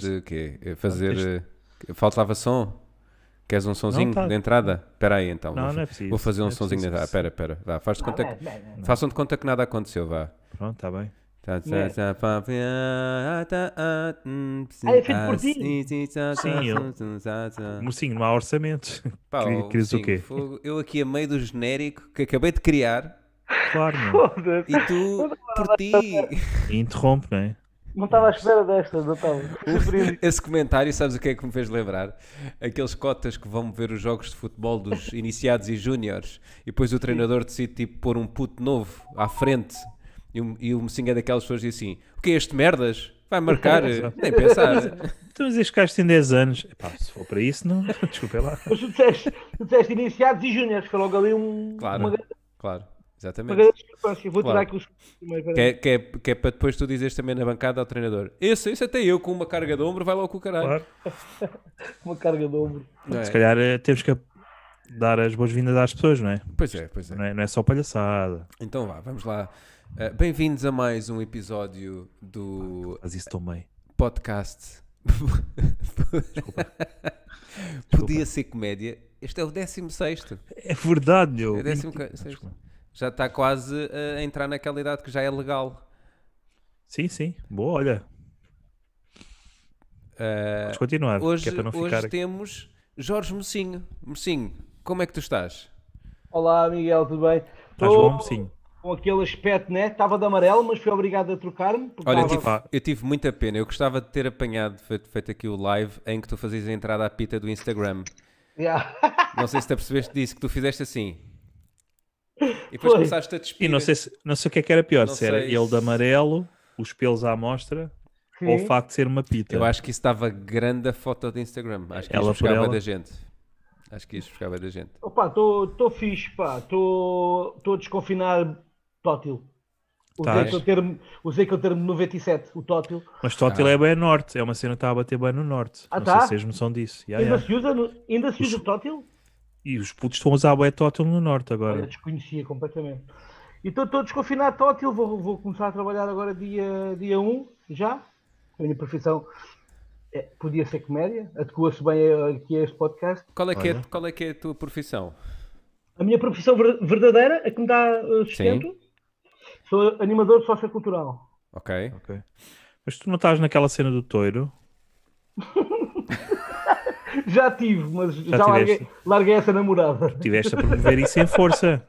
de quê? Eh, Fazer. eh, Faltava som? Queres um sonzinho tá. de entrada? Espera aí então. Não, vou, não é fa- preciso, Vou fazer um não é sonzinho de preciso entrada. isso. Espera, espera. Vá, faz de conta É, que- Façam de conta que nada aconteceu, vá. Pronto, está bem. Tá, tá, É. Né? tá, pá, pá, ah, tá, ah, hum, sim, Ah, é feito por ah, ti? sim, sim, tá, tá, Sim, eu- tá, tá, tá. Mocinho, não há orçamentos. Pá, Queria- oh, querias o sim, quê? fogo, Eu aqui a meio do genérico que acabei de criar Claro, não. é? e Foda-se. tu, por ti, E interrompe, não é? Não estava à espera desta, não estava. Surpreendi. Esse comentário, sabes o que é que me fez lembrar? Aqueles cotas que vão ver os jogos de futebol dos iniciados e júniores e depois o treinador decide tipo, pôr um puto novo à frente e o, e o mocinho é daquelas pessoas e diz assim: O que é este merdas? Vai marcar? Nem pensar. Então, mas este gajo tem 10 anos. Epá, se for para isso, não. Desculpa lá. Mas tu disseste, tu disseste iniciados e júniores, foi logo ali um, uma, Claro, grande- claro, uma exatamente. grande discrepância. Vou Claro. tirar aqui os primeiro. Que peraí. é, que, é, que é para depois tu dizeres também na bancada ao treinador: Esse, esse até eu com uma carga de ombro, vai logo com o caralho. Claro. Uma carga de ombro. Não é? Se calhar eh, temos que dar as boas-vindas às pessoas, não é? Pois é, pois é. Não é, não é só palhaçada. Então vá, vamos lá. Eh, Bem-vindos a mais um episódio do Mas isso também. podcast. Podia ser comédia. Este é o 16. É verdade, meu. É o 16. Já está quase a entrar naquela idade que já é legal. Sim, sim. Boa, olha. Eh, Vamos continuar. hoje que é para não hoje ficar. aqui. temos Jorge Mocinho. Mocinho, como é que tu estás? Olá, Miguel, tudo bem? Estás Tô bom, mocinho? Com aquele aspecto, né? Estava de amarelo, mas fui obrigado a trocar-me. porque Olha, eu tava- tive, eu tive muita pena. Eu gostava de ter apanhado, feito, feito aqui o live em que tu fazias a entrada à pita do Instagram. Yeah. Não sei se te apercebeste disso, que tu fizeste assim. E depois Foi. começaste a despir. E não sei, se, não sei o que é que era pior, Não se era sei ele se- de amarelo, os pelos à amostra, ou o Sim. facto de ser uma pita. Eu acho que isso estava grande a foto do Instagram. Acho que Tá. Ela isso por buscava ela. da gente. Acho que isso buscava da gente. Opa, estou fixe, pá. Estou a desconfinar tótil. Usei Tás. aquele termo, usei aquele termo de 97, o tótil. Mas Tótil é bem a norte, é uma cena que está a bater bem no norte. Ah, não tá? sei se tens noção disso. Ya, Ainda ya. se usa, no- ainda se usa o tótil? E os putos estão a usar bem Tótil no norte agora. Olha, desconhecia completamente. Então estou desconfinado tótil, vou, vou começar a trabalhar agora dia, dia 1, já. A minha profissão é- podia ser comédia, adequa-se bem a- aqui a este podcast. Qual é, que é, qual é que é a tua profissão? A minha profissão ver- verdadeira, a que me dá uh, sustento, sou animador sociocultural. Ok. Ok. Mas tu não estás naquela cena do toiro? Já tive, mas já, tiveste? larguei, larguei essa namorada. Tiveste a promover isso em força.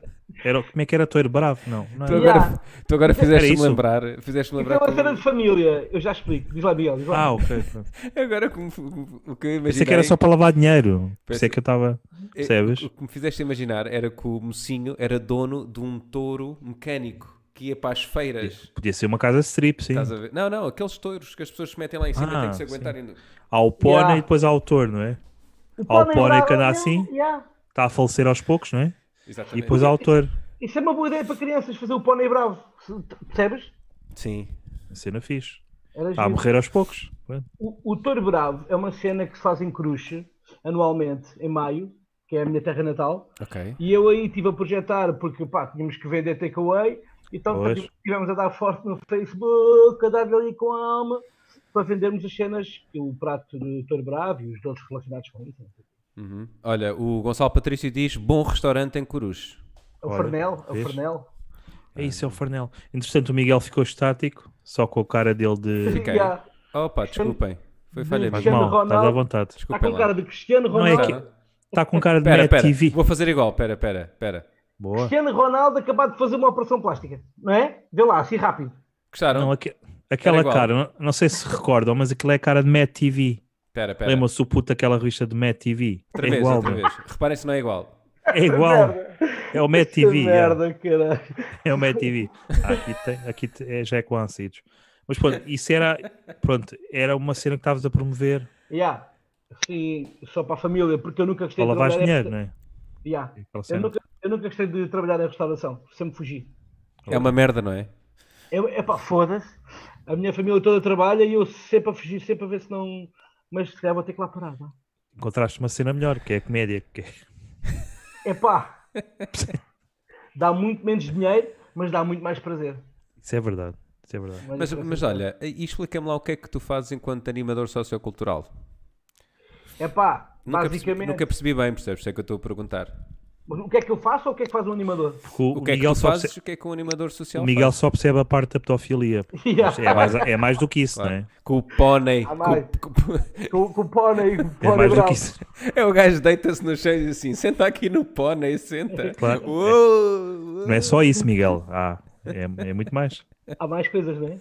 Era, o- como é que era toiro? Bravo? Não. não Tu era. Yeah. agora, tu agora Era fizeste-me isso? lembrar. Fizeste Isso lembrar é uma que- cena de família, eu já explico. Diz lá, Miguel, diz lá. Ah, ok. pronto. Agora como, o que eu imaginei... Pensei que era só para lavar dinheiro. Pensei- Pensei que eu estava. É, Percebes? O que me fizeste imaginar era que o mocinho era dono de um touro mecânico que ia para as feiras. Podia ser uma casa strip, sim. Estás a ver? Não, não, aqueles touros que as pessoas se metem lá em cima Ah, têm que se sim. aguentar. indo- Há o pônei Yeah. e depois há o touro, não é? O Há o Pónei pônei lá- que anda lá- assim, yeah. está a falecer aos poucos, não é? E Exatamente. depois há o touro. Isso é uma boa ideia para crianças, fazer o pônei bravo. Se- Percebes? Sim. Cena fixe. Era Está a giro. morrer aos poucos. Pronto. O, o Touro Bravo é uma cena que se faz em Cruxe, anualmente, em maio, que é a minha terra natal. Ok. E eu aí estive a projetar, porque pá, tínhamos que vender takeaway, então Pois. estivemos a dar forte no Facebook, a dar ali com a alma, para vendermos as cenas, que o prato do Touro Bravo e os doces relacionados com isso. né? Uhum. Olha, o Gonçalo Patrício diz bom restaurante em Coruj. É o Olha, Fernel, é o vês? Fernel. É isso, é o Farnel. Entretanto, o Miguel ficou estático, só com a cara dele de. Fiquei. E há- Opa, desculpem. Foi falha Faz minha. Cristiano mal, estás à Ronaldo. vontade. Está Desculpem com cara lá. de Cristiano Não é Ronaldo. que- Está com cara de Pera, Net pera. TV. Vou fazer igual. Pera, pera, pera. Boa. Cristiano Ronaldo acabado de fazer uma operação plástica, não é? Vê lá, assim rápido. Gostaram? Não, aque- aquela Era igual. cara, não, não sei se recordam, mas aquilo é a cara de Matt TV. Pera, pera. Lembram-se o puto daquela revista de Matt TV? Outra é vez, igual, outra meu. vez. Reparem se não é igual. É igual. É o Matt Que TV. já. merda, caralho. É o Matt TV. Ah, Aqui, tem, aqui te- é, já é com ácidos. Mas pronto, isso era, pronto, era uma cena que estavas a promover Yeah. Sim, só para a família, porque eu nunca para gostei de lavar trabalhar. em- dinheiro, não é? Yeah. Aquela Eu, cena. nunca, eu nunca gostei de trabalhar em restauração, sempre fugi. É uma merda, não é? Eu- É pá, foda-se. A minha família toda trabalha e eu sempre a fugir, sempre a ver se não. Mas se calhar vou ter que lá parar. vá. Encontraste uma cena melhor, que é a comédia. Que é... É pá, dá muito menos dinheiro, mas dá muito mais prazer. Isso é verdade. Isso é verdade. Mas, mas olha, e explica-me lá o que é que tu fazes enquanto animador sociocultural. É pá, Nunca basicamente. percebi, nunca percebi bem, percebes? Sei que eu estou a perguntar. Mas O que é que eu faço ou o que é que faz um animador? Porque o, O que é que Miguel, tu só fazes? percebe, O que é que um animador social o Miguel faz? só percebe a parte da pedofilia. Mas É, mais, é mais do que isso, Claro. não é? Com o pônei. Há com- mais. com- Com, com o pônei, com o É pônei mais do bravo. que isso. É o gajo deita-se no chão e diz assim: senta aqui no pônei, senta. Claro. Uou, uou. Não é só isso, Miguel. Ah, é, é muito mais. Há mais coisas, não é?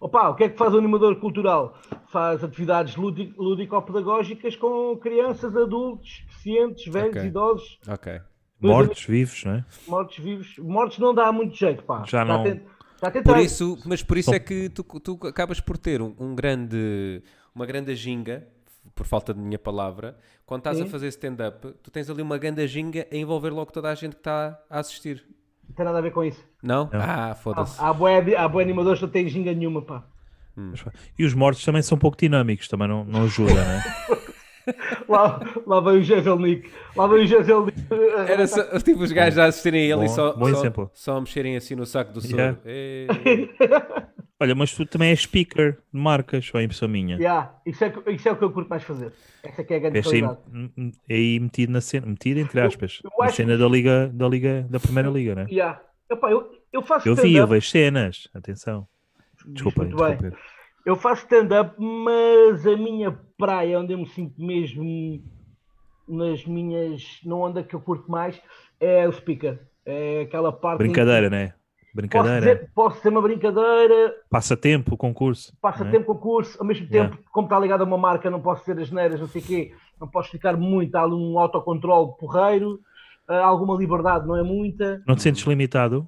Opa, o que é que faz um animador cultural? Faz atividades lúdi- lúdico-pedagógicas com crianças, adultos, deficientes, velhos, Ok. idosos, Ok. Mortos, vivos, não é? mortos vivos. Mortos não dá muito jeito, pá. Tá Já não- tent- Já tentei. Por isso, mas por isso é que tu, tu acabas por ter um, um grande, uma grande ginga, por falta de minha palavra, quando estás a Sim. fazer stand-up, tu tens ali uma grande ginga a envolver logo toda a gente que está a assistir. Não tem nada a ver com isso. Não? Ah, foda-se. Há boé, há bué animadores que não têm ginga nenhuma, pá. E os mortos também são pouco dinâmicos, também não, não ajuda, não é? Lá, lá vem o Jezelnik. Lá vem o Jezelnik. Era assim. só, tipo os gajos a assistirem a ele e Bom- só, bom só, exemplo. só a mexerem assim no saco do soro. É. Yeah. Ei. Olha, mas tu também és speaker de marcas, ou é impressão minha? Yeah, isso, é, que- isso é o que eu curto mais fazer. Essa que é a grande Veste aí, qualidade. m- m- aí metido na cena, metido entre aspas, eu na acho cena da liga, da liga, da primeira liga, né? Yeah. Epá, eu, eu faço Eu vi, eu stand-up. vejo cenas, atenção. Desculpa, Muito bem. interromper. Eu faço stand-up, mas a minha praia onde eu me sinto mesmo nas minhas. não onda que eu curto mais é o speaker. É aquela parte. em que Brincadeira, né? Posso Brincadeira, dizer, posso dizer uma brincadeira, passatempo, concurso. passa não é? tempo concurso, ao mesmo tempo, Yeah. como está ligado a uma marca, não posso ser as neiras, não sei o quê, não posso ficar muito, há ali um autocontrole porreiro, ah, alguma liberdade não é muita. Não te sentes limitado?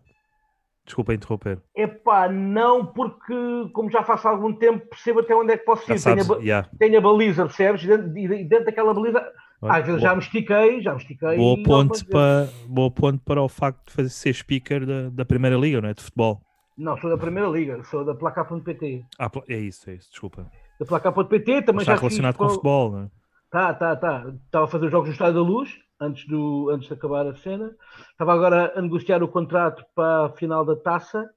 Desculpa interromper. Epá, não, porque como já faço há algum tempo, percebo até onde é que posso Já ir. sabes, Tenho a, ba- yeah. tenho a baliza, percebes? E dentro, e dentro daquela baliza, às vezes já Boa- me estiquei, já me estiquei. Boa e ponte, Não, para, boa ponte para o facto de fazer, ser speaker da, da primeira liga, não é? De futebol. não, sou da Primeira Liga, sou da placa.pt. Ah, pla- é isso, é isso, desculpa. Da placa.pt também Mas já está fiz relacionado com o qual- futebol, não é? Tá, tá, tá. Estava a fazer os jogos do Estádio da Luz antes, do, antes de acabar a cena. Estava agora a negociar o contrato para a final da taça.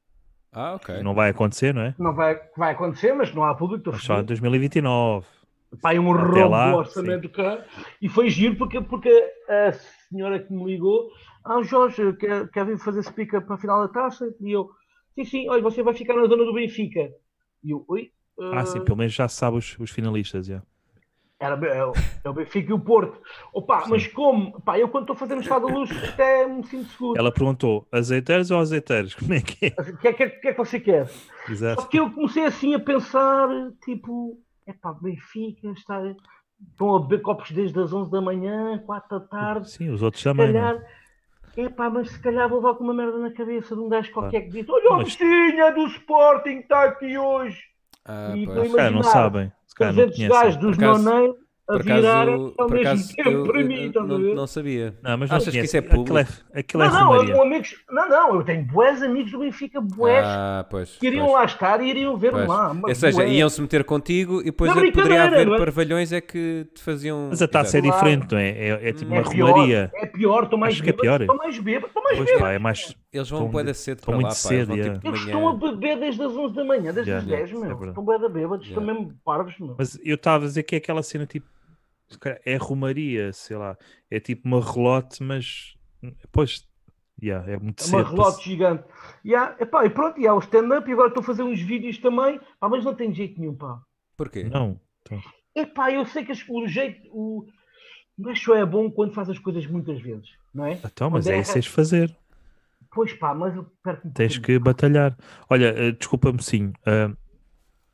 Ah, ok. Não vai acontecer, não é? Não vai, que vai acontecer, mas não há público. Mas só em Estou 2029. Pai, um até rombo lá, do orçamento, cara. E foi giro porque, porque a senhora que me ligou, ah, Jorge, quer, quer vir fazer pica para a final da taça? E eu, sim, sim, olha, você vai ficar na zona do Benfica. E eu, oi? Ah, sim, ah, pelo menos já se sabe os, os finalistas. já. Era é o- é o Benfica e o Porto. Opa, mas como? Pá, eu quando estou fazendo estado da luz até me sinto seguro. Ela perguntou: azeiteiros ou azeiteiros? Como é que é? O que, é- que, é- que é que você quer? Só Exato. que eu comecei assim a pensar, tipo, epá, Benfica, está, estão a beber copos desde as 11 da manhã, 4 da é tarde, se Sim, os outros também. não é? calhar, epá, mas se calhar vou levar com uma merda na cabeça de um gajo qualquer que diz, olha a Mas- Agostinha do Sporting está aqui hoje. Ah, E pois. foi Se calhar não Imaginar. sabem. Se calhar não 300 gajos conhecem. dos Por acaso- Nonei a Por acaso, virarem ao por mesmo acaso, tempo eu- para eu- mim, eu estás a não, ver? não sabia. Não, mas não Achas que isso é conhecem. público? Aquilo é, aquilo é Não, não, eu Romaria. tenho amigos, não, não, eu tenho bués amigos do Benfica, bués, Ah, pois. que iriam pois, lá estar e iriam ver pois. lá. mas Ou seja, bué. iam-se meter contigo e depois Na é que poderia brincadeira, haver não é? parvalhões é que te faziam. Mas a taça é Exato. Claro. diferente, não é? É, é tipo uma é romaria. pior, é pior, estou mais Acho que é bêbado, pior. Estou mais bêbado, estou mais Pois bêbado. pá, é mais. Eles vão Estão- bué da cedo estão para muito lá, pá. cedo, é. Eles vão tipo yeah. de Eles manhã. estão a beber desde as 11 da manhã, desde Já, as já, 10, isso é meu. verdade. estão bem da bêbados, Já. estão mesmo parvos, meu. Mas eu estava a dizer que é aquela cena tipo. se calhar É romaria, sei lá. É tipo uma relote, mas. Pois. Yeah, é muito É cedo. uma para relote gigante. E, há, epá, e pronto, e há o stand-up, e agora estou a fazer uns vídeos também. Pá, mas não tem jeito nenhum, pá. se- Porquê? Não. Então, Epá, eu sei que as- o jeito. O... Mas só é bom quando faz as coisas muitas vezes, não é? então, mas Onde é é- isso que tens de fazer. Pois pá, mas eu perco um Tens bocadinho. que batalhar. Olha, eh, desculpa-me sim. eh,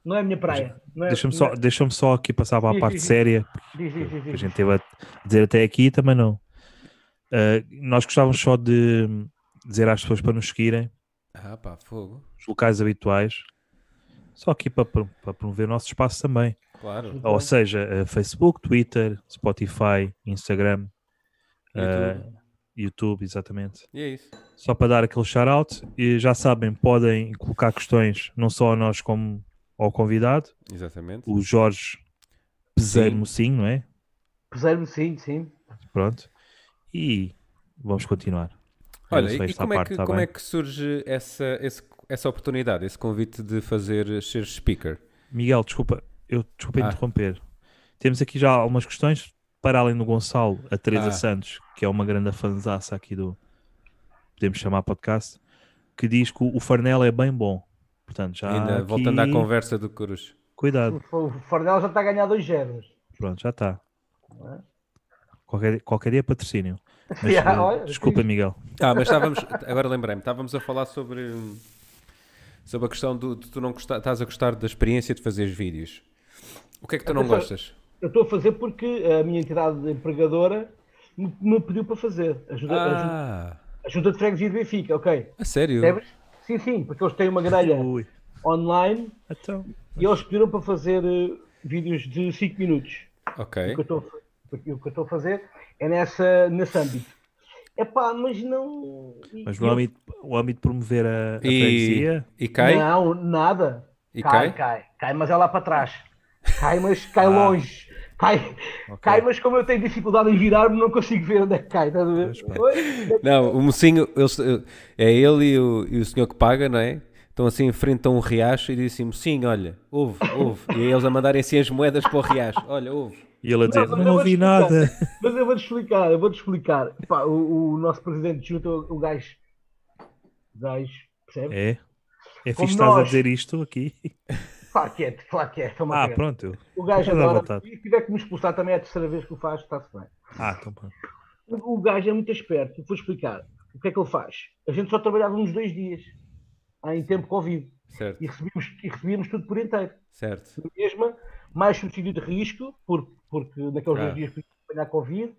Não é a minha praia. não é- Deixa-me só, não é- deixa só aqui passar para a Sim, parte sim, sim. séria, Diz, diz, diz, que a diz. gente teve a dizer até aqui e também não. Ah, nós gostávamos só de dizer às pessoas para nos seguirem, Ah, pá, fogo. os locais habituais, só aqui para, pro- para promover o nosso espaço também. Claro. Ou seja, ah, Facebook, Twitter, Spotify, Instagram, É. ah, YouTube. YouTube, exatamente. E é isso. Só para dar aquele shout-out, e já sabem, podem colocar questões não só a nós como ao convidado, Exatamente. o Jorge Peseiro Mocinho, não é? Peseiro-me, sim, sim. Pronto. E vamos continuar. Eu Olha, sei e esta como, é parte, que, tá como bem? é que surge essa, esse, essa oportunidade, esse convite de fazer ser speaker. Miguel, desculpa, eu desculpa Ah. interromper. Temos aqui já algumas questões, para além do Gonçalo, a Teresa Ah. Santos, que é uma grande fanzaça aqui do podemos chamar podcast, que diz que o o Farnel é bem bom. Portanto, já Ainda Ah, aqui- voltando à conversa do Cruz. Cuidado, O Farnel já está a ganhar dois zeros. pronto, já está. Qualquer, qualquer dia é patrocínio. Mas, Yeah, eh, olha, desculpa, sim. Miguel. Ah, mas estávamos, agora lembrei-me, estávamos a falar sobre, hum, sobre a questão do, de tu não gostar, estás a gostar da experiência de fazer vídeos. O que é que tu não Atenção. gostas? Ah, Eu estou a fazer porque a minha entidade empregadora me, me pediu para fazer. A junta, a junta- Ah, a junta de freguesia de Benfica, ok. a sério? Percebes? Sim, sim, porque eles têm uma grelha Ui, online então, e eles pediram para fazer eh, vídeos de 5 minutos. Ok. O que eu estou a fa- porque o que eu estou a fazer é nessa, nesse âmbito. Epá, mas não. mas eu- o âmbito, o âmbito de promover a, a E, freguesia, e cai? Não, nada. E cai? cai, cai, cai, mas é lá para trás. Cai, mas cai longe. Cai, cai, mas como eu tenho dificuldade em virar-me, não consigo ver onde é que cai. Estás a ver? Oi? Não, o mocinho, eles- é ele e o, e o senhor que paga, não é? Estão assim em frente a um riacho e dizem assim, mocinho, olha, ouve, ouve. E aí eles a mandarem assim as moedas para o riacho. Olha, ouve. e ele a dizer, mas eu não, vou-te ouvi explicar. nada. Mas eu vou-te explicar, eu vou-te explicar. Pá, o, o nosso presidente de junta, o, o gajo. O gajo, percebe? É? É Como fixe estás a nós. dizer isto aqui. Claro que é, claro que é. toma Ah, cá. pronto. eu- O gajo Estás à adora. vontade. E se tiver que me expulsar também é a terceira vez que o faz, está-se bem. Ah, então pronto. O, o gajo é muito esperto, vou explicar. O que é que ele faz? A gente só trabalhava uns dois dias em tempo Covid Certo, e recebíamos, e recebíamos tudo por inteiro. certo. Na Mesma, mais subsídio de risco, por, porque naqueles Ah. dois dias podia apanhar Covid.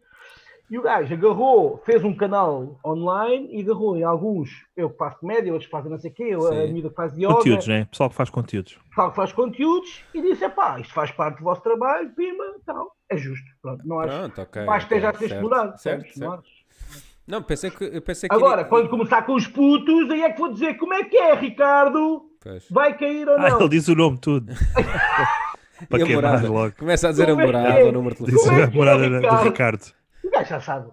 E o gajo agarrou, fez um canal online e agarrou em alguns, eu que faço média, outros fazem não sei o quê, eu- a Sim. miúda que faz Conteúdos, yoga, né? Pessoal que faz conteúdos. pessoal que faz conteúdos, e disse, pá, isto faz parte do vosso trabalho, pima, tal, é justo. Pronto, não acho, Pronto, ok. não acho que ok, esteja a ser certo, explorado. Certo, sabes? Não certo. acho. Não, pensei que... Eu pensei que Agora, iria- quando começar com os putos, aí é que vou dizer como é que é, Ricardo? Pois. Vai cair ou Ah, não? ele diz o nome tudo. E Para a queimar morada? logo. Começa a dizer Como a é que morada, é? o número de Diz telefone. Como é a que é, morada da- do Ricardo? Ricardo. O gajo já sabe.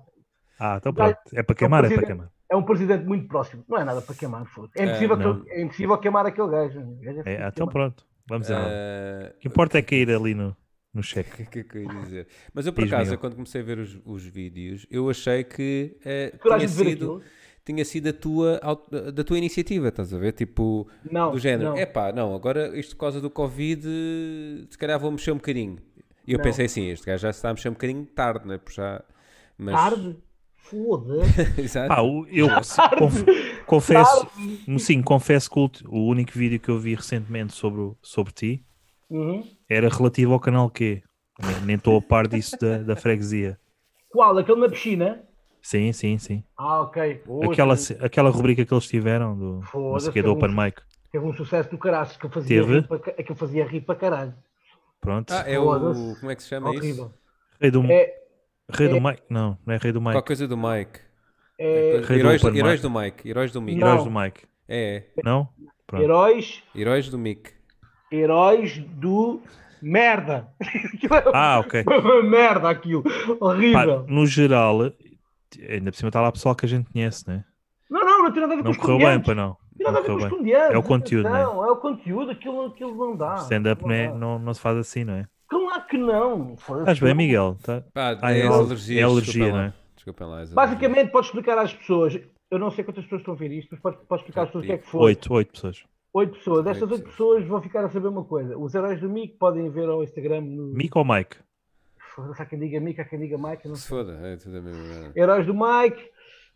Ah, então Vai. pronto. É para queimar, é para presidente. queimar. É um presidente muito próximo. Não é nada para queimar, foda é, impossível não. que- é impossível queimar aquele gajo. O gajo é É, fodido ah, então de queimar. pronto. Vamos lá. Ah, O que importa é cair ali no, no cheque. O que, que é que eu ia dizer? Mas eu, por Diz, acaso, Miguel. eu, quando comecei a ver os, os vídeos, eu achei que eh, tinha, Coragem de ver sido, tinha sido a tua, aut- da tua iniciativa, estás a ver? Tipo, Não, do género, não. epá, não, agora isto por causa do Covid, eh, se calhar vou mexer um bocadinho. E eu Não. pensei assim, este gajo já se está a mexer um bocadinho tarde, né? Porque já... Mas... Tarde? Foda-se. Exato. Pá, o- eu conf- confesso, sim, confesso que o ulti- o único vídeo que eu vi recentemente sobre, o- sobre ti Uhum. era relativo ao canal Q. Nem- Nem estou a par disso da, da freguesia. Qual? Aquele na piscina? Sim, sim, sim. Ah, ok. Outro. Aquela, se- aquela rubrica que eles tiveram do, não sei Foda-se, o quê, do eu não Open Mic. Teve um sucesso do caralho que eu fazia, Teve? rir para, ca- é que eu fazia rir para caralho. Pronto. Ah, é o... Foda-se. Como é que se chama isso? Horrível. Rei do, É, Rei do Mike? Não, não é Rei do Qualquer Mike. coisa do Mike. é, Coisa- Rei do Heróis, Open heróis Mic. do Mike. Heróis do Mick. Não. Heróis do Mike. É, é. Não? Pronto. heróis, Heróis do Mick. heróis do merda. Aquilo era Ah, ok. Foi uma merda aquilo. Pá, Horrível. no geral, ainda por cima está lá pessoal que a gente conhece, né? Não, não, não tem nada a ver com Não os correu bem, comediantes. para não. Não tem nada Não a ver com os correu bem. comediantes. É o conteúdo, né? Não, é o conteúdo. Aquilo, aquilo não dá. Stand-up não, é- dá. não, não se faz assim, não é? Claro que não. Foda-se. Estás bem, Miguel? Tá... Pá, Ah, é, é al- alergia. é alergia, desculpem não lá. é? Desculpem lá. as alergias. Basicamente, podes explicar às pessoas. Eu não sei quantas pessoas estão a ver isto, mas podes pode explicar às pessoas o que é que foi. Oito, oito pessoas. Oito pessoas. Estas Oito oito pessoas vão ficar a saber uma coisa. Os heróis do Mico podem ver ao Instagram. No... Mico ou Mike? Foda-se, há quem diga Mico, há quem diga Mike. eu Não Se foda, é tudo a mesma merda. Heróis do Mike.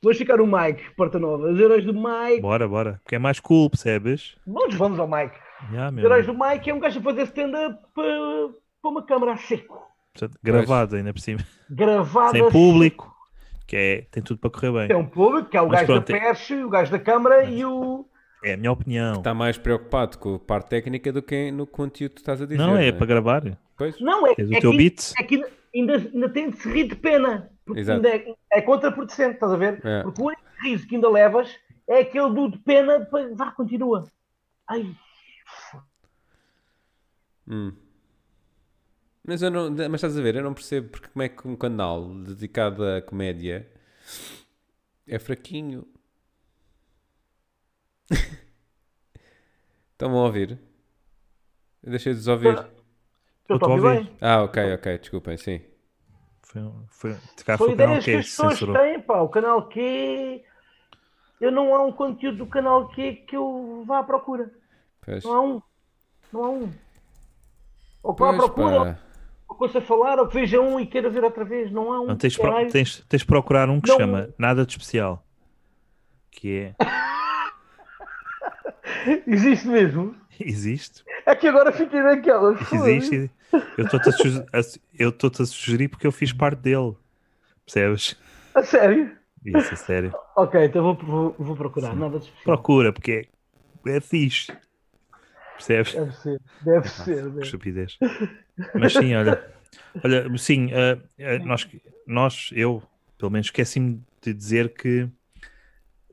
Vamos ficar o Mike, Porta Nova. Os heróis do Mike. Bora, bora. Porque é mais cool, percebes? Nós vamos ao Mike. Já, Os meu. heróis do Mike é um gajo a fazer stand-up para, para uma câmara a seco. Portanto, gravado ainda por cima. Gravada. Sem público. Que é, tem tudo para correr bem. Tem um público, que é o Mas gajo pronto, da é- perche, o gajo da câmara e o. É a minha opinião. Está Tá mais preocupado com a parte técnica do que no conteúdo que estás a dizer. Não, né? é para gravar. Pois, Não, é, Tens é o teu que, beat. é que ainda- ainda, ainda tem de se rir de pena. Porque Exato. ainda é, é contraproducente, estás a ver? É. Porque o único riso que ainda levas é aquele do de pena, para- vá, continua. Ai, hum. Mas, eu não, mas estás a ver, eu não percebo porque como é que um canal dedicado à comédia é fraquinho. Estão a ouvir? Eu deixei de vos ouvir. Eu Eu estou a estou a ouvir ouvir. bem. Ah, ok, ok, desculpem, sim. Foi, um- foi, de cá São foi o canal ideias que é que as pessoas censurou. têm, pá. O canal Q. Eu não há um conteúdo do canal Q que eu vá à procura. Pois, Não há um. Não há um. Ou que vá à pois procura, pá. ou coisa a falar, ou que veja um e queira ver outra vez. Não há um. Não, tens, pro- caralho. tens, tens de procurar um que se Não. chama Nada de Especial. Que é. Existe mesmo. Existe. É que agora fiquei naquela. foda-se. Existe. Eu estou-te a, suge- a- eu estou-te a sugerir porque eu fiz parte dele. Percebes? A sério? Isso é sério. Ok, então vou, vou, vou procurar. Nada de especial. Procura, porque é, é fixe. Percebes? Deve ser. Deve Que ser. deve. estupidez. Mas sim, olha. Olha, sim, ah, ah, nós, nós, eu, pelo menos, esqueci-me de dizer que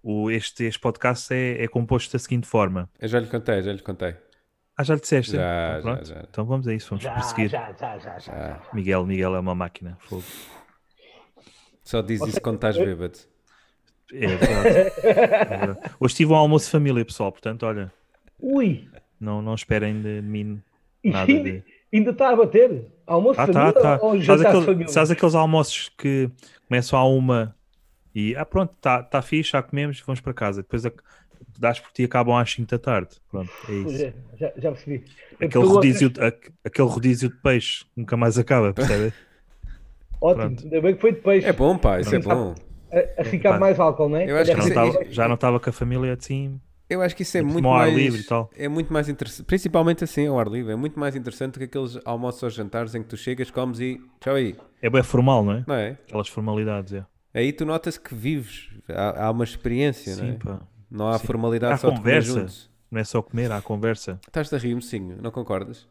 o, este, este podcast é, é composto da seguinte forma. Eu já lhe contei, já lhe contei. Ah, já lhe disseste? Já, então, pronto. já, já. Então vamos a isso, vamos Já, prosseguir. já, já, já, já. Ah, Miguel, Miguel é uma máquina. fogo. só diz isso quando estás bêbado. É verdade. É verdade. Hoje tive um almoço de família, pessoal, portanto, olha, Ui! não, não esperem de mim E nada de. ainda- ainda está a bater? Almoço Ah, de tá, família tá. ou Sabes, jantar de aquele, família? sabes aqueles almoços que começam à uma e ah, pronto, tá, tá fixe, já comemos, vamos para casa. Depois a, dás por ti e acabam às 5 da tarde. Pronto, é isso. Já, já- já percebi. É porque Aquele eu- rodízio, de- aque- aquele rodízio de peixe que nunca mais acaba, percebe? Ótimo, pronto. ainda bem que foi de peixe. É bom, pá, isso é Pronto. bom. a, a ficar pá. mais álcool, não é? Eu acho Já que não isso- tava- já não estava com a família assim. Eu acho que isso é Tipo, muito ao ar mais. livre e tal. É muito mais interessante. Principalmente assim, ao ar livre. É muito mais interessante do que aqueles almoços ou jantares em que tu chegas, comes e. Tchau aí. É bem formal, não é? Não é? Aquelas formalidades, é. Aí tu notas que vives. Há, há uma experiência, não Sim, é? pá. Não há Sim. formalidade Há só de conversa. comer juntos. Não é só comer, há conversa. Estás-te a rir, mocinho, não concordas?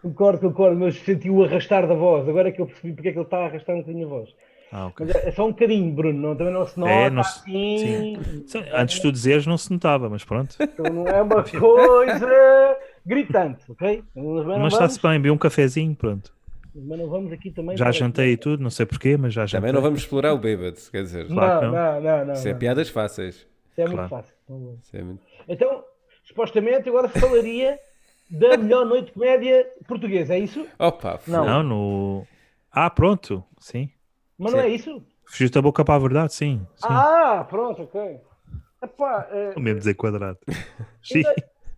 Concordo, concordo, mas senti o arrastar da voz. Agora é que eu percebi porque é que ele está a arrastar um bocadinho a voz. Ah, ok. Mas é é só um bocadinho, Bruno, não, também não se nota É, não se- assim. Sim, Antes de tu dizeres, não se notava, mas pronto. Então não é uma coisa gritante, ok? Mas, Mas está-se bem, bebi um cafezinho, pronto. vamos, mas não vamos aqui também. Já para- jantei e tudo, não sei porquê, mas já jantei. Também não vamos explorar o bêbado, quer dizer. Não, Claro que não, não, não. não. Isso é Isso piadas fáceis. é claro. muito fácil. Não vou. Isso é muito- Então, supostamente, agora falaria da melhor noite de comédia portuguesa, é isso? Opa, f- Não. Não, no. Ah, pronto, sim. Mas não é isso? Fugiu da boca para a verdade, sim. sim. Ah, pronto, ok. Epá, eh, O mesmo desenquadrado. Sim,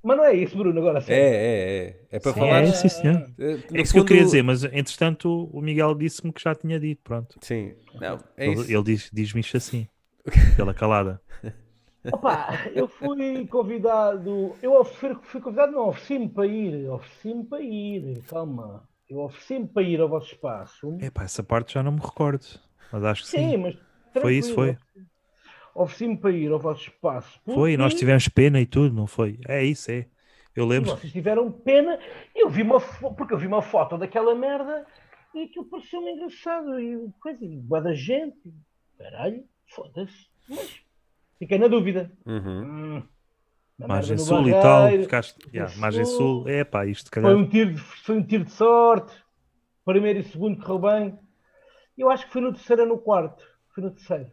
mas não é isso, Bruno, agora sim. é, é, é. É para Sim, falar. é, sim, senhor. eh, no É isso que eu fundo- queria dizer, mas entretanto o Miguel disse-me que já tinha dito, pronto. Sim, não, é Ele, isso. ele diz- diz-me isto assim, pela calada. Epá, eu fui convidado, eu ofereci, fui convidado, não, ofereci-me para ir, ofereci-me para ir, calma. Eu ofereci-me para ir ao vosso espaço. Epá, essa parte já não me recordo, mas acho que Sim, É, sim. mas Foi isso, tranquilo, foi. Ofereci-me para ir ao vosso espaço. Foi, nós porque- tivemos pena e tudo, não foi? É isso, é. Eu E lembro. vocês tiveram pena. Eu vi uma fo- porque eu vi uma foto daquela merda e aquilo pareceu-me engraçado. E coisa, e bué da gente. Caralho, foda-se. Mas fiquei na dúvida. Uhum. Hum, na Margem merda no Sul e tal, Barreiro. ficaste. Yeah, Sul. margem Sul, é pá, isto se Foi calhar. um, tiro, de- foi um tiro de sorte. Primeiro e segundo correu bem. Eu acho que foi no terceiro ou no quarto. Foi no terceiro.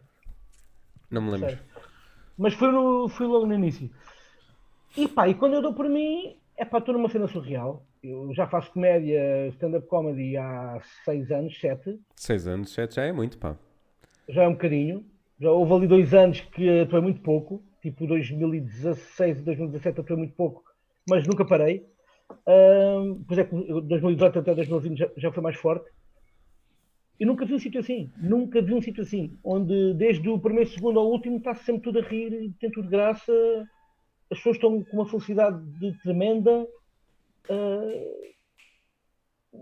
Não me lembro. Certo. Mas foi, no, foi logo no início. E pá, e quando eu dou por mim, é pá, estou numa cena surreal. Eu já faço comédia, stand-up comedy há 6 anos, 7. Seis anos, sete já é muito, pá. Já é um bocadinho. Já houve ali dois anos que atuei muito pouco. Tipo 2016 e 2017 atuei muito pouco, mas nunca parei. Ahm, pois é que 2018 até 2020 já, já foi mais forte. E nunca vi um sítio assim. Nunca vi um sítio assim. Onde desde o primeiro segundo ao último está sempre tudo a rir, e tem tudo de graça. As pessoas estão com uma felicidade de- tremenda. Ah,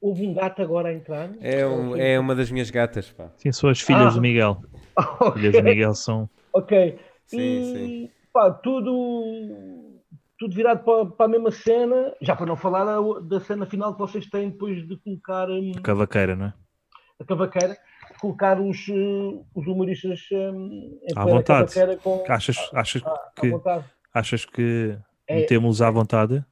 houve um gato agora a entrar. É, um- é uma das minhas gatas, pá. Sim, são as filhas Ah. do Miguel. As filhas do Miguel são. Ok. Sim, e pá, tudo, tudo virado para, para a mesma cena, já para não falar da, da cena final que vocês têm depois de colocar hum, A cavaqueira, não é? a cavaqueira, de colocar os, eh, os humoristas hum, em À plena vontade. cavaqueira com, Achas, achas à, à que, vontade. achas que Ah, É- metemos à vontade?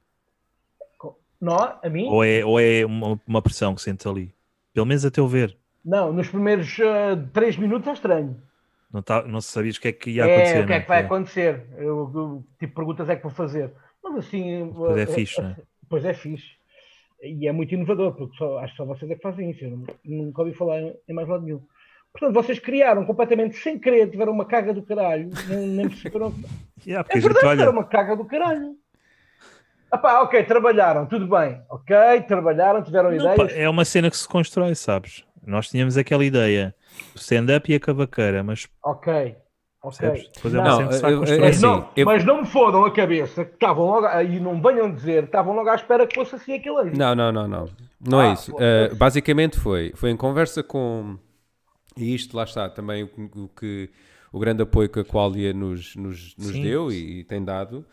Não, a mim? Ou é, ou é uma, uma pressão que sente ali? Pelo menos a teu ver. Não, nos primeiros 3 minutos é estranho. Não, tá, não sabias o que é que ia É, acontecer. o que é não que vai É. acontecer? Eu, eu- tipo, perguntas é que vou fazer. Mas Mas assim. Pois é eh, fixe, não é? Pois é fixe. E é muito inovador, porque só, acho que só vocês é que fazem isso. Eu nu- nunca ouvi falar em, em mais lado nenhum. Portanto, vocês criaram completamente sem querer, tiveram uma carga do caralho. Nem, nem perceberam. Yeah, porque É a gente verdade, olha, tiveram uma carga do caralho. Ah pá, ok, trabalharam, tudo bem. Ok, trabalharam, tiveram não, pá, ideias. é uma cena que se constrói, sabes? Nós tínhamos aquela ideia, o stand-up e a cavaqueira, mas Ok. percebes? Ok. Depois é uma Não, Não, cena que se vai eu- eu- construindo. mas, assim, não, eu- mas não me fodam a cabeça, que estavam logo, e não venham dizer, estavam logo à espera que fosse assim aquele aí. Não, não, não, não. Não Ah, é isso. pô, Ah, pois. basicamente foi. Foi em conversa com. E isto lá está também o, que- o que o grande apoio que a Qualia nos, nos, nos Sim. deu e, e tem dado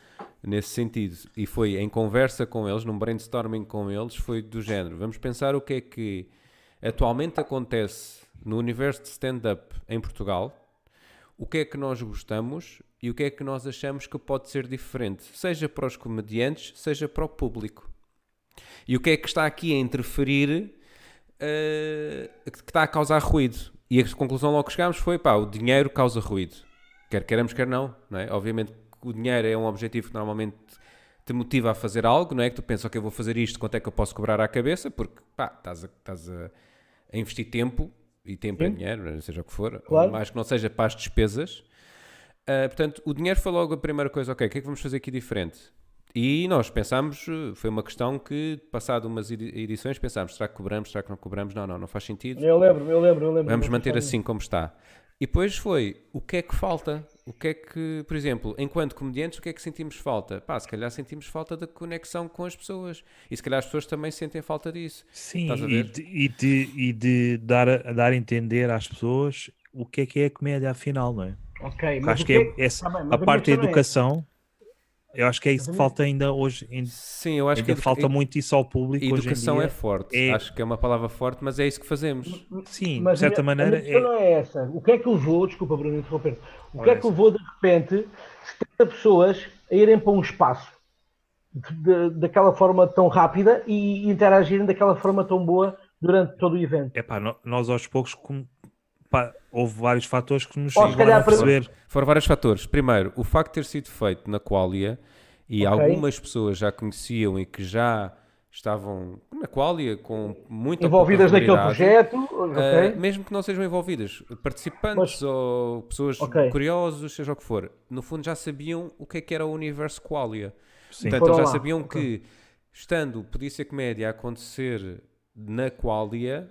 nesse sentido. E foi em conversa com eles, num brainstorming com eles, foi do género. Vamos pensar o que é que atualmente acontece no universo de stand-up em Portugal, o que é que nós gostamos e o que é que nós achamos que pode ser diferente, seja para os comediantes, seja para o público. E o que é que está aqui a interferir eh, que está a causar ruído? E a conclusão logo que chegámos foi: pá, o dinheiro causa ruído. Quer queremos, quer não. não é? Obviamente que o dinheiro é um objetivo que normalmente te motiva a fazer algo, não é? Que tu pensas, ok, eu vou fazer isto, quanto é que eu posso cobrar à cabeça? Porque, pá, estás a, estás a- a investir tempo, e tempo é dinheiro, seja o que for, Claro. mais que não seja para as despesas. Uh, portanto, o dinheiro foi logo a primeira coisa. Ok, o que é que vamos fazer aqui diferente? E nós pensámos, uh, foi uma questão que, passado umas edi- edições, pensámos: será que cobramos, será que não cobramos? Não, não, não faz sentido. Eu lembro, eu lembro, eu lembro. Vamos manter assim como está. E depois foi, o que é que falta? O que é que, por exemplo, enquanto comediantes, o que é que sentimos falta? Pá, se calhar sentimos falta da conexão com as pessoas. E se calhar as pessoas também sentem falta disso. Sim, Estás a e ver? de, e de- e de dar, a, dar a entender às pessoas o que é que é a comédia afinal, não é? Ok, Porque mas acho o que é quê? essa- Tá bem, mas a parte minha da questão é essa. educação, eu acho que é isso que falta ainda hoje. Ainda, Sim, eu acho ainda que edu- falta muito isso ao público e- educação hoje é em dia. forte. é- Acho que é uma palavra forte, mas é isso que fazemos. Sim, Mas de certa a minha- maneira A minha questão é. não é essa. O que é que levou, desculpa, Bruno, interromper. O que Ora, é que levou, de repente, 70 pessoas a irem para um espaço de- de- daquela forma tão rápida e interagirem daquela forma tão boa durante todo o evento? é, Epá, no- nós aos poucos com- pá, houve vários fatores que nos Ou se levaram a calhar para- perceber. Foram vários fatores. Primeiro, o facto de ter sido feito na Qualia e Ok. algumas pessoas já conheciam e que já estavam na Qualia com muita Envolvidas pouca naquele comunidade, projeto, eh, ok? mesmo que não sejam envolvidas, participantes Mas- ou pessoas Ok. curiosos, seja o que for, no fundo já sabiam o que é que era o universo Qualia. Sim. Portanto, eles Foram já lá, sabiam ok. que, estando o Polícia Comédia a acontecer na Qualia,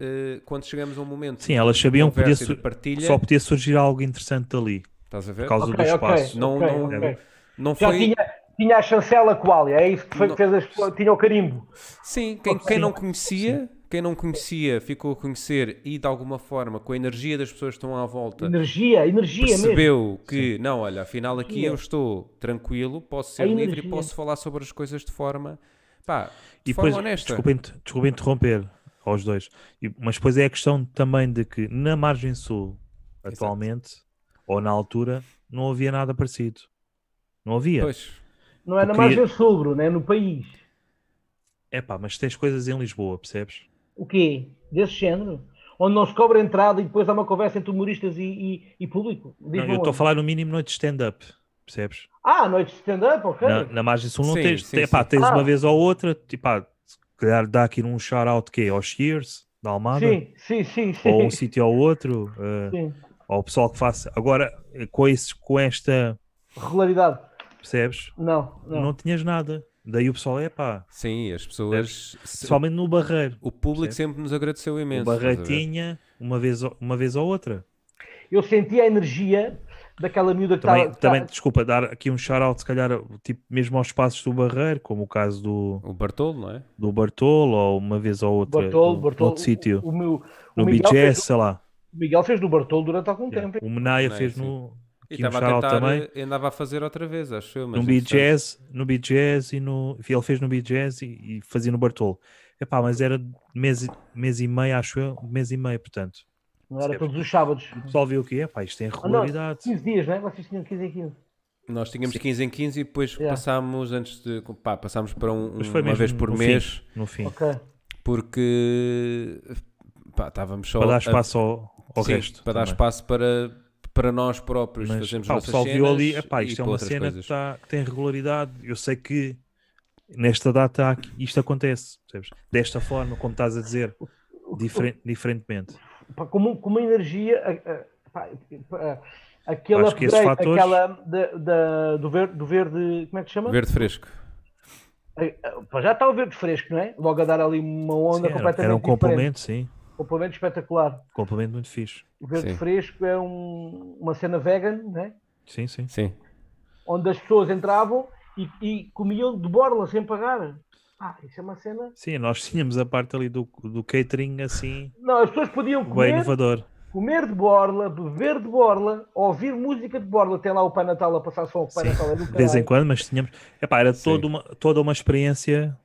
eh, quando chegamos a um momento Sim, elas sabiam que podia Conversa e sur- de partilha. só podia surgir algo interessante dali, estás a por ver? causa Ok, do ok. espaço. Não, Ok, não, ok. não Já foi. tinha, tinha a chancela qualia, é isso que foi, Não. que fez as pessoas, tinha o carimbo. Sim, quem, quem não conhecia, quem não conhecia ficou a conhecer e de alguma forma, com a energia das pessoas que estão à volta, Energia, energia mesmo. percebeu que não, olha, afinal aqui Energia. eu estou tranquilo, posso ser A livre e energia. posso falar sobre as coisas de forma, pá, de E forma depois, honesta. desculpa, inter- desculpa interromper aos dois, E- mas depois é a questão também de que na margem sul, atualmente, ou na altura, não havia nada parecido. Não havia. Pois, Não é na Porque- margem sul, Bruno, é no país. Epá, mas tens coisas em Lisboa, percebes? O quê? Desse género? Onde não se cobra entrada e depois há uma conversa entre humoristas e, e- e público? Diz Não, eu onde? estou a falar no mínimo noite de stand-up, percebes? Ah, noite de stand-up, ok. Na, na margem sul não Sim, tens. sim, epá, sim. tens Ah. uma vez ou outra, tipo, ah, se calhar dá aqui um shout-out que aos Shears, da Almada, sim, sim, sim, sim. ou um sítio ao outro, eh, Sim. ao pessoal que faça. Agora, eh, com, esse, com esta, Regularidade. percebes? Não, não. não. tinhas nada. Daí o pessoal é pá, sim, as pessoas. se- principalmente no Barreiro. o público sempre nos agradeceu imenso. o estás Barreiro a ver? tinha uma vez, ou- uma vez ou outra. Eu senti a energia daquela miúda que Também, estava. também desculpa, dar aqui um shout-out, se calhar, tipo, mesmo aos espaços do Barreiro, como o caso do, O Bartolo, não é? do Bartolo, ou uma vez ou outra, Bartolo, no- Bartolo. noutro um sítio, O, o meu, o no Miguel, BGS, fez, um sei lá. o Miguel fez do Bartolo durante algum tempo. O Menaia Menaia, fez sim. no. E Aqui um estava a shout-out tentar, também. eh, andava a fazer outra vez, acho eu. mas é No entretanto- BJs, no BJs e no. Ele fez no BJs e, e fazia no Bartolo. Epá, mas era mês, e- mês e meio, acho eu, mês e meio, portanto. Não era Percebes? todos os sábados. O pessoal viu o que é, pá, isto tem Ah, não, regularidade. 15 dias, não é? Vocês tinham 15 em 15. Nós tínhamos 15 em 15 e depois Yeah. passámos antes de pá, passámos para um, Mas foi uma mesmo vez por no mês Fim, no fim. Ok. porque pá, estávamos só Para dar a- espaço ao, ao sim, resto. para dar também. espaço para para nós próprios Mas fazemos pá, o nossas pessoal cenas viu ali, epá, e isto é para uma outras cena coisas. que, tá- que tem regularidade. Eu sei que nesta data há aqui- isto acontece, percebes? Desta forma, como estás a dizer, diferen- diferentemente. pá, como, como energia, a- a- pá, pá, aquele Acho que esses upgrade, fatores- aquela da, da- do, verde, do verde, como é que se chama? Verde fresco. Eh, pá, Já está o verde fresco, não é? Logo a dar ali uma Sim, onda era- completamente era um diferente. Um complemento, sim. Complemento espetacular. Complemento muito fixe. O verde Sim. fresco é um- uma cena vegan, não é? Sim, sim. Sim. onde as pessoas entravam e, e comiam de borla sem pagar. Ah, isso é uma cena. Sim, nós tínhamos a parte ali do, do catering assim, Não, as pessoas podiam bem comer, inovador. comer de borla, beber de borla, ouvir música de borla. Tem lá o Pai Natal a passar som, o Pai Sim, Natal é do de vez em caralho. quando, mas tínhamos. Epá, era Sim. toda uma, toda uma experiência,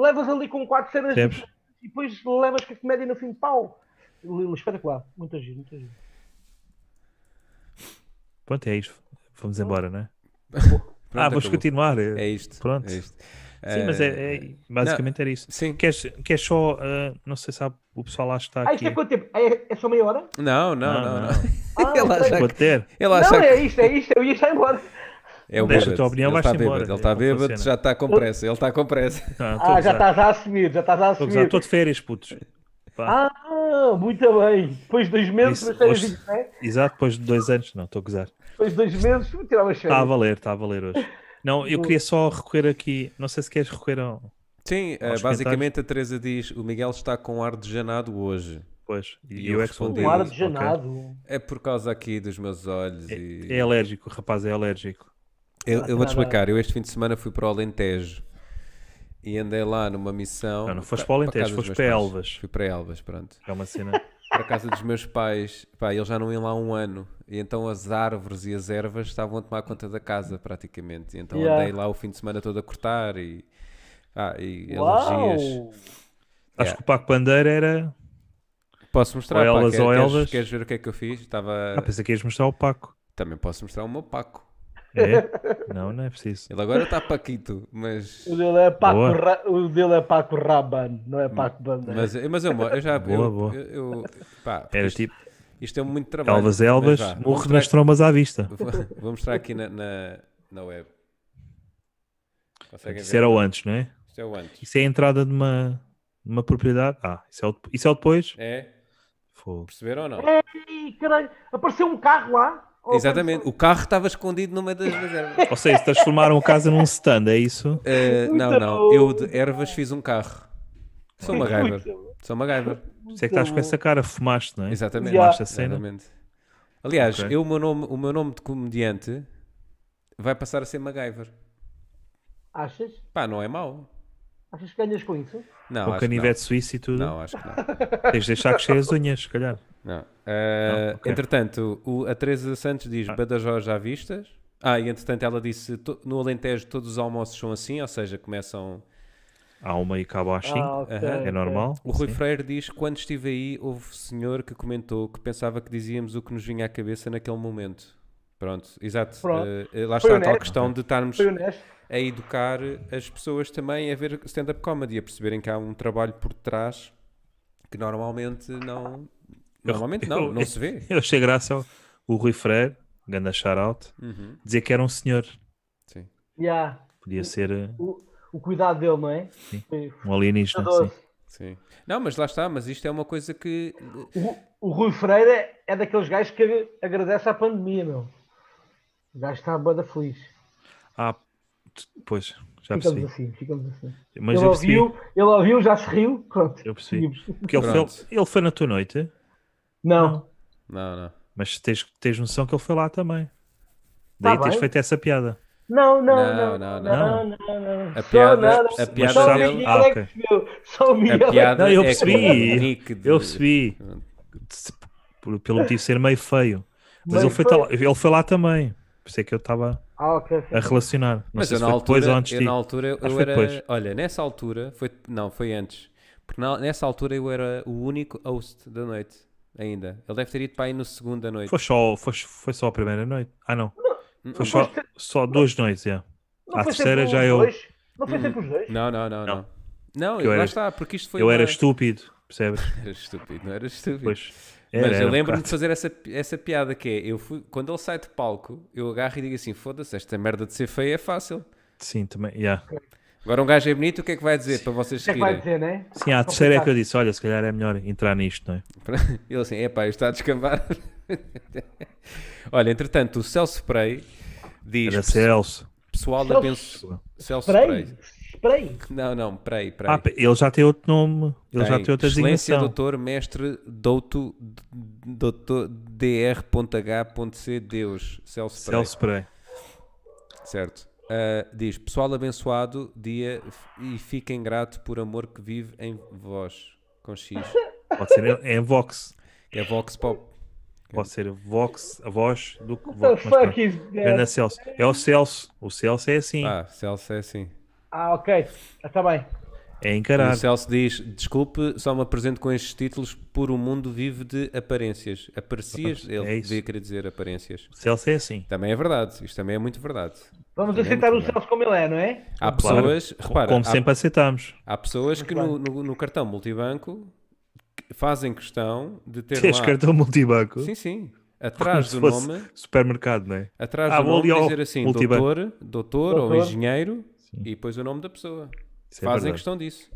Levas ali com quatro cenas percebes? e depois levas com a comédia no fim de pau. Lilo, Espetacular. Muito giro, muito giro. Pronto, é isto. Vamos embora, não é? Pronto, ah, vamos acabou. continuar. É isto. Pronto. é isto. Eh, Sim, mas é, é- basicamente era isso. Sim. Queres, queres só, ah, não sei se há o pessoal lá está Ah, aqui. isto é quanto tempo? Ah, É, é só meia hora? Não, não, Não, não. não. não. Ah, Ele ok. acha que- Bater. Ele acha Não, que é isto, é isto. Eu ia estar embora. é o Deixa a bêbado. tua opinião, Ele está vai-se embora. bêbado, ele está É como bêbado, funciona. já está com pressa. Ele está com pressa. Ah, já estás a assumir, já estás a assumir. Estou de férias, putos. Pá, Ah, muito bem. Depois de dois meses, Isso, mas tens hoje- vindo, não é? Exato, depois de dois anos. Não, estou a gozar. Depois de dois meses, vou tirar umas Está a férias. valer, está a valer hoje. Não, eu queria só recorrer aqui. Não sei se queres recorrer ao. Sim, eh, comentários. basicamente a Teresa diz: o Miguel está com ar de janado hoje. Pois. E, E eu eu é que sou respondi. Um ar de Ok. janado. É por causa aqui dos meus olhos. e... É alérgico, o rapaz é alérgico. Eu, eu vou-te nada. explicar. Eu este fim de semana fui para o Alentejo e andei lá numa missão. Não, não foste para o Alentejo, casa dos foste meus para pais. Elvas. Fui para Elvas, pronto. É uma cena. Para a casa dos meus pais. Pá, eles já não iam lá há um ano. E então as árvores e as ervas estavam a tomar conta da casa, praticamente. E então Yeah. andei lá o fim de semana todo a cortar e. Ah, e alergias. Uau! Acho que o Paco Bandeira era. Posso mostrar? Ou pá, Elvas, quer- ou queres, Elvas. queres ver o que é que eu fiz? Estava... Ah, pensei que ias mostrar o Paco. Também posso mostrar o meu Paco. É? Não, não é preciso. Ele agora está Paquito, mas. O dele é Paco, Boa. Ra... o dele é Paco Raban, não é Paco Bandeira. Mas, mas eu, mo- eu já. Boa, eu, boa. Eu, eu- pá, porque Era isto, tipo isto é muito trabalho. Elvas, mas Elvas, vá, vou morre mostrar- nas trombas à vista. Vou, vou mostrar aqui na, na, na web. Conseguem Isso ver? era o antes, não é? Isto é o antes. Isso é a entrada de uma, de uma propriedade. Ah, isso é o, de- isso é o depois? É? Fogo. Perceberam ou não? É, Ei, caralho, apareceu um carro lá. Oh, Exatamente. O carro estava escondido no meio das das ervas. Ou seja, transformaram a casa num stand, é isso? Eh, não, Muito não. bom. Eu de ervas fiz um carro. Sou uma MacGyver. Muito Sou uma MacGyver. Por isso é que estás com essa cara, fumaste, não é? Exatamente. Já. Fumaste a cena. Exatamente. Aliás, Ok. eu, o, meu nome, o meu nome de comediante vai passar a ser MacGyver. Achas? Pá, não é mau. Achas que ganhas com isso? Não, Com acho canivete suíço e que tudo. não. não, acho que não. Tens de deixar crescer as unhas, se calhar. Não. Eh, Não, ok. Ah. Entretanto, o- a Teresa Santos diz Badajoz à vistas. Ah, e entretanto ela disse "To- no Alentejo todos os almoços são assim, ou seja, começam. Há uma e cabo às cinco. Ah, ok, É ok. normal. O Rui sim. Freire diz quando estive aí houve um senhor que comentou que pensava que dizíamos o que nos vinha à cabeça naquele momento. Pronto, exato. Pronto. Eh, lá está a tal honesto. questão de estarmos Foi honesto. a educar as pessoas também a ver stand-up comedy, a perceberem que há um trabalho por trás que normalmente não. Normalmente não, eu- não se vê. Eu achei graça ao- o Rui Freire, ganda shout-out, Uhum, dizer que era um senhor. sim. Já, Podia ser eh, O, o cuidado dele, não é? Foi um alienígena, cuidadoso. sim. Sim. Não, mas lá está, mas isto é uma coisa que. O, o Rui Freire é daqueles gajos que agradece à pandemia, meu. O gajo está a banda feliz. Ah, t- pois, já Ficamos percebi. assim, ficamos assim. Mas ele eu percebi. ouviu, ele ouviu, já se riu. Pronto. Eu percebi. Seguimos. Porque ele Pronto. foi, ele foi na tua noite, Não. Não, não. mas tens, tens noção que ele foi lá também. Tá Daí tens bem. feito essa piada. Não, Não, não, não, não, não, não. não, não, não. A Só piada- nada. a piada Só o dele- Miguel Ah, é que percebeu. Só o Miguel. A é piada Não, eu é percebi. com o Nick de- Eu percebi. Se- por- pelo motivo de ser meio feio. Mas Meio ele foi, feio. tal- ele foi lá também. Por isso é que eu estava Ah, ok. a relacionar. Não Mas sei eu se na foi depois altura, ou antes eu de na altura que eu foi era. depois. Olha, nessa altura foi. Não, foi antes. Porque na- nessa altura eu era o único host da noite, ainda. Ele deve ter ido para aí no segundo da noite. Foi só, foi, foi só a primeira noite. Ah, não. Foi Não só, foste- só duas noites, é. Não À foi terceira sempre já é os eu- dois? Não foi sempre os dois? Hum. Não, não, não, não. Não, eu lá era- está, porque isto foi. Eu era uma- estúpido, percebes? Era estúpido, não era estúpido. Pois. Era, Mas era eu um lembro-me de bocado. fazer essa, essa piada que é, eu fui, quando ele sai de palco, eu agarro e digo assim, foda-se, esta merda de ser feia é fácil. Sim, também. yeah. Agora um gajo é bonito, o que é que vai dizer para vocês O que é que vai seguirem? dizer, né? Sim, à terceira é que eu disse: olha, se calhar é melhor entrar nisto, não é? Ele assim, epá, eu está a descambar. Olha, entretanto, o Celso Prey diz, Era Celso. pessoal da Celso- Penso... Celso Spray? Prey. Spray? Não, não, Prey, Prey. Ah, pe- ele já tem outro nome, ele já Tem. tem outra Excelência, designação. doutor, mestre, douto, doutor, dr.h.c, Deus, Celso Prey. Celso Prey. Certo. Ah, diz, pessoal abençoado dia f- e fiquem grato por amor que vive em vós, com X. Pode ser, é é Vox. Que é Vox Pop. Pode ser Vox, a voz do que What the Vox. mas fuck pronto. is Ganda that? Celso. É o Celso. O Celso é assim. Ah, Celso é assim. Ah, ok. Está bem. É E encarar. O Celso diz, desculpe, só me apresento com estes títulos por o mundo vive de aparências. Aparecias, É ele isso. devia querer dizer aparências. O Celso é assim. Também é verdade, isto também é muito verdade. Vamos Ele é aceitar o muito bem. Celso como ele é, não é? Há Claro. pessoas, repara, Como há- sempre aceitamos. Há pessoas que no, no- no cartão multibanco que fazem questão de ter Tens lá... cartão multibanco. Sim, sim. Como Atrás se do fosse nome, Supermercado, não é? atrás Ah, do vou nome ali ao dizer assim, multibanco. doutor, doutor, ou Doutor. engenheiro, e depois o nome da pessoa. Isso é Fazem verdade. questão disso.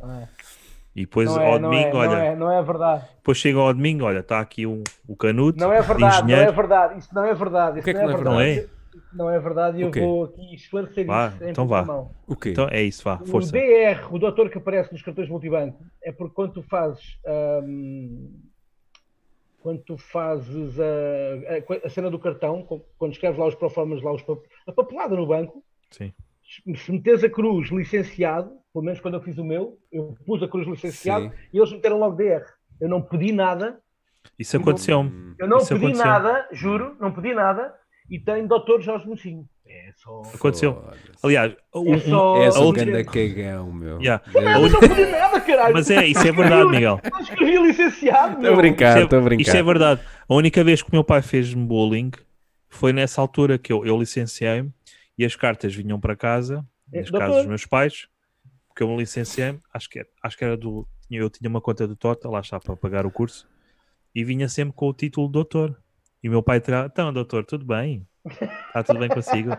E depois Não ao é, não, é, domingo, olha. não, é, não é verdade. Depois chega ao domingo, olha, está aqui um, o canuto. Não é de verdade, não engenheiro. é verdade. Isso não é que verdade. Isso é que não é não é verdade. Isso Não é verdade e O eu quê? vou aqui esclarecer Vá, isso. em então vá. primeira mão. O quê? Então é isso, vá, O força. DR, o doutor que aparece nos cartões multibanco, é porque quando tu fazes. hum, quando tu fazes a, a- a cena do cartão, co- quando escreves lá os proformas, lá os pap- a papelada no banco, Sim. se se metes a cruz licenciado, pelo menos quando eu fiz o meu, eu pus a cruz licenciado Sim. e eles meteram logo DR. Eu não pedi nada, Isso Hum, aconteceu-me. eu não Isso pedi aconteceu. nada, juro, não pedi nada, e tem Dr. Jorge Mochinho. É só. é Aconteceu. Foda-se. Aliás, um- um- só- És a um última- ganda cagão, meu. Yeah. Deus. A Eu única- não pedi nada, caralho! mas é, isso é verdade, Miguel. Eu escrevi licenciado, Estou a meu. brincar, Isto é- estou a brincar. Isto é verdade. A única vez que o meu pai fez-me bullying foi nessa altura que eu, eu licenciei-me e as cartas vinham para casa, É, nas doutor? casas dos meus pais, porque eu me licenciei-me, acho que, era- acho que era do. tinha- Eu tinha uma conta do Tota, lá está para pagar o curso, e vinha sempre com o título de doutor. E o meu pai terá, então, doutor, tudo bem? Está tudo bem consigo?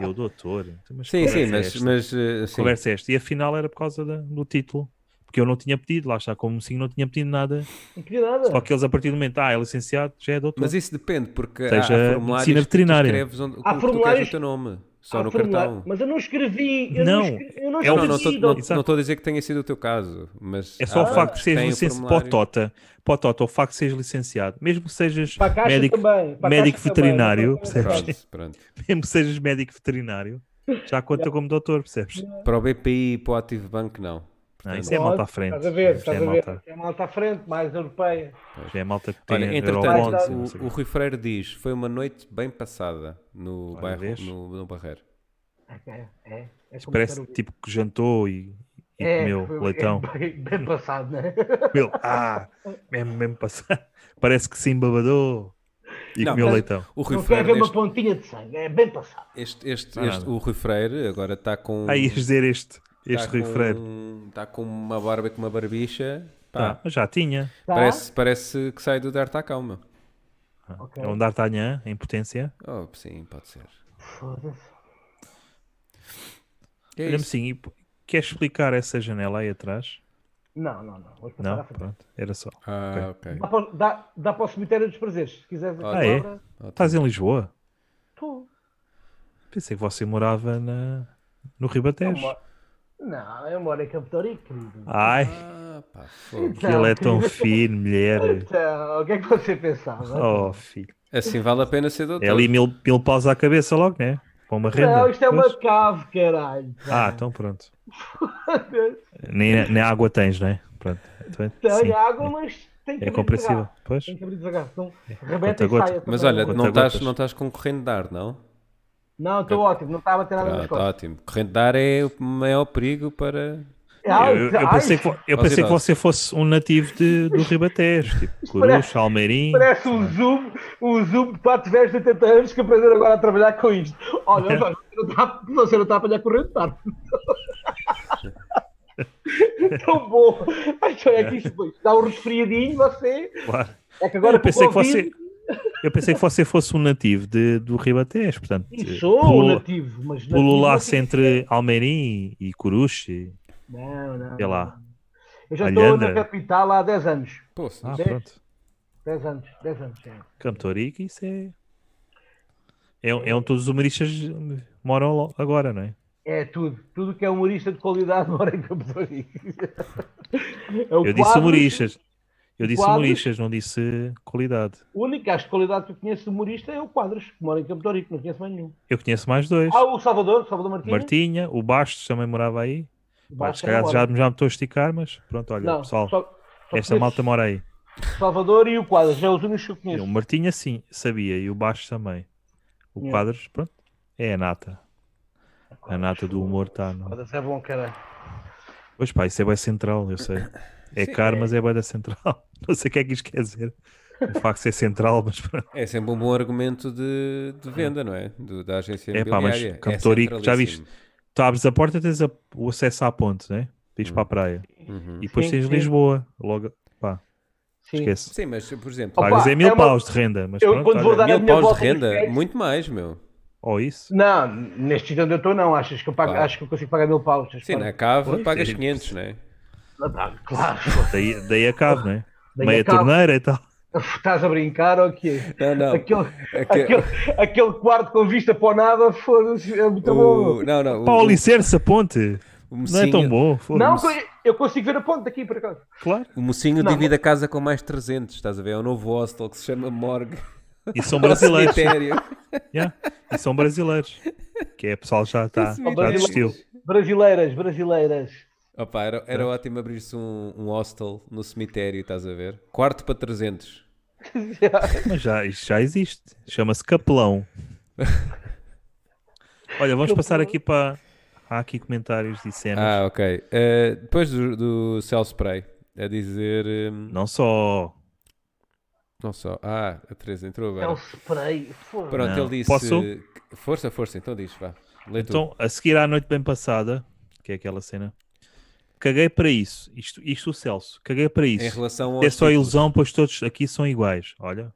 Eu, doutor. então, Mas Sim, que sim, conversa é mas, esta? mas eh, sim. conversa é esta. E afinal era por causa da- do título. Porque eu não tinha pedido, lá está, como sim, não tinha pedido nada. Não pedi nada. Só que eles a partir do momento, ah, é licenciado, já é doutor. Mas isso depende, porque há- Seja há formulários medicina que tu veterinária. escreves onde, onde Há tu queres formulários- o teu nome, só Há no formulário. cartão. Mas eu não escrevi. Eu não, Não, escrevi, eu não é um- Não, escrevi. não estou- não- Exato. não estou a dizer que tenha sido o teu caso, mas é só há o facto de bancos que seres têm Ah, o licenciado para o formulário. Tota, para o Tota, o facto de seres licenciado, mesmo que sejas Para a Caixa médico, também, para a médico Caixa também, veterinário, para a Caixa. percebes? Pronto, pronto. mesmo que sejas médico veterinário, já conta como doutor, percebes? Para o BPI e para o Active Bank, não. Não, Portanto, isso é malta à frente. Estás a ver, Já estás é a ver. malta, É malta à frente, mais europeia. já é malta que tem Olha, aerobonds entretanto, e não sei o, o o quê. Rui Freire diz: foi uma noite bem passada no, Olha, vês? bairro, no, no Barreiro. É, é. é como Parece quero- tipo que jantou e, e É, foi- comeu leitão. é bem, bem passado, né? Comeu, ah, mesmo, mesmo passado. Parece que se embabadou e Não, comeu mas- leitão. O Rui Não quer ver Freire, uma neste- pontinha de sangue, é bem passado. este, este, Não, é este- nada. o Rui Freire agora está com. Aí ias dizer este, este tá Rui com- Freire. Está com uma barba e com uma barbicha. Pá, Tá, mas já tinha. Tá? parece, parece que sai do D'Artacão, meu. Ok. É um D'Artagnan em potência. Oh, sim, pode ser. Foda-se. É Olha-me isso. assim, e p- queres explicar essa janela aí atrás? Não, não, não. Vou passar Não? à frente. Pronto, era só. Ah, ok. Dá para, dá, dá para o cemitério dos prazeres, se quiseres. Ah, Ah, é? Ótimo. Estás em Lisboa? Tu. Pensei que você morava na... no Ribatejo. Não, eu moro em Campo de Ourique, querido. Ai, Ah, pá, fogo. que ele é tão fino, mulher. Então, o que é que você pensava? Oh, filho. Assim vale a pena ser doutor. É ali mil, mil paus à cabeça logo, né? Para uma renda. Não, isto é Pois. uma cave, caralho. Ah, então pronto. Nem, nem água tens, né? Pronto. Então, Tem sim, água, mas tem que É abrir compreensível. devagar. Pois. Tem que abrir devagar, senão rebenta e Gota a saia. gota. Mas também. olha, Gota não a estás, gotas. não estás com corrente de ar, não? Ah, tá. Não, estou ótimo, não estava a ter nada nas Pronto, costas. ótimo. Corrente de ar é o maior perigo para. Ai, Eu, eu- eu ai, pensei, que, vo- eu Aos pensei que idosos. você fosse um nativo de, do Ribatejo, tipo Coruja, Almeirim. Parece um zoom, um zoom de quatro velhos de 80 anos que aprenderam agora a trabalhar com isto. Olha, É. Jorge, você não está- você não está a apanhar corrente, tá? Tão bom! Ai, Jorge, é que isto, pois, dá um resfriadinho, você Claro. É que agora eu pensei com que você. Covid- Eu pensei que você fosse um nativo de, do Ribatejo, portanto. E eh, sou pulou- nativo, mas Pulou nativo, laço nativo. entre Almeirim e Coruche. Não, não. Sei lá. Eu já estou Alhandra. na capital há 10 anos. Poxa, Ah, Sim. pronto. 10 anos, 10 anos. sim. Camtorico, isso é. É, é onde todos os humoristas moram lo- agora, não é? É tudo. Tudo que é humorista de qualidade mora em Campo de Rico. É o Eu disse quadro humoristas. Eu disse Quadros. humoristas, não disse qualidade. único, acho que qualidade que eu conheço de humorista é o Quadros, que mora em Campo de Rico, não conheço mais nenhum. Eu conheço mais dois. Ah, o Salvador, Salvador Martins. Martinha, o Bastos também morava aí. O Pá, Vasco se calhar não já, mora. já me estou a esticar, mas pronto, olha, Não, pessoal, só- só esta conheço malta mora aí. Salvador e o Quadros, é os únicos que eu O conheço. Martinha sim, sabia, e o Baixo também. O Yeah. Quadros, pronto, é a nata. A nata do humor está. O No... Quadros é bom, cara. Pois pá, isso é bem central, eu sei. É Sim, caro, é. mas é bem da central. Não sei o que é que isto quer dizer. O facto de ser central, mas pronto. É sempre um bom argumento de, de venda, não é? Do- da agência É pá, mas imobiliária. É Campo Torico, já centralíssimo. Tu abres a porta, tens a- o acesso à ponte, né? Vires para a praia. Uhum. E depois Sim, tens sim. Lisboa, logo, pá, Sim. esquece. Sim, mas por exemplo, Opa, Pagas é mil é uma- paus de renda, mas Eu, pronto, quando vou olha, dar- a mil minha paus volta de renda, dos créditos- muito mais, meu. ou isso. Não, neste sítio onde eu estou, não. Achas que eu pago, Claro. acho que eu consigo pagar mil paus? Sim, na cava Pois, pagas é. 500, não é? Ah, pá, Claro. Daí, daí a cabo, não é? Daí Meia a cabo. torneira e tal. Estás a brincar ou quê? Não, não. é Aquele, Aque- aquele, aquele quarto com vista para o nada, foda-se, é muito O, bom. não, não. o- Pá, o o- alicerce, a o ponte. Não é Um mocinho- tão bom. foda-se. Não, eu, eu consigo ver a ponte daqui por acaso. Claro. O mocinho Não, divide a casa com mais 300, estás a ver? É um novo hostel que se chama Morgue. E são brasileiros. Cemitério. Yeah. E são brasileiros. Que é, o pessoal já está Esse vídeo tá é desistiu. Brasileiras, brasileiras. Opa, era, era ótimo abrir-se um, um hostel no cemitério, estás a ver? Quarto para 300. Mas já, isto já existe. Chama-se capelão. Olha, vamos passar aqui para... Há aqui comentários de cenas. Ah, ok. Eh, depois do, do Celso Prey, a dizer... hum, Não só... não só. Ah, a Teresa entrou É um agora. spray. foda-se. Pronto, Não. ele disse... Posso? Força, força, então diz, vá. Lê tu. Então, a seguir à noite bem passada, que é aquela cena... Caguei para isso. Isto, isto o Celso. Caguei para Em isso. relação ao... É só ilusão, pois todos aqui são iguais. Olha.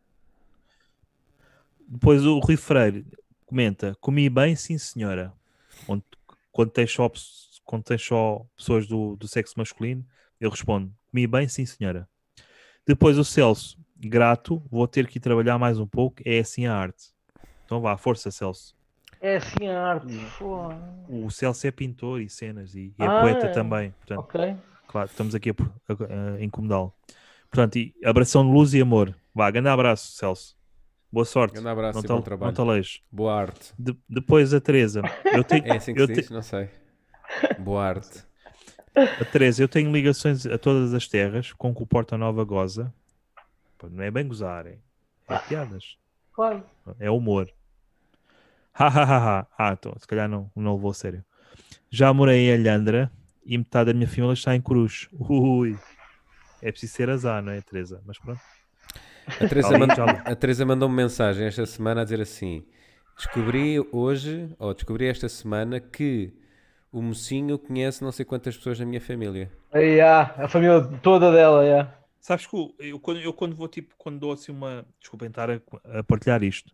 Depois o Rui Freire comenta: Comi bem, sim, senhora. Onde- quando, tens só, pes- quando tens só pessoas do, do sexo masculino, eu respondo: Comi bem, sim, senhora. Depois o Celso: Grato, vou ter que ir trabalhar mais um pouco. É assim a arte. Então vá, força, Celso. É assim a arte. foda-se. O Celso é pintor e cenas e, e é Ah, poeta é. também. Portanto, Ok. Claro, estamos aqui a, pro- a- a incomodá-lo. Portanto, e abração de luz e amor. Vá, grande abraço, Celso. Boa sorte. Grande abraço não e te- bom trabalho. Não te aleixe. Boa arte. De- depois a Teresa. Eu tenho, É assim que eu se te- diz? Não sei. Boa arte. a Teresa, eu tenho ligações a todas as terras com que o Porta Nova goza. Pô, não é bem gozar, é, Ah. é piadas. Claro. É humor. Ha, ha, ha, ha. Ah, então, se calhar não, não levou a sério. Já morei em Alhandra e metade da minha família está em Cruz. Ui. É preciso ser azar, não é, Teresa? Mas pronto. A Teresa, Ali, mand- já li. a Teresa mandou-me mensagem esta semana a dizer assim: descobri hoje, ou descobri esta semana, que o mocinho conhece não sei quantas pessoas na minha família. Aí, ah, a família toda dela, yeah. Sabes que o- eu, quando, eu quando vou, tipo, quando dou assim uma. Desculpem estar a, a partilhar isto,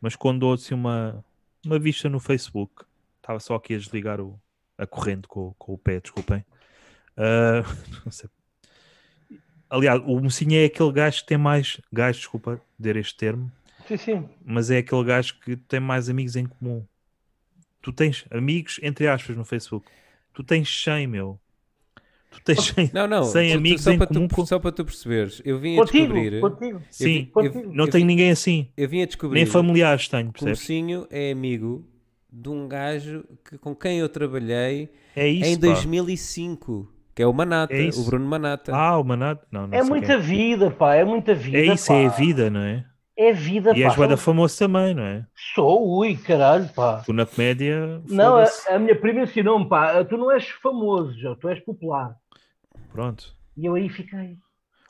mas quando dou assim uma, uma vista no Facebook, estava só aqui a desligar o, a corrente com, o- com o pé, desculpem. Ah, não sei. Aliás, o mocinho é aquele gajo que tem mais. Gajo, desculpa dizer este termo, Sim, sim. mas é aquele gajo que tem mais amigos em comum. Tu tens amigos, entre aspas, no Facebook. Tu tens 100, meu. Tu tens 100, Não, não, Sem tu- tu- amigos só, em para comum tu, com- só para tu perceberes, eu vim a Contigo, eh, descobrir. contigo. Sim, Eu, contigo. eu- não eu tenho vim- ninguém assim. eu vim a descobrir Nem familiares tenho, que o percebes? mocinho é amigo de um gajo que, com quem eu trabalhei É isso. em pá. 2005, que é o Manata, É isso. o Bruno Manata. Ah, o Manado. Não, não É sei muita vida, pá. É muita vida. quem. É isso, pá. é a vida, não é? É vida, E pá. és da famoso também, não é? Sou, ui, caralho, pá. Tu na comédia. Não, é- a, foda-se. a minha prima ensinou-me, pá, "Ah, tu não és famoso, João, tu és popular. Pronto. E eu aí fiquei.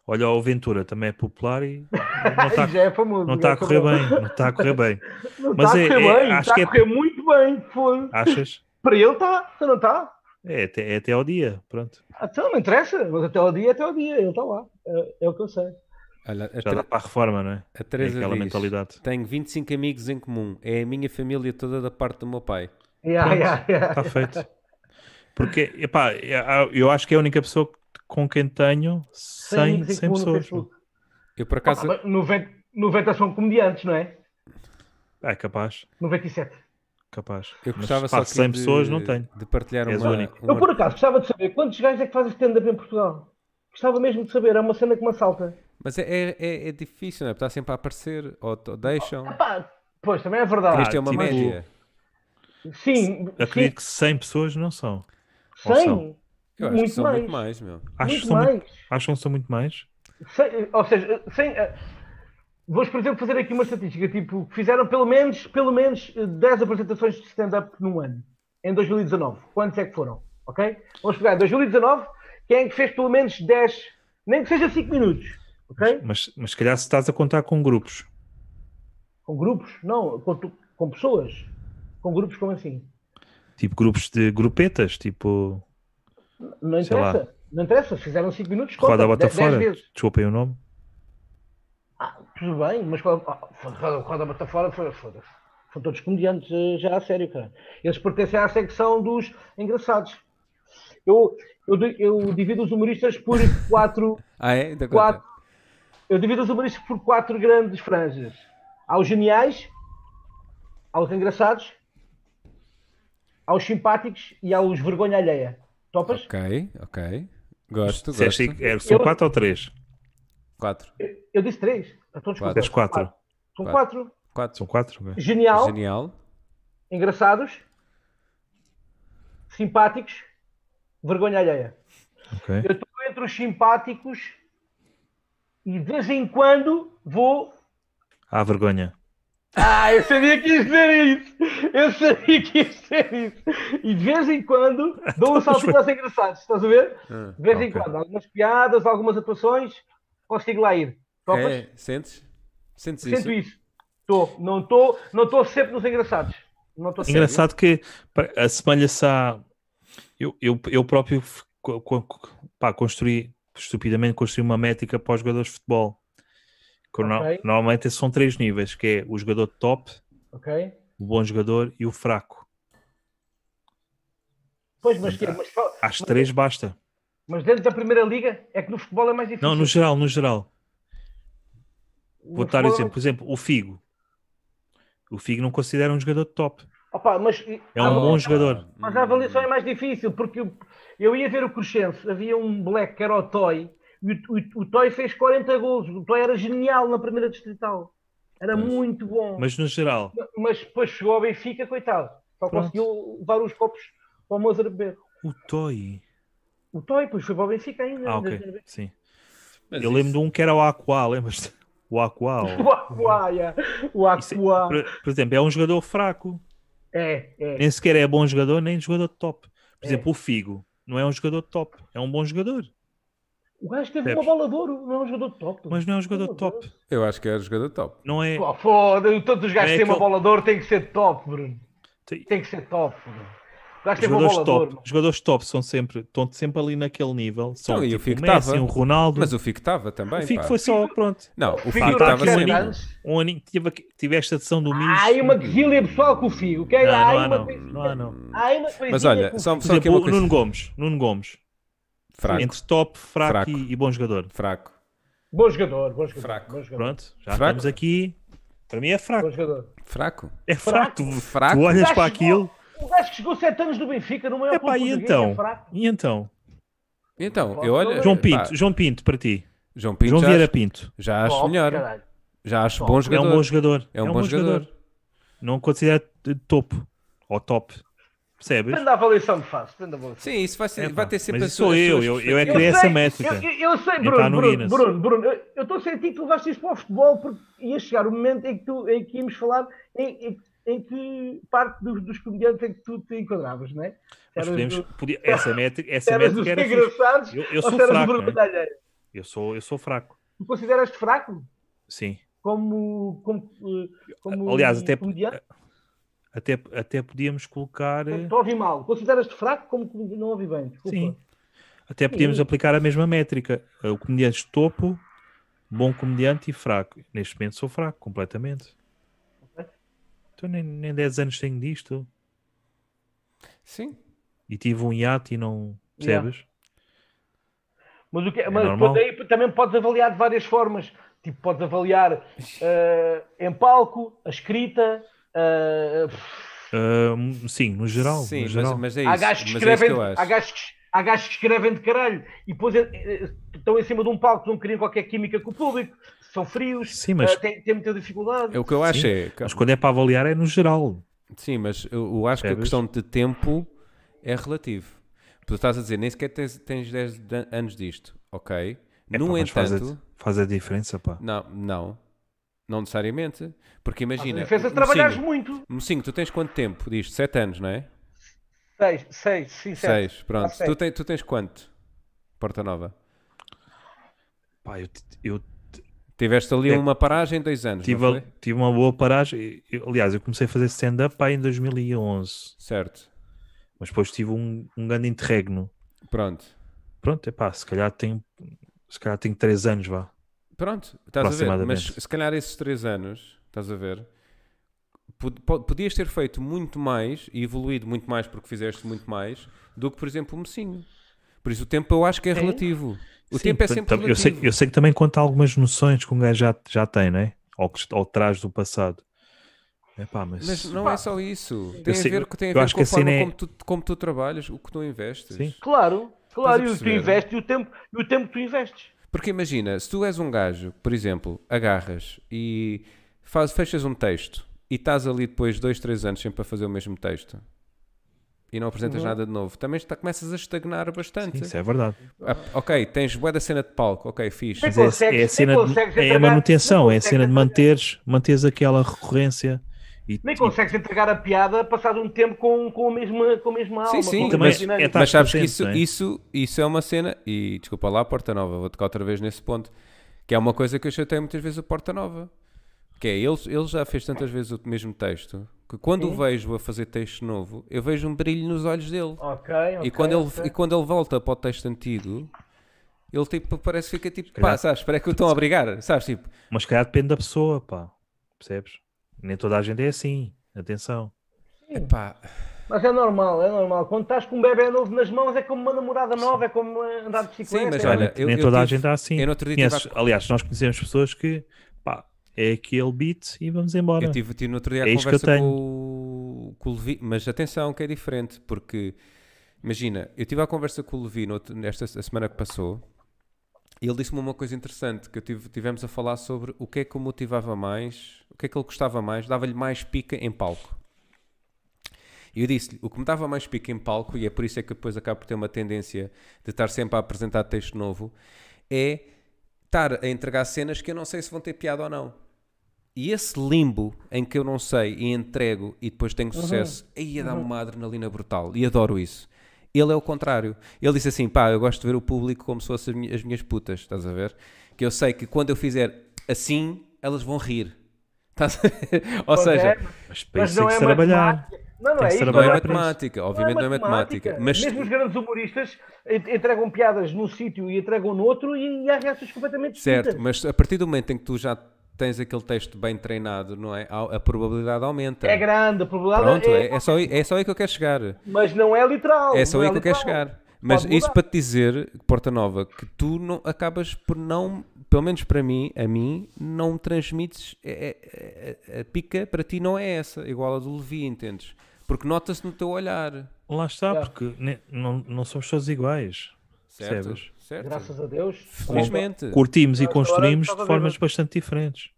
Olha, o Ventura também é popular e não Ai, já está é famoso. não tá a já correr é famoso. bem. Não está a correr bem. Não Mas está é- a correr é- bem, acho está que é- a correr muito bem. Foi. Achas? Para ele está, se não tá? está. É até, é até ao dia. Pronto. Ah, Então não interessa, mas até ao dia, até ao dia, ele está lá. tá É, é o que eu sei. Olha, a, Já dá Ter- para a reforma, não é? a Teresa é aquela diz, mentalidade. tenho 25 amigos em comum, é a minha família toda da parte do meu pai. Yeah, yeah, yeah. Está Tá feito. Porque, epá, eu acho que é a única pessoa com quem tenho 100, amigos em 100 comum no pessoas. Facebook. Eu por acaso, Ah, bem, 90, 90 são comediantes, não é? É capaz, 97. capaz. eu Mas, gostava pá, só aqui 100 de, pessoas não tenho. de partilhar És uma, único. uma- Eu, por acaso, gostava de saber quantos gajos é que fazem stand-up em Portugal. Gostava mesmo de saber, é uma cena que me assalta. Mas é, é, é- é difícil, não é? Porque Está sempre a aparecer, ou, ou deixam. Epá, pois, também é verdade. Isto é uma tipo, média. Sim, Acredito que 100 pessoas não são. sim, 100. são. Eu acho que muito são mais. muito mais, meu. Acho que Muito são mais. muito, acham que são muito mais? Cem- ou seja, 100... Vou, por exemplo, fazer aqui uma estatística. Tipo, que fizeram pelo menos, pelo menos eh, 10 apresentações de stand-up num ano. Em 2019. Quantos é que foram? Ok? Vamos pegar em 2019. Quem é que fez pelo menos 10, nem que seja 5 minutos. Ok? Mas, mas se calhar se estás a contar com grupos. Com grupos? Não, com, tu- com pessoas. Com grupos, como assim? Tipo grupos de grupetas, tipo Não Sei lá. interessa. Não interessa. Se fizeram 5 minutos, conta. Roda Bota de- dez Fora. vezes. Desculpem o nome. Ah, tudo bem, mas qual- ah, foda- Roda Roda Bota Fora, foi- foda-se. São todos comediantes eh, já a sério, cara. Eles pertencem à secção dos engraçados. Eu, eu, di- eu divido os humoristas por quatro. Ah, é? Ainda conta. quatro eu divido os humoristas por quatro grandes franjas. Há os geniais, há os engraçados, há os simpáticos e há os vergonha alheia. Topas? Ok, ok. Gosto, gosto. Disseste que é- são Eu- 4 ou 3? Quatro. Eu disse três. Eu estou desculpado. Disseste 4. São Quatro. quatro. Quatro. São 4? Genial, Genial. engraçados, simpáticos, vergonha alheia. Ok. Eu estou entre os simpáticos e de vez em quando vou. Há vergonha. Ah, eu sabia que ia ser isso! Eu sabia que ia ser isso! E de vez em quando dou um saltinho aos engraçados, estás a ver? Ah. De vez em ok. quando, algumas piadas, algumas atuações, consigo lá ir. Topas? É, sentes? Sentes isso? Sinto isso. Estou, não estou, não estou sempre nos engraçados. Não estou sempre. Engraçado que pá, assemelha-se a. Eu, eu, eu próprio f- co- co- pá, construí, estupidamente, construí uma métrica para os jogadores de futebol. Que no- Ok. Normalmente são três níveis, que é o jogador top, Ok. o bom jogador e o fraco. Pois, mas, que- é, mas, só- Às três basta. mas dentro da primeira liga é que no futebol é mais difícil. Não, no geral, no geral. No Vou dar é o futebol- exemplo. Por exemplo, o Figo. O Figo não considera um jogador top. Opa, mas, É um Ah, bom jogador. Mas a avaliação é mais difícil, porque eu, eu ia ver o Crescense, havia um black que era o Toy, e o, o- o Toy fez 40 gols. O Toy era genial na primeira distrital. Era Pois. muito bom. Ah. Mas, Mas no geral, depois chegou ao Benfica, coitado. Só Pronto. conseguiu levar os copos para o Mozart beber. o Toy. O Toy, pois foi para o Benfica ainda. Ah, ok. Sim. Mas eu lembro isso- de um que era o Aqua, lembras-te? O Aqua. O Aquá, yeah. o Isso- é, Aquá. Por, por exemplo, é um jogador fraco. É, é. Nem sequer é bom jogador, nem jogador top. Por É. exemplo, o Figo não é um jogador top, é um bom jogador, O gajo teve Percebes? uma bola de ouro, não é um jogador top. mas não é um Pelo jogador amor de top. Deus. Eu acho que era jogador top. Não é. Pô, foda todos os gajos É que têm uma aquele- bola de ouro têm que ser top, Bruno. Tem- Tem que ser top, Bruno. O gajo os teve uma bola Jogadores de ouro. top, mano. os jogadores top são sempre, estão sempre ali naquele nível. São Então, e o tipo, o Figo Messi, tava. o Ronaldo. Mas o Fico estava também. o Figo pá. foi só, pronto. Não, o Fico Figo tá estava aqui, sempre. olha. Não, anos. Um aninho, tive, aqui- tive esta decisão do Mijo. Há aí uma guilha pessoal com o Figo, ok? Não, há aí não há, uma não. coisinha- Não há, não. há aí uma coisinha Mas olha, com o só, Por só aqui exemplo, é uma o coisa. Nuno Gomes. Nuno Gomes. Fraco, Entre top, fraco, Fraco. E, e bom jogador. fraco. Figo. Bom jogador, bom jogador. Fraco. Bom jogador. Pronto, já Fraco. estamos aqui. Para mim é fraco. Bom jogador. Fraco. É fraco. Tu- Fraco. Tu olhas Já para chegou- aquilo. O gajo que chegou 7 anos no Benfica, no maior Epá, clube e português, então? é fraco. E então? Então, eu olho. João pá, Pinto, João Pinto para ti. João Pinto. João já Vieira acho- Pinto. Já acho Top, melhor. caralho. Já acho bom É jogador. um bom jogador. É um bom jogador. Não considera de topo ou top. Percebes? Depende da avaliação que faço, depende da avaliação. Sim, isso vai, ser, É, vai pá, ter sempre mas a isso sua. sou as eu, suas eu- eu é perspectivas. que dei Eu essa sei, métrica. Eu, eu- eu sei, Entrar Bruno, no Bruno, Guinness. Bruno, Bruno, eu- eu estou a sentir que levaste isto para o futebol porque ia chegar o momento em que, tu, em que íamos falar em, em- em que parte dos, dos comediantes é que tu te enquadravas, não é? Mas Eras podemos, do- podia- essa métrica, essa eras dos métrica era fixe. engraçados Eu, eu ou sou se eras fraco. do não é? vermelho? Eu sou, eu sou fraco. Tu consideras-te fraco Sim. como, como, eh, como Aliás, até, comediante? até, até podíamos colocar. eh, Estou a ouvir mal. Consideras-te fraco como comediante? Não ouvi bem, desculpa. Sim. Até podíamos Sim. aplicar a mesma métrica. Eh, O comediante de topo, bom comediante e fraco. Neste momento sou fraco, completamente. Ok. Então nem, nem 10 anos tenho disto. Sim. E tive um iate e não. Yeah. Percebes? Mas, o que, É mas normal. depois aí também podes avaliar de várias formas. Tipo, podes avaliar eh, em palco, a escrita. eh, Ah, sim, no geral. Sim, no mas, geral. mas é isso. há, gajos que mas é isso escrevem, que eu acho. há, gajos que- há gajos que escrevem de caralho e depois eh, eh, estão em cima de um palco, não criam qualquer química com o público, são frios, Sim, mas- eh, têm, têm muita dificuldade. É o que eu acho Sim, é. Mas quando é para avaliar é no geral. Sim, mas eu, eu acho que a Percebes? questão de tempo é relativo. Tu estás a dizer, nem sequer tens, tens 10 da- anos disto, ok? É, pá, no mas entanto, faz a- Faz a diferença, pá. não, não, não necessariamente, porque imagina, Imagina, um a diferença de trabalhares Mocinho, muito. Mocinho, tu tens quanto tempo disto? 7 anos, não é? Seis, seis, sim, seis. 6, pronto. Quase sete. Tá Tu, te- tu tens quanto? Porta Nova. Pá, eu, t- eu Tiveste ali É. uma paragem, dois anos, tive, não a- foi? tive uma boa paragem. Eu- aliás, eu comecei a fazer stand-up pá, em 2011. Certo, Mas depois tive um, um grande interregno. pronto. Pronto, é pá, se calhar tenho. Se calhar tenho 3 anos, vá. Pronto, estás a ver, mas Aproximadamente. se calhar esses três anos, estás a ver, pod- po- podias ter feito muito mais e evoluído muito mais porque fizeste muito mais do que, por exemplo, o mocinho. Por isso o tempo eu acho que é relativo. O Sim, tempo é portanto, sempre tam- relativo. eu sei, eu sei que também conta algumas noções que um gajo já, já tem, né? Ou, que, est- ou traz do passado. É pá, mas. Mas não é só isso. Tem sei- a ver, com- tem a eu ver acho com a que a cena forma é- como, tu, como tu trabalhas, o que tu investes. Sim. Claro, claro, Estás a e o que tu perceber? investes e o tempo, e o tempo que tu investes. Porque imagina, se tu és um gajo, por exemplo, agarras e faz, fechas um texto e estás ali depois dois, três anos sempre a fazer o mesmo texto e não apresentas nada de novo, também está, começas a estagnar bastante. Isso é verdade. Ah, ok, tens bué da cena de palco, ok, fixe. Mas é- consegues- é, a nem cena de- consegues é a entregar- manutenção, nem é a cena de consegues manteres, manteres aquela recorrência. E, Nem e- consegues entregar a piada passado um tempo com, com, a, mesma, com a mesma alma. sim, com a também mesma é- dinâmica. é tá- Mas sabes que presente, isso, não é? isso, isso é uma cena, e desculpa lá, Porta Nova, vou tocar outra vez nesse ponto, que é uma coisa que eu chatei muitas vezes o Porta Nova. Que é, ele, ele já fez tantas vezes o mesmo texto, que quando o vejo a fazer texto novo, eu vejo um brilho nos olhos dele. Ok, e, ok, quando ele, ok. e quando ele volta para o texto antigo, ele tipo, parece que fica tipo, pá, calhar- sabes, parece que o estão a obrigar, sabes, tipo, Mas se calhar depende da pessoa, pá. Percebes? Nem toda a gente é assim. Atenção. epá, Mas é normal, é normal. Quando estás com um bebê novo nas mãos, é como uma namorada nova, é como eh, andar de bicicleta. Sim, mas é- olha, eu- Nem eu toda a tive- gente é assim. eu no outro dia tive Conheces- Aliás, nós conhecemos pessoas que, pá, é aquele beat e vamos embora. Eu tive, tive no outro dia a É isto que eu conversa tenho. com, o- com o Levi, mas atenção que é diferente, porque imagina, eu tive a conversa com o Levi no outro- nesta a semana que passou e ele disse-me uma coisa interessante, que eu tive, tivemos a falar sobre o que é que o motivava mais, o que é que ele gostava mais, dava-lhe mais pica em palco. E eu disse-lhe, o que me dava mais pica em palco, e é por isso é que eu depois acabo por ter uma tendência de estar sempre a apresentar texto novo, é estar a entregar cenas que eu não sei se vão ter piada ou não. E esse limbo em que eu não sei e entrego e depois tenho sucesso, aí dá-me uma adrenalina brutal e adoro isso. Ele é o contrário. Ele disse assim: pá, eu gosto de ver o público como se fossem as minhas, as minhas putas, estás a ver? Que eu sei que quando eu fizer assim, elas vão rir. Estás a ver? Ou Pois seja, é, Mas para mas isso tem não que é se trabalhar. matemática. Não, não Tem é que isso. não é trabalhar não é- para isso. matemática, obviamente não é matemática. Mas Mesmo os grandes humoristas en- entregam piadas num sítio e entregam no outro e, e há reações completamente Certo, distintas. mas a partir do momento em que tu já tens aquele texto bem treinado, não é? A, a probabilidade aumenta. É grande, a probabilidade Pronto, é, é, é só, aí- é só aí que eu quero chegar. Mas não é literal. É só não aí que eu quero literal. chegar. Mas Pode isso mudar. para te dizer, Porta Nova, que tu não, acabas por não, pelo menos para mim, a mim, não transmites. é- é- é- a pica para ti não é essa, igual a do Levi, entendes? Porque nota-se no teu olhar. Lá está, Yeah. porque ne- não, não somos todos iguais. Certo? Percebes? certo? Graças a Deus. Felizmente. Curtimos e Nós agora construímos estava de a ver formas outro. bastante diferentes.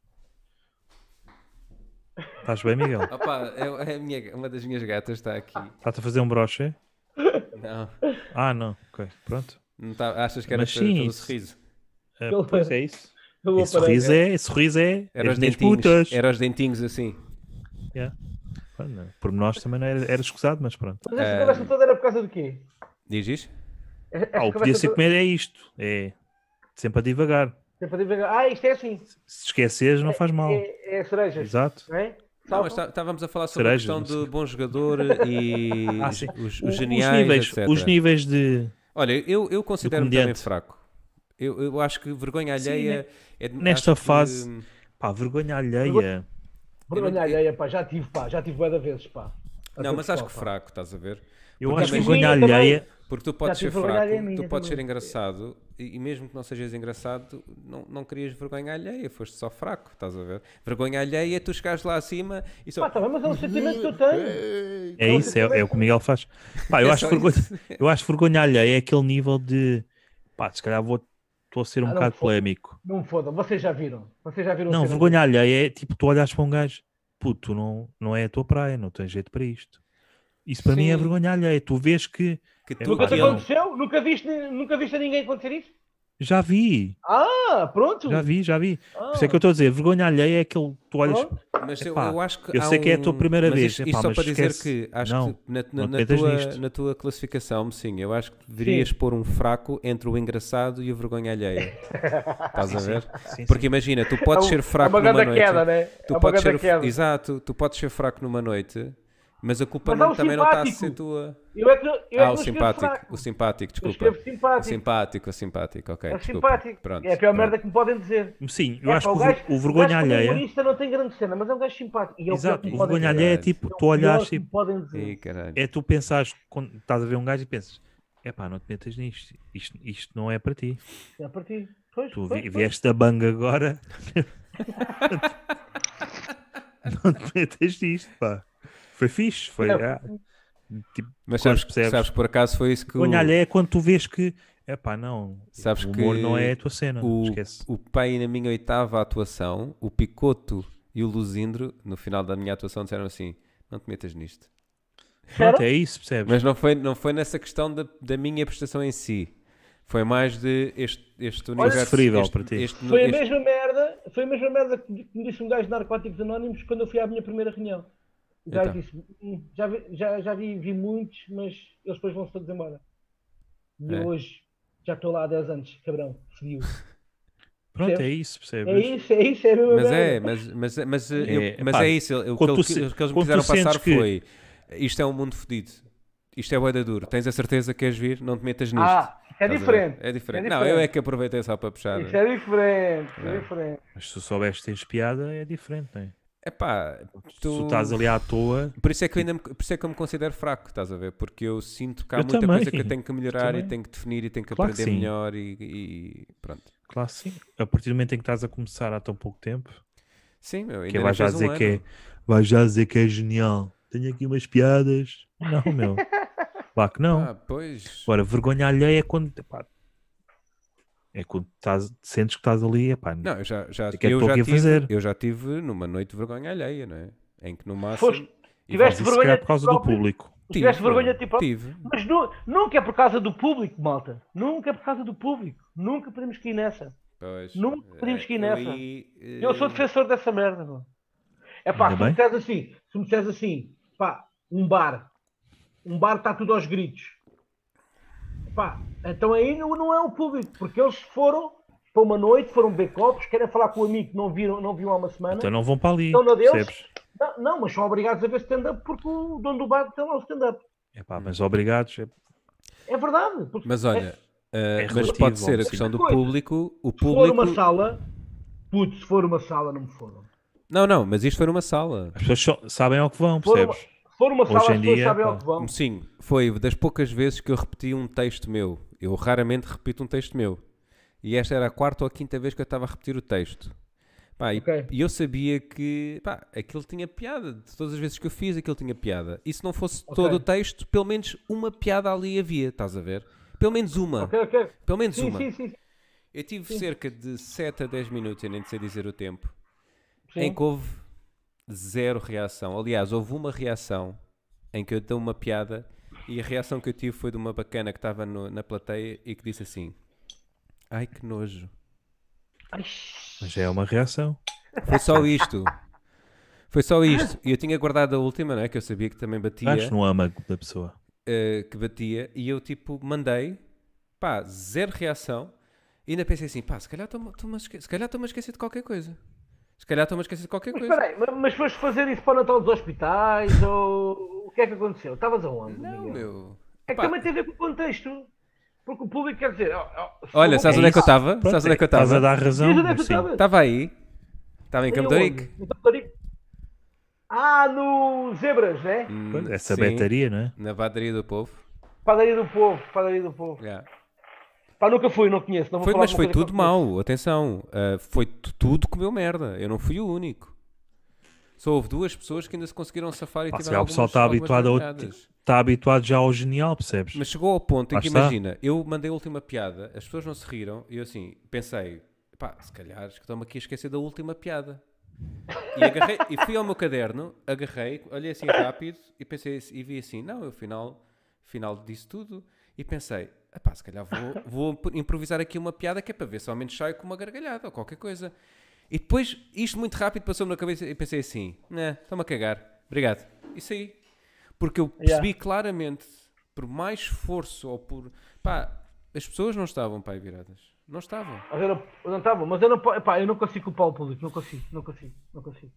Estás bem, Miguel? Opa, é, é a minha- uma das minhas gatas está aqui. Ah. Está-te a fazer um broche? é? Não, Ah, não. Ok, pronto. não tá- achas que era Mas pe- sim, pelo isso. sorriso? Ah, Ele- pois é isso. Eu vou Esse parar. sorriso é, esse sorriso é. Era as os minhas dentinhos. putas. Era os dentinhos assim. Yeah. Ah, não, Por nós também não era, era escusado, mas pronto. Mas esta conversa toda era por causa do quê? Diz isso? Esta É. Ah, o que podia conversa ser toda- comer é isto. É sempre a divagar. Tem para dizer, Ah, isto é assim. Se esqueceres, não faz mal. É, é cerejas. Exato. Não é? Não, mas tá- estávamos a falar sobre Cerejas, a não questão sei. de bom jogador e Ah, os, sim. os, O- os geniais, níveis, etc. os níveis de. Olha, eu, eu considero-me também comediante. fraco. Eu, eu acho que vergonha Sim, né? alheia é de- nesta acho que- fase- Pá, vergonha alheia. Vergonha Eu- alheia, pá, já tive, pá, já tive bué de vezes, pá. A Não, todo mas acho que pessoal, pá. fraco, estás a ver? Eu Porque acho que também- vergonha Minha também. alheia. Porque tu podes tive ser vergonha fraco, alheia minha tu podes ser também. engraçado e, e mesmo que não sejas engraçado, não, não querias vergonha alheia, foste só fraco, estás a ver? Vergonha alheia é tu chegares lá acima e só. Pá, tá bem, mas é um sentimento que eu tenho. É isso, é, é o que o Miguel faz. Pá, eu, É acho só vergonha, isso. eu acho vergonha alheia é aquele nível de. Pá, se calhar vou. Estou a ser um Ah, não, bocado foda-se. polémico. Não me fodam, vocês já viram. Vocês já viram. a Não, cena vergonha alheia é tipo, tu olhas para um gajo, puto, tu não, não é a tua praia, não tens jeito para isto. Isso para mim é Sim. vergonha alheia. Tu vês que que É tu uma Nunca te Aquele- aconteceu? Nunca viste, nunca viste a ninguém acontecer isso? já vi, Ah, pronto. já vi, já vi. Ah, Por isso é que eu estou a dizer, vergonha alheia é aquele, tu olhas, pronto. Mas eu, Epá, eu acho que. eu há sei que é a um- tua primeira mas vez. Isto, Epá, isto só mas para dizer esquece. que acho Não, que na, na- não te na metas tua, nisto. na tua classificação, sim, eu acho que deverias pôr um fraco entre o engraçado e a vergonha alheia. Estás a ver? sim, Porque imagina, tu podes É um- ser fraco é uma numa grande noite. queda, né? Tu é uma podes grande ser, queda. exato, tu podes ser fraco numa noite, mas a culpa Mas há não- o também não está a simpático. ser tua. Eu é que, não- eu é Ah, que o não escrevo simpático, fraco. o simpático, desculpa. escrevo simpático. O simpático, o simpático, ok. É o desculpa. simpático. Pronto, é a pior pronto. merda que me podem dizer. sim, eu É, acho pá, que o, gajo- ver- o vergonha gajo como alheia. humorista não tem grande cena, mas é um gajo simpático. E é o pior Exato, que me o podem vergonha dizer. alheia é Caralho. tipo, É o tu pior olhas que tipo, me podem dizer. Ih, caralho. é tu pensares, quando estás a ver um gajo e pensas, epá, não te metas nisto, isto, isto não é para ti. É para ti. Pois, Tu pois, vi- pois. vieste da banga agora. não te metas nisto, pá. Foi fixe, foi. Não. ah, tipo, Mas Quando sabes, percebes- sabes que por acaso foi isso que o, vergonha alheia é quando tu vês que, epá, não, Sabes o humor que não é a tua cena, o, esquece. o pai na minha oitava atuação, o Picoto e o Luzindro, no final da minha atuação, disseram assim: não te metas nisto. Pronto, é isso, percebes? Mas não foi, não foi nessa questão da, da minha prestação em si. Foi mais de este, este universo. sofrível este- para ti. este- Foi a este- mesma merda, foi a mesma merda que me disse um gajo de Narcóticos Anónimos quando eu fui à minha primeira reunião. O gajo Então. disse, "Hum, já vi, já, já vi, vi muitos, mas eles depois vão-se todos embora. E É. eu hoje já estou lá há 10 anos, cabrão, seguiu. Pronto, é percebes? isso, percebes? É isso, é isso, é a mesma Mas é, merda. mas, mas, mas, eu- É, mas pá, é isso. ele- O que, quando ele- tu se- o que eles me quando tu quiseram passar sentes que- foi: isto é um mundo fodido. Isto é boeda duro. Tens a certeza que queres vir? Não te metas nisto. Ah, isso é Estás a ver? diferente. É diferente. É Não, eu é diferente. que aproveitei só para puxar. Isso é diferente, isso é diferente. Mas se tu soubeste que tens piada, é diferente, não é? É pá, Se tu tu. estás ali à toa, Por isso é que eu ainda me, por isso é que eu me considero fraco, estás a ver? Porque eu sinto que há Eu muita também. coisa que eu tenho que melhorar e também. tenho que definir e tenho que Claro que aprender sim. melhor e, e pronto. claro sim. A partir do momento em que estás a começar há tão pouco tempo, Sim, meu, ainda que não vais já fez um dizer que é, ano. vais já dizer que é genial. Tenho aqui umas piadas. Não, meu. Claro que não. Ah, pois. Agora, vergonha alheia é quando, epá, é quando estás, sentes que estás ali, epá, Não, eu já, já, O que é que eu estou já aqui a tive, fazer? eu já tive numa noite de vergonha alheia, não é? Em que no máximo. Foste- e mas tiveste isso se vergonha calhar de por ti causa do próprio? público. Tipo, Tiveste meu, vergonha tipo, de ti próprio? Tive. Mas nu- nunca é por causa do público, malta. Nunca é por causa do público. Nunca podemos cair nessa. Pois. Nunca podíamos Eh, cair nessa. ali, eh, Eu sou defensor dessa merda, mano. É pá, Ainda se me bem. disseres assim, se me disseres assim, pá, um bar, um bar está tudo aos gritos. Pá, então aí não, não é o público, porque eles foram para uma noite, foram beber copos, querem falar com o amigo que não viram, não viu há uma semana. Então não vão para ali, Então, na deles? percebes? Não, não, mas são obrigados a ver stand-up porque o dono do bar tem lá o stand-up. Epá, mas obrigados. é- É verdade. porque é, Mas olha, eh, mas relativo, pode ser a sim. questão do Coisa. público. O se for uma público. sala, puto, se for uma sala, não me foram. Não, não, mas isto foi numa sala. As pessoas só- sabem ao que vão, Se for uma, percebes? se for uma Hoje sala, as em pessoas dia, sabem pá. ao que vão. Um Sim, foi das poucas vezes que eu repeti um texto meu. Eu raramente repito um texto meu. E esta era a quarta ou a quinta vez que eu estava a repetir o texto. Pá, e- Ok. e, eu sabia que pá, aquilo tinha piada. De todas as vezes que eu fiz, aquilo tinha piada. E se não fosse Ok. todo o texto, pelo menos uma piada ali havia, estás a ver? Pelo menos uma. Ok, ok. Pelo menos Sim, uma. sim, sim. sim. Eu tive cerca de 7 a 10 minutos, eu nem sei dizer o tempo, Sim. em que houve zero reação. Aliás, houve uma reação em que eu dei uma piada e a reação que eu tive foi de uma bacana que estava no- na plateia e que disse assim: Ai que nojo. Mas é uma reação. Foi só isto. Foi só isto. E eu tinha guardado a última, não é? Que eu sabia que também batia. Acho no âmago da pessoa. eh, que batia e eu tipo mandei, pá, zero reação. E ainda pensei assim, pá, se calhar estou-me a esque- se calhar estou-me a esquecer de qualquer coisa. Se calhar estou-me a esquecer de qualquer Mas coisa. espera aí, ma- mas foste fazer isso para o Natal dos Hospitais ou o que é que aconteceu? Estavas aonde? Não, Miguel? meu. É que Pá, também tem a ver com o contexto. Porque o público quer dizer. ó, ó, se Olha, eu- sabes onde é que eu estava? Pronto, Sabes onde é que eu Estás a estava? dar razão. Diz onde é que eu sim. estava. Estava aí. Estava em Campo de Aonde? Ourique. Em Campo de Ourique. Ah, no Zebras, né? Hum. Pois, Hum, Essa Sim, bateria, não é? Na bateria do povo. Padaria do Povo, Padaria do Povo. Yeah. Pá, nunca fui, não conheço. Não vou Foi, falar mas de uma foi coisa que tudo não conheço. mau, atenção. Uh, foi tu- tudo comeu merda. Eu não fui o único. Só houve duas pessoas que ainda se conseguiram safar e Pá, se é tiveram calhar o algumas, pessoal está algumas habituado, a outro, tipo. marcadas. está habituado já ao genial, percebes? Mas chegou ao ponto em Lá que, está. imagina, eu mandei a última piada, as pessoas não se riram, e eu assim, pensei, pá, se calhar estão-me aqui a esquecer da última piada. E, agarrei- e fui ao meu caderno, agarrei, olhei assim rápido e pensei assim- e vi assim, não, eu final, final disso tudo, e pensei, "Ah pá, se calhar vou, vou improvisar aqui uma piada que é para ver se ao menos saio com uma gargalhada ou qualquer coisa. E depois, isto muito rápido passou-me na cabeça e pensei assim, né, estou-me a cagar, obrigado. E saí. Porque eu percebi claramente, por mais esforço ou por. pá, as pessoas não estavam para aí viradas. Não estavam. Mas eu não, eu não estava, mas eu não, po- epá, eu não consigo culpar o público, não consigo, não consigo, não consigo.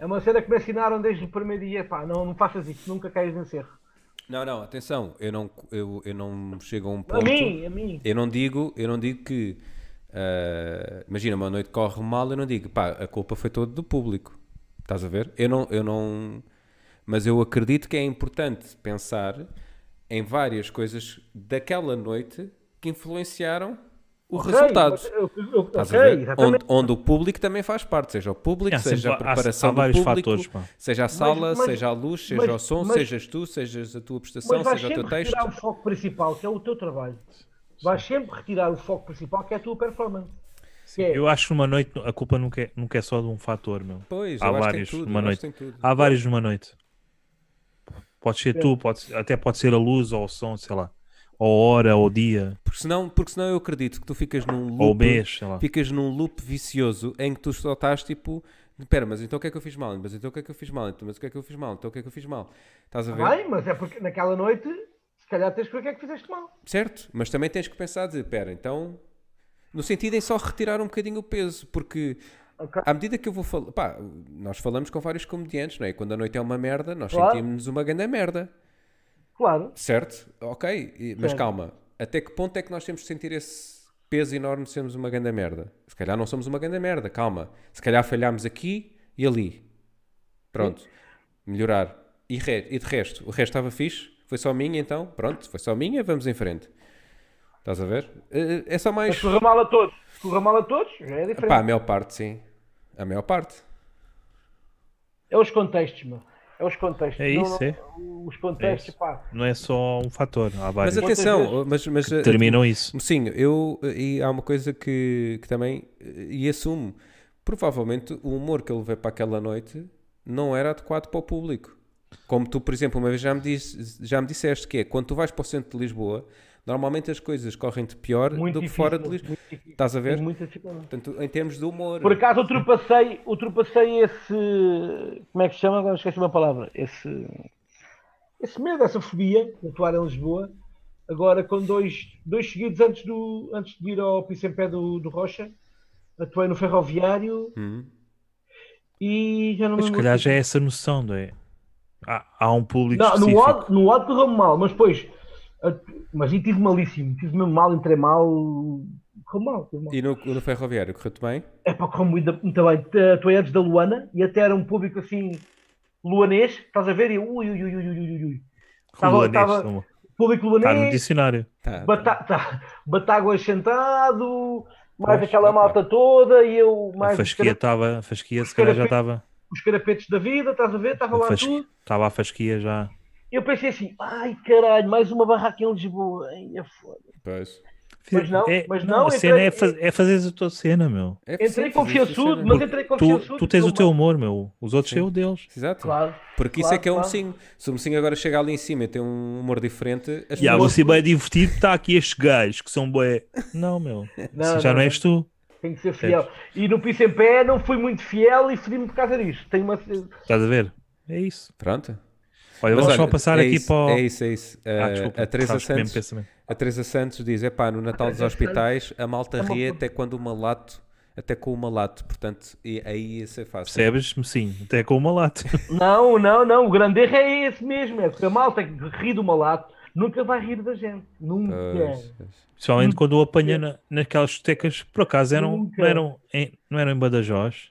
É uma cena que me ensinaram desde o primeiro dia, pá, não, não faças isso, nunca caias nesse erro. Não, não, atenção, eu não, eu, eu não chego a um A ponto. mim, a mim. Eu não digo, eu não digo que. ah, imagina, uma noite corre mal, eu não digo, pá, a culpa foi toda do público. Estás a ver? Eu não, eu não. Mas eu acredito que é importante pensar em várias coisas daquela noite que influenciaram o resultado. Ok, eu- eu- eu- Estás ok, a ver? exatamente. Onde, onde o público também faz parte, seja o público, É, seja sempre a há- preparação há vários do público, fatores, pá. seja a sala, mas- seja a luz, seja mas- o som, mas- sejas tu, sejas a tua prestação, Mas vais seja o sempre teu texto. retirar o foco principal, que é o teu trabalho. Vais sempre retirar o foco principal, que é a tua performance. Que é- Eu acho que numa noite a culpa nunca é, nunca é só de um fator, meu. Pois, há eu acho que tem vários tudo, numa eu acho que noite. tem tudo. Há vários numa noite. Pode ser tu, pode, ser- até pode ser a luz ou o som, sei lá. Ou a hora, ou o dia, Porque senão, porque senão eu acredito que tu ficas num ou o loop, mês, sei lá. ficas num loop vicioso em que tu só estás tipo, espera, mas então o que é que eu fiz mal? Mas então o que é que eu fiz mal? Então, Mas o que é que eu fiz mal? Então o que é que eu fiz mal? Estás a ver? Bem, mas é porque naquela noite, se calhar tens que ver o que é que fizeste mal. Certo, mas também tens que pensar de, pera, então, no sentido em só retirar um bocadinho o peso, porque Ok. à medida que eu vou falar, pá, nós falamos com vários comediantes, não é? Quando a noite é uma merda, nós Claro. sentimos-nos uma grande merda, Claro. certo? Ok, e- mas Certo. calma, até que ponto é que nós temos de sentir esse peso enorme de sermos uma grande merda? Se calhar não somos uma grande merda, calma. Se calhar falhámos aqui e ali. Pronto, melhorar. E, re- e de resto, o resto estava fixe? Foi só minha então? Pronto, foi só minha, vamos em frente. Estás a ver? Eh, É só mais. Mas corra mal a todos. Corra mal a todos, já é diferente. Pá, a maior parte, sim. A maior parte. É os contextos, meu. É os contextos. É Não- isso, é. Os contextos, É isso. pá. Não é só um fator, há Mas vários. atenção, mas, mas, eh, Terminam isso. Sim, eu. E há uma coisa que, que também. E assumo. Provavelmente o humor que ele veio para aquela noite não era adequado para o público. Como tu, por exemplo, uma vez já me, disse, já me disseste que é quando tu vais para o centro de Lisboa, normalmente as coisas correm-te pior Muito do que difícil, fora de muito Lisboa. difícil. Estás a ver? Tenho muita dificuldade. Portanto, em termos de humor. Por acaso ultrapassei, ultrapassei esse. Como é que se chama? Agora esqueci uma palavra. Esse. Esse medo, essa fobia de atuar em Lisboa. Agora com dois, dois seguidos antes, do, antes de ir ao piso em pé do, do Rocha. Atuei no ferroviário Hum. e já não Mas se me calhar já é essa noção, não é? Há, há um público Não, no específico. odd, no odd correu-me mal, mas depois. a- Mas aí tive malíssimo, tive mesmo mal, entrei mal. Correu mal, correu mal. E no, no ferroviário, correu-te bem? É para correu muito, muito bem. Te- Atuei antes da Luana e até era um público assim. Luanês, estás a ver? E eu, ui, ui, ui, ui, ui, ui, ui. Tava- Rulanês, tava- toma. Público Está no luanês, dicionário. Tá. bata- tá, batáguas sentado, mais Pois, aquela opa. malta toda e eu A mais os fasquia cara- estava, a fasquia se calhar já estava. os carapetes da vida, estás a ver? Estava lá tudo. Estava a fasquia já. E eu pensei assim, ai caralho, mais uma barraca em Lisboa. Ai, é foda. Pois. Mas não, é, mas a não, cena entrei- é, faz- é fazer a tua cena, meu. É, Entrei sim, fazes isso, sim. confiançudo, mas Porque- entrei Tu, confiançudo. tu tens o correu teu mal. humor, meu. Os outros têm o deles. Exato. Claro. Porque isso claro, é que é um claro. mocinho. Se o mocinho agora chega ali em cima e tem um humor diferente, as E ah, pessoas- você bem divertido, tá está aqui estes gajos que são bué. Não, meu. Não, assim já não, não, és tu. Tem que ser fiel. E no piso em pé não fui muito fiel e fodi-me por causa disso. Tenho uma. Estás a ver? É isso. Pronto. Olha, Mas vamos só olha, passar é aqui isso, para o. É isso, é isso. Ah, Uh, desculpa. a, Teresa sabes que o mesmo Santos, pensamento. a Teresa Santos diz: é pá, no Natal dos Teresa Hospitais a malta É uma ri puta. até quando o malato, até com o malato. Portanto, e, aí ia ser fácil. Percebes-me? Sim, até com uma lata. Não, não, não. O grande erro é esse mesmo. É porque a malta que ri do malato nunca vai rir da gente. Nunca. Pois, pois. Principalmente quando o apanha Sim. na- naquelas discotecas, por acaso eram, Nunca. não, eram em, não eram em Badajoz,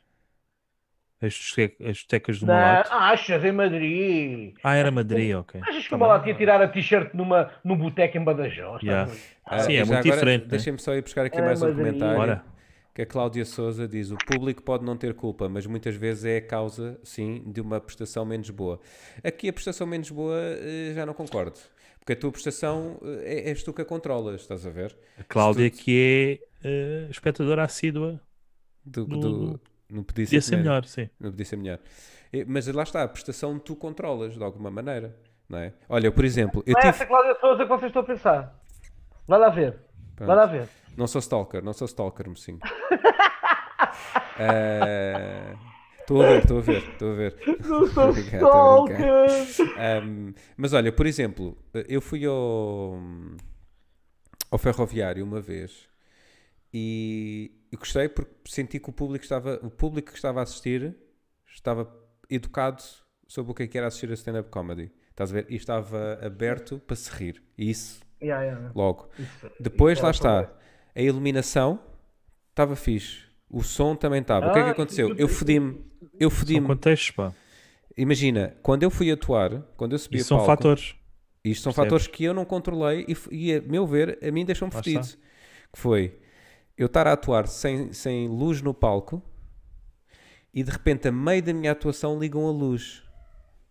as discote- as discotecas do Não, Malato. achas em Madrid? Ah, era Madrid, ok. Achas que o Malato ia tirar a t-shirt numa, num boteco em Badajoz? Yeah. Ah, Sim, e é já muito agora, diferente, né? Deixem-me só ir buscar aqui É, mais um mas aí- comentário. Bora. Que a Cláudia Souza diz: o público pode não ter culpa, mas muitas vezes é a causa, sim, de uma prestação menos boa. Aqui a prestação menos boa eh, já não concordo. Porque a tua prestação eh, é, és tu que a controlas, estás a ver? A Cláudia, que é eh, espectadora assídua, Do, Do- do- do- não podia ser, podia ser melhor, sim. Não podia ser melhor. Eh, Mas lá está, a prestação tu controlas de alguma maneira, não é? Olha, por exemplo, eu Não é tive. essa Cláudia Souza que vocês estão a pensar. Vai lá ver. Vai lá ver. Não sou stalker, não sou stalker, mocinho. Eh, Estou a ver, estou a ver, estou a ver. Não sou Obrigado, estou a brincar. stalker. Ahm, mas olha, por exemplo, eu fui ao, ao ferroviário uma vez e eu gostei porque senti que o público estava, o público que estava a assistir estava educado sobre o que é que era assistir a stand-up comedy. Estás a ver? E estava aberto para se rir. E isso Yeah, yeah. logo. Isso- Depois, isso é lá era está. A iluminação estava fixe. O som também estava. o que é que Ah, aconteceu? isso- Eu fodi-me. Eu São fodi-me. contextos, pá. Imagina, quando eu fui atuar, quando eu subi E a são palco, fatores. isto são Percebes? fatores que eu não controlei e, f- e a meu ver, a mim deixou-me Lá fedido. Que foi eu estar a atuar sem, sem luz no palco e de repente, a meio da minha atuação, ligam a luz.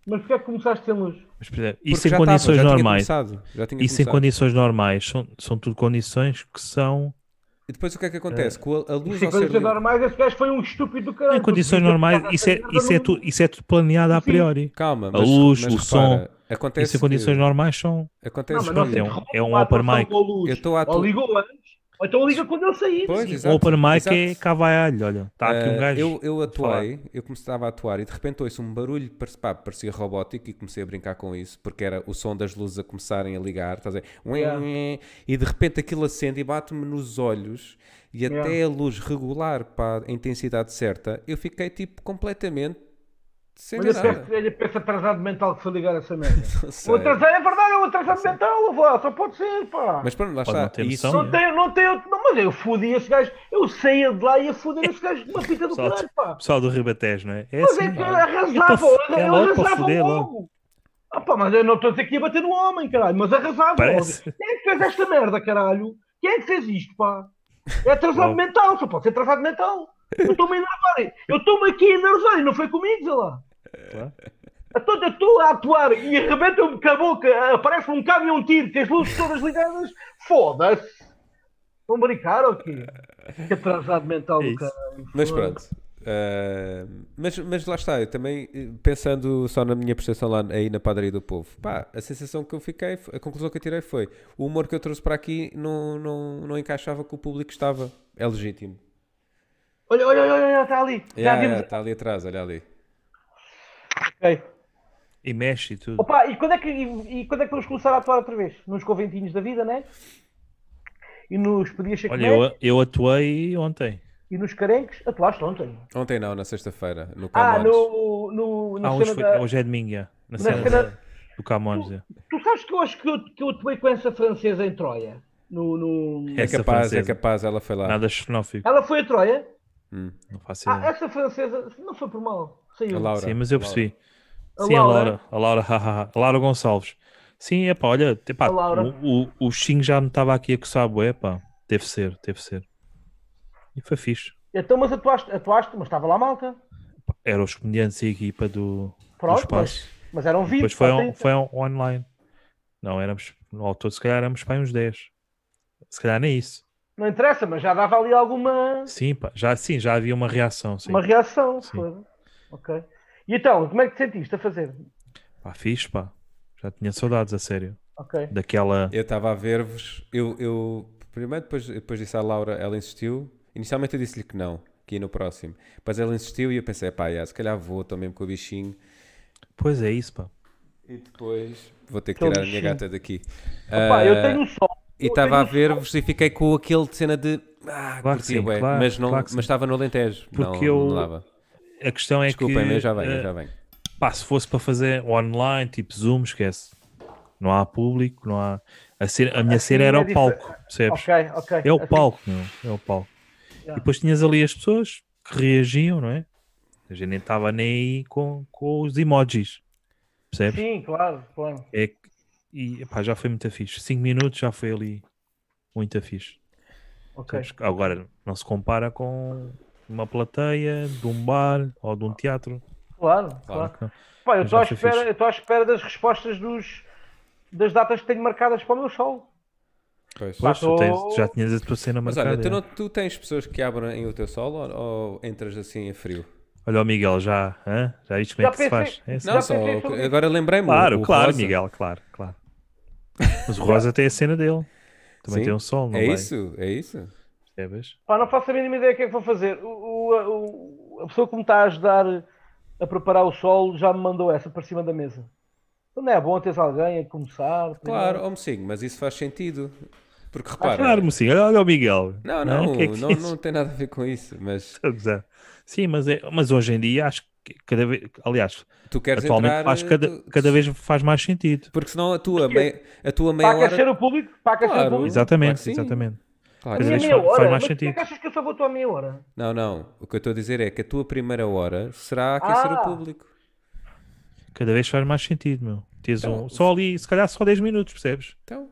Mas porquê é que começaste sem luz? Mas, por exemplo, Porque isso em já estava, condições já tinha normais. começado, já tinha Isso em começado. condições normais. São, são tudo condições que são. E depois o que é que acontece? Com a, a luz Isso ao ser em condições ligada- é normais, esse gajo foi um estúpido do caralho. Em é condições Porque- normais, isso é, isso é, tudo, isso é tudo planeado a priori. Calma, A mas, luz, mas o repara, acontece Isso em condições que- normais são. Não, Acontece Ah, mas que- nós é temos um- que é um arrumar a open atuação mic. com a luz. Eu estou a atu- Ou ligou antes, ou então liga quando ele sair. Pois, Sim. exato, o open mic é exato. cava a alho. Olha, está aqui um Ah, gajo. eu, eu falar. atuei, eu começava a atuar e de repente ouço um barulho, parece- pá, parecia robótico e comecei a brincar com isso, porque era o som das luzes a começarem a ligar, estás a dizer, "Ué, Yeah. ué", e de repente aquilo acende e bate-me nos olhos e até a luz regular para a intensidade certa, eu fiquei tipo completamente sem Olha, nada. pensa- olha, pensa atrasado mental que foi ligar essa merda. Não sei. O atrasado é verdade, é um atrasado mental, avó, só pode ser, pá. Mas pronto, lá Pode não está. ter E Isso, noção. Não tem, não tem outro. Não, mas eu fodi esse gajo. Eu saía de lá e ia foder esse gajo de uma fita do Pessoal, caralho, pá. pessoal do Ribatejo, não é? É Mas assim, é que pá. arrasava, Então, olha, é eu logo para arrasava foder, logo. Ah, pá, mas eu não estou a dizer que ia bater no homem, caralho, mas arrasava. Parece. olha. Quem é que fez esta merda, caralho? Quem é que fez isto, pá? É atrasado Logo. mental, só pode ser atrasado mental. Eu estou-me a enervar. Eu estou-me aqui a enervar e não foi comigo, sei lá. Claro. Então eu estou a atuar e arrebenta-me com a boca, aparece um caminhão tiro, com as luzes todas ligadas, foda-se. Vão brincar ou quê? Que atrasado mental É do isso. caralho. Mas pronto. Ah, mas, mas lá está, eu também eh, pensando só na minha prestação lá aí na padaria do povo, pá, a sensação que eu fiquei, a conclusão que eu tirei foi o humor que eu trouxe para aqui não, não, não encaixava com o público que estava. É legítimo. Olha, olha, olha, olha, está ali. Já Yeah, vimos. Está tá ali atrás, olha ali. Ok. E mexe e tudo. Opa, e quando, é que, e, e quando é que vamos começar a atuar outra vez? Nos conventinhos da vida, né? E nos pedias Olha, chacomé eu, eu atuei ontem. e nos carenques. Atuaste ontem. Ontem não, na sexta-feira, no Ah, Camões. no, no, na Ah, hoje, cena foi, da... hoje é domingo, já, na na cena cena- da- do Camões. é. já. Tu sabes que eu acho que eu, que eu atuei com essa francesa em Troia? No, no... É Essa capaz, é francesa. capaz, ela foi lá. Nada xenófico, Ela foi a Troia? Hum. não faço Ah, ideia. essa francesa não foi por mal. A Saiu. Laura. Sim, mas eu Laura. percebi. A Sim, a Laura. Laura, a Laura, hahaha. A Laura Gonçalves. Sim, é pá, olha, epá, A Laura. o, o, o Xing já me estava aqui a coçar, bué, pá. Teve ser, teve ser. E foi fixe. Então, mas atuaste, atuaste, mas estava lá a malta. Eram os comediantes e a equipa do, do Pronto, espaço. mas, mas eram 20. Depois foi, só on- 30. foi on- online. Não, éramos, no autor, se calhar éramos pá, uns 10. Se calhar nem isso. Não interessa, mas já dava ali alguma Sim, pá, já, sim, já havia uma reação. Sim. uma reação. Sim. foda. Ok. E então, como é que te sentiste a fazer? Pá, fixe, pá. Já tinha saudades, a sério. Ok. Daquela. Eu estava a ver-vos. Eu, eu- primeiro, depois, depois disse à Laura, ela insistiu. Inicialmente eu disse-lhe que não, que ia no próximo. Depois ela insistiu e eu pensei, pá, já, se calhar vou também com o bichinho. Pois é, isso, pá. E depois vou ter que Com o tirar a minha bichinho. gata daqui. Opa, eu Ah, tenho um som. e eu estava tenho a ver-vos e fiquei com aquele de cena de. Ah, Claro que curti, sim, bué, claro, mas não, claro que sim. mas estava no Alentejo. não, Porque não eu- dava. A questão é Desculpem, que. eu já venho, eu eh, já venho. Pá, se fosse para fazer online, tipo Zoom, esquece. Não há público, não há. A, cena- a minha cena era é o palco, percebes? Ok, ok. É o Assim- palco, meu. É o palco. Yeah. E depois tinhas ali as pessoas que reagiam, não é? A gente nem estava nem aí com, com os emojis, percebes? Sim, claro, claro. É que- e epá, já foi muito fixe. 5 minutos já foi ali muito fixe. Ok. percebes? Agora, não se compara com uma plateia, de um bar ou de um teatro. Claro, Claro. claro. Pá, eu Mas estou à acho fixe. espera, eu estou à espera das respostas dos das datas que tenho marcadas para o meu show. Pois. Pois, tu tô- tens- já tinhas a tua cena Mas marcada. olha, tu, é. não- tu tens pessoas que abrem o teu solo ou, ou entras assim a frio? Olha o Miguel, já, hã? já viste como é Já que se faz? pensei- É assim. Não, só, pensei sobre isso. agora lembrei-me. Claro, o claro, Rosa. Miguel, claro, claro. Mas o Rosa tem a cena dele. Também Sim. tem um sol, não É vai? isso, é isso. Percebes? Pá, não faço a mínima ideia o que é que vou fazer. O, o- a- o- a pessoa que me está a ajudar a preparar o solo já me mandou essa para cima da mesa. Então não é bom teres alguém a começar. primeiro? Claro, homem, sim, mas isso faz sentido. Porque repara. Ah, Claro, mocinho, olha, olha o Miguel. Não, não, O que é que não, isso? não tem nada a ver com isso. Mas Estou a gozar. Sim, mas, é, mas hoje em dia acho que cada vez, aliás, tu queres atualmente entrar. eh, faz cada, tu- cada vez faz mais sentido. Porque senão a tua meia, a tua meia Para aquecer hora. o público, para aquecer Claro, o público. Exatamente, claro que sim. exatamente. Claro. Cada Minha vez meia faz- faz hora? mais Mas porquê sentido. que achas que eu só vou à meia hora? Não, não. O que eu estou a dizer é que a tua primeira hora será aquecer Ah. o público. Cada vez faz mais sentido, meu. Tens Então- um, só ali, se calhar só 10 minutos, percebes? Então,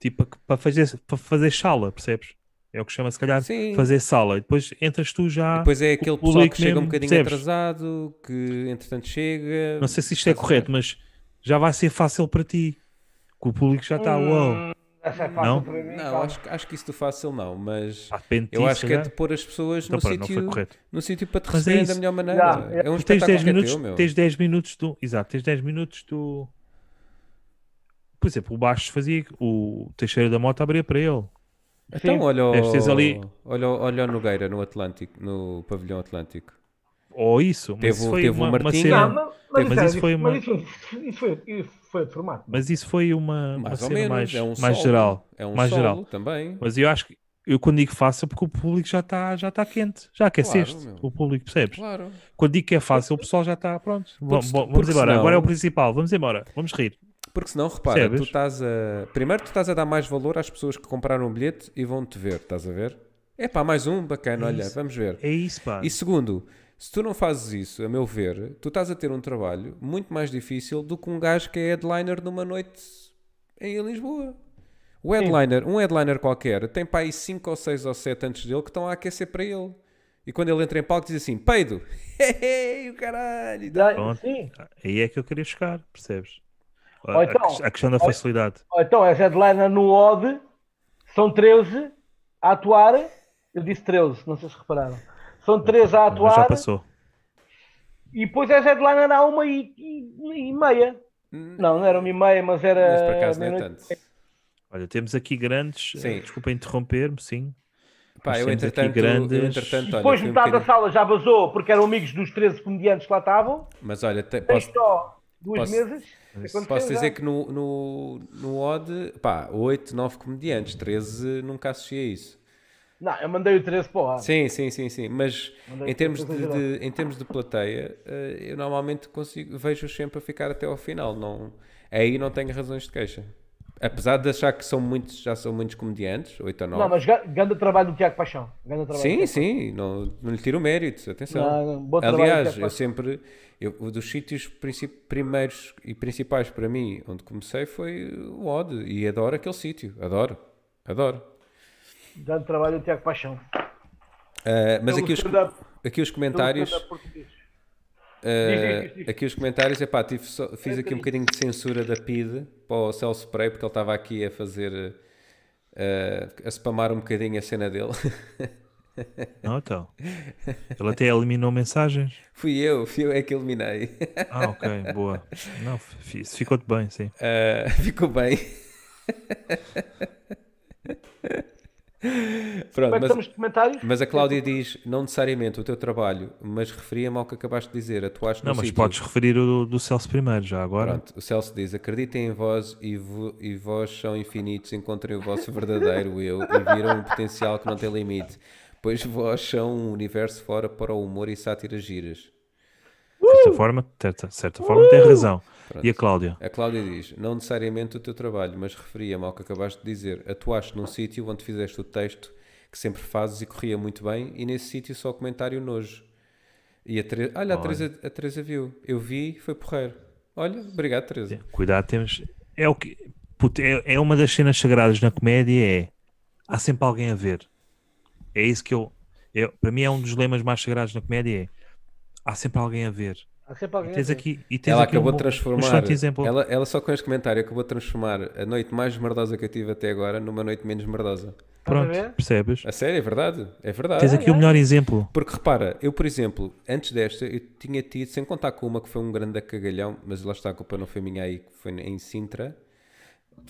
Tipo, para- para fazer, para fazer sala, percebes? É o que chama, se calhar, Sim. fazer sala. E depois entras tu já. depois é Ah, o aquele pessoal público que chega um mesmo, bocadinho percebes? atrasado, que entretanto chega. Não sei se isto é Estás a ver? correto, mas já vai ser fácil para ti. Que o público já tá, Hum. está, uau. Essa é fácil Não? para mim, Não, calma. acho, que- acho que isso do fácil não, mas Pá, depende de eu ti, acho se que é calhar. de pôr as pessoas Então, no pronto, não um foi sítio, correto. no sítio para te Mas é receberem da isso. melhor maneira. Já, É um Tu tens espetáculo 10 que é minutos, teu, meu. tens 10 minutos do. Exato, tens 10 minutos do. Por exemplo, o Baixo fazia. O Teixeira da Mota abria para ele. Então, olha o, Deves teres ali- olha, o- olha o Nogueira no Atlântico, no pavilhão Atlântico. Ou isso. Mas Teve isso o- foi teve o uma, uma Martinho. cena. Não, Mas isso era- foi uma- mas isso- isso foi, isso foi outro formato. Ah, Mas isso foi uma, uma Mais ou cena menos, mais, é um mais solo, geral. É um mais solo geral. também. Mas eu acho que. Eu quando digo fácil, porque o público já está já está quente. Já aqueceste. meu. o público, percebes? Claro. Quando digo que é fácil, o pessoal já está pronto. Bom, se- bom, vamos porque embora. senão- Agora é o principal. Vamos embora. Vamos rir. Porque senão, repara, Percebes? tu estás a. Primeiro, tu estás a dar mais valor às pessoas que compraram o bilhete e vão te ver, estás a ver? É pá, mais um, bacana, olha, isso. vamos ver. É isso, pá. E segundo, se tu não fazes isso, a meu ver, tu estás a ter um trabalho muito mais difícil do que um gajo que é headliner numa noite em Lisboa. O headliner, um headliner qualquer, tem para aí 5 ou 6 ou 7 antes dele que estão a aquecer para ele. E quando ele entra em palco diz assim, peido, hei, o caralho. Já- Pronto. é- Sim. Aí é que eu queria chegar, percebes? Ou A- então- a, ques- a questão da facilidade. Ou Então, é headliner no Ode, são 13 a atuar. Eu disse 13, não sei se repararam. São 13 a Mas já então, atuar passou. e depois é headliner à 1 e, e- e meia. Não, não era 1 e meia, mas era. Hum. Mas por acaso não é meia-noite. tanto. Olha, temos aqui grandes. Sim. eh, Desculpa interromper-me, sim. Pá, Nós eu temos aqui entretanto, grandes- eu, entretanto E olha, depois fui um metade da bocadinho- sala já vazou porque eram amigos dos 13 comediantes que lá estavam. Mas olha, te- Tens posso, só duas posso- mesas. Aconteceu Posso já. dizer que no, no, no Odd, pá, 8, 9 comediantes, 13 nunca assisti a isso. Não, eu mandei o 13 para lá. Sim, sim, sim, sim. Mas Mandei em termos de, coisa geral. de- em termos de plateia, eh, eu normalmente consigo, vejo sempre a ficar até ao final. Não, aí não tenho razões de queixa. Apesar de achar que são muitos, já são muitos comediantes, 8 ou 9. Não, mas ga- ganda trabalho do Tiago Paixão. Ganda trabalho do Sim, Tiago sim, não, não lhe tiro mérito, atenção. Não, não, bom trabalho, Aliás, Tiago eu Costa. sempre, eu, um dos sítios princi- primeiros e principais para mim, onde comecei, foi o Ode, e adoro aquele sítio, adoro, adoro. Grande trabalho do Tiago Paixão. Ah, mas Pelo aqui os, stand-up. aqui os comentários, Pelo stand-up português. ah, diz, diz, diz. aqui os comentários, epá, tive só- fiz aqui um bocadinho de censura da PID para o Celso Prey, porque ele estava aqui a fazer, ah, a spamar um bocadinho a cena dele. Não, então. Ele até eliminou mensagens. fui eu, fui eu é que eliminei. Ah, ok, boa. Não, fi- isso ficou-te bem, sim. Ah, ficou bem. Como Pronto, é que mas, estamos de comentários? Hum, mas a Cláudia diz, não necessariamente o teu trabalho, mas referia-me ao que acabaste de dizer, atuaste Não, no mas sítio. podes referir o do Celso primeiro, já agora. Pronto, o Celso diz, acreditem em vós e, vo- e vós são infinitos, encontrem o vosso verdadeiro eu e viram um potencial que não tem limite, pois vós são um universo fora para o humor e sátiras giras. De certa forma, de certa, de certa forma Uh! tem razão. E a Cláudia? A Cláudia diz: Não necessariamente o teu trabalho, mas referia-me ao que acabaste de dizer. Atuaste num sítio onde fizeste o texto que sempre fazes e corria muito bem, e nesse sítio só comentário nojo. E a Teresa. Olha, a Teresa, a Teresa viu. Eu vi, foi porreiro. Olha, obrigado, Teresa. Cuidado, temos. É o que. puto, é, é uma das cenas sagradas na comédia é há sempre alguém a ver. É isso que eu. eu para mim é um dos lemas mais sagrados na comédia é há sempre alguém a ver. Há sempre alguém E a tens ver. aqui, e tens Ela aqui um acabou bom- de um transformar. excelente exemplo. Ela, ela só com este comentário acabou de transformar a noite mais merdosa que eu tive até agora numa noite menos merdosa. Estás a Pronto, ver? percebes? A sério, é verdade? É verdade. Tens aqui o melhor exemplo. Porque repara, eu, por exemplo, antes desta, eu tinha tido, sem contar com uma que foi um grande cagalhão, mas lá está, a culpa não foi minha aí, que foi em Sintra,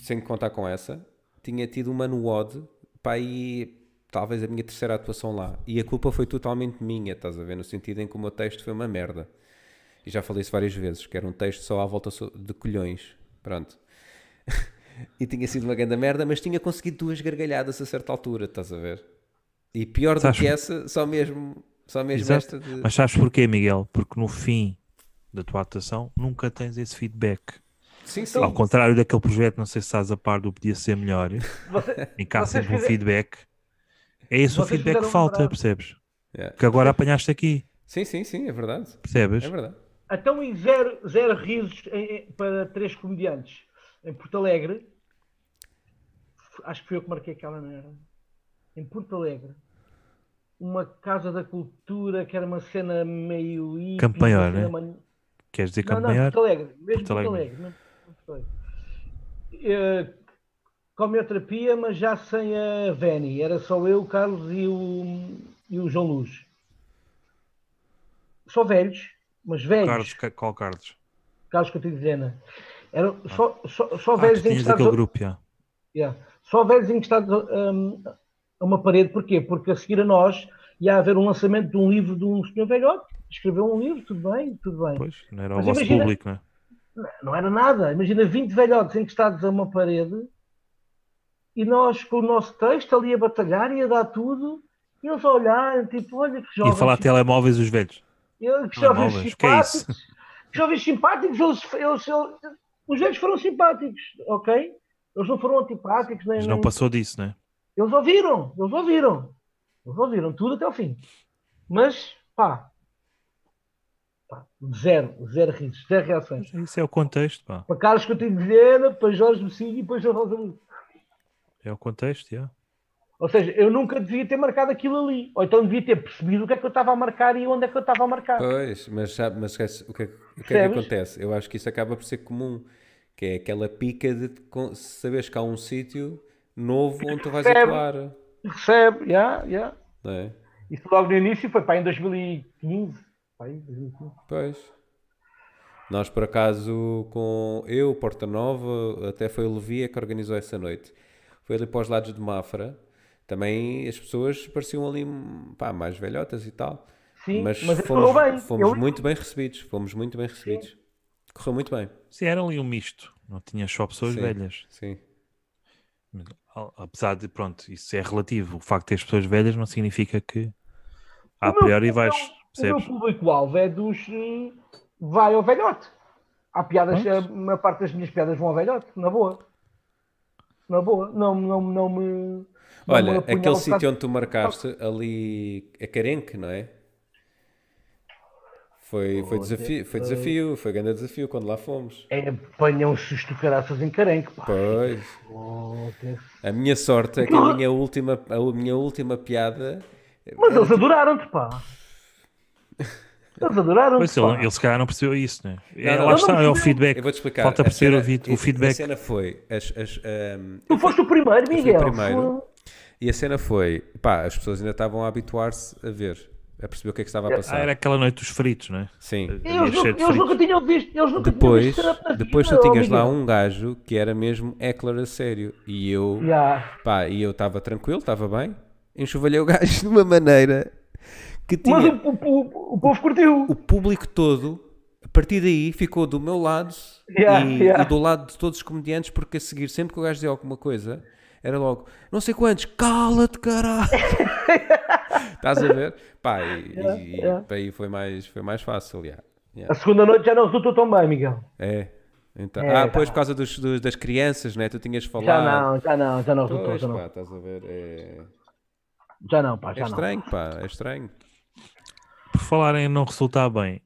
sem contar com essa, tinha tido uma no Odd, para aí, talvez a minha terceira atuação lá. E a culpa foi totalmente minha, estás a ver? No sentido em que o meu texto foi uma merda. E já falei isso várias vezes, que era um texto só à volta so- de colhões. Pronto. e tinha sido uma grande merda, mas tinha conseguido duas gargalhadas a certa altura, estás a ver? E pior do Sabes- que essa, só mesmo, só mesmo Exato. esta de... Mas sabes porquê, Miguel? Porque no fim da tua atuação nunca tens esse feedback. Sim, sim. Ao contrário daquele projeto, não sei se estás a par do Podia Ser Melhor, Você- em que há Vocês sempre um fize- feedback. É esse o Vocês feedback que fizeram falta, lembrar. percebes? Yeah. Que agora apanhaste aqui, É. Sim, sim, sim, é verdade. percebes? É verdade. Então, em zero, zero risos em- em- para três comediantes em Porto Alegre, f- acho que fui eu que marquei aquela merda. Em Porto Alegre, uma casa da cultura que era uma cena meio. hippie, Campo Maior, uma cena né? man- Queres dizer Não, Campo não, Maior? Porto Alegre, mesmo Porto Porto Alegre. Alegre. mesmo Porto Alegre. Eh, Comioterapia, mas já sem a Veni, era só eu, o Carlos e o, e o João Luz. Só velhos, mas velhos. Carlos, ca- qual Carlos? Carlos Coutinho de Vilhena. Eram só, só, só Ah, tu velhos tinhas aquele encostados, grupo, já. Yeah. só velhos encostados hum, a uma parede. Porquê? Porque a seguir a nós ia haver um lançamento de um livro de um senhor velhote. Escreveu um livro, tudo bem, tudo bem. Pois, não era o Mas vosso imagina- público, não é? Não era nada. Imagina 20 velhotes encostados a uma parede e nós com o nosso texto ali a batalhar e a dar tudo. E eles a olhar, tipo, olha que E jovens, falar telemóveis os velhos. eu- que telemóveis, jovens que é isso? simpáticos. Que jovens simpáticos, eles, eles, eles- os velhos foram simpáticos, ok? Eles não foram antipáticos, nem, Mas não nem- passou disso, não é? Eles ouviram, eles ouviram. Eles ouviram tudo até o fim. Mas, pá, pá, zero, zero risos, zero reações. Mas Isso é o contexto, pá. Para Carlos Coutinho de Vilhena, para Jorge Messina e para João Rosa Luz. É o contexto, já. Ou seja, eu nunca devia ter marcado aquilo ali. Ou então devia ter percebido o que é que eu estava a marcar e onde é que eu estava a marcar. Pois, mas, sabe, mas esquece- o que, é- o que é que Percebes? acontece? Eu acho que isso acaba por ser comum, que é aquela pica de te con- saberes que há um sítio novo onde tu vais Percebe? atuar. Recebe, já, já. Não é? Isso logo no início foi pá, em 2015. Pá, em 2015. Pois. Nós, por acaso, com eu, Porta Nova, até foi o Levia que organizou essa noite. Foi ali para os lados de Mafra. Também as pessoas pareciam ali pá, mais velhotas e tal. Sim, mas mas fomos, correu bem. fomos Eu- muito bem recebidos. Fomos muito bem recebidos. Correu muito bem. Sim, era ali um misto. Não tinha só pessoas Sim. velhas. Sim. Al- Apesar de, pronto, isso é relativo. O facto de teres pessoas velhas não significa que a meu- é um, priori o vais, meu- percebes? O meu público-alvo é dos. eh, Vai ao velhote. Há piadas, a Pois. maior parte das minhas piadas vão ao velhote, na boa. Na boa. Não, não, não me. não é me Olha, apunhalo aquele por sítio causa- onde tu marcaste, ali a Carenque, não é? Foi, foi desafio, foi desafio, foi grande desafio quando lá fomos. É, apanham sustos do caraças em carenque, pá. Pois. Foda-se. A minha sorte é que a minha última, a minha última piada. Mas eles adoraram-te, pá. Eles adoraram-te. Pois ele, pá. ele se calhar não percebeu isso, né? é? Não, não, lá não está, é o percebeu. feedback. Eu vou te explicar. Falta A perceber cena- é o, vid- o a- A feedback. cena foi. As, as, ahm, Tu foste o primeiro, fui o Miguel. primeiro. Foda-se. e a cena foi. Pá, as pessoas ainda estavam a habituar-se a ver, a perceber o que é que estava a Ah, passar. era aquela noite dos fritos, não é? Sim. Havia Eles, cheio nunca- de eles fritos. nunca tinham visto. Eles nunca tinham Depois, visto stand-up na depois tu vida, ó, tinhas lá Miguel. um gajo que era mesmo heckler a sério. E eu. Já. Pá, e eu estava tranquilo, estava bem. Enxovalhei o gajo de uma maneira que tinha. Mas o, o- o- o povo curtiu. o público todo, a partir daí, ficou do meu lado Yeah, e, yeah. e do lado de todos os comediantes, porque a seguir, sempre que o gajo dizia alguma coisa, era logo, não sei quantos, cala-te, caralho! Estás a ver? Pá, e, e- e yeah. para aí foi mais, foi mais fácil, yeah. A segunda noite já não resultou tão bem, Miguel. É. Então, É, ah, já pois não. por causa dos, dos- das crianças, né? Tu tinhas falado. Já não, já não, já não resultou. Pois, Já pá, não, estás a ver. É, já não, pá, é já não. estranho, pá, é estranho. Por falarem não resultar bem,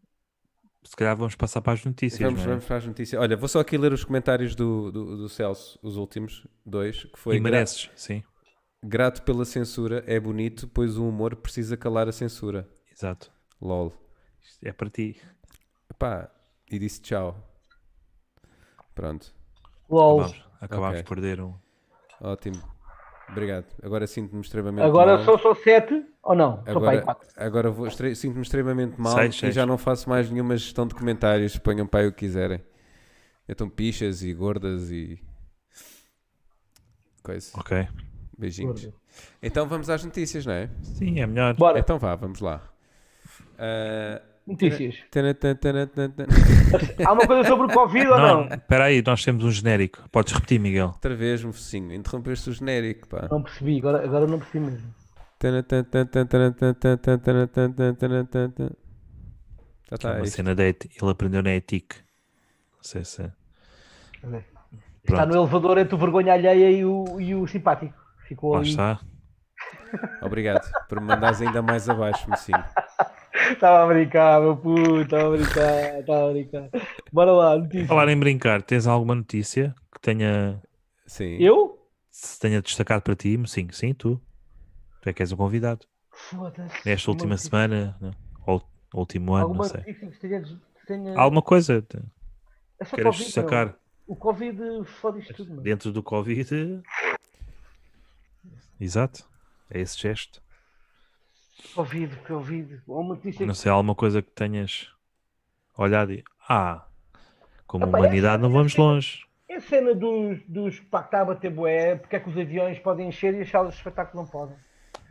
se calhar vamos passar para as notícias. vamos, não é? vamos para as notícias. Olha, vou só aqui ler os comentários do, do, do Celso, os últimos dois, que foi E gra- mereces, sim. grato pela censura, é bonito, pois o humor precisa calar a censura. Exato. LOL. Isto É para ti. Pá, e disse tchau. Pronto, LOL. Vamos. Acabámos Ok. de perder um. ótimo. Obrigado. Agora sinto-me extremamente Agora mal. são só 7 ou não? Só para aí Agora, 4. agora vou estre- sinto-me extremamente mal Seis, e seis. já não faço mais nenhuma gestão de comentários. Ponham pai o que quiserem. Então pichas e gordas e. coisa. Ok. Beijinhos. Então vamos às notícias, não é? Sim, é melhor. Bora, Então vá, vamos lá. Ah, notícias. tana, tana, tana, tana, tana. Há uma coisa sobre o Covid ou Não, não? espera aí, nós temos um genérico. Podes repetir, Miguel. Outra vez, um focinho. Interrompeste o genérico, pá. Não percebi, agora, agora não percebi mesmo. Tana, tana, tana, tana, tana, tana, tana, tana, tana, tana, tana. Já É está uma Tá, isto. cena da eti- Ele aprendeu na ETIC. Não sei se. é. Olha. Está Pronto, no elevador entre o vergonha alheia e o, e o simpático. Ficou lá ali. está. Obrigado por me mandares ainda mais abaixo, mocinho. Estava a brincar, meu puto, estava a brincar, estava a brincar. Bora lá, notícias. Falar em brincar, tens alguma notícia que tenha, Sim. Eu? se tenha destacado para ti? Sim, sim, tu. Tu é que és o convidado. Foda-se. Nesta Uma última notícia- semana, né? ou ou último ano, Alguma não sei. notícia que esteja. que tenha- Alguma coisa que É só queiras Covid, meu. destacar O Covid fode isto tudo, mano. dentro do Covid? Exato. É esse gesto. Covid, Covid. Há Uma notícia Não que sei, alguma coisa que tenhas olhado e. Ah, como Opa, humanidade não vamos longe. É a cena dos, dos pá, que está a bater bué, porque é que os aviões podem encher e as salas de espetáculo não podem.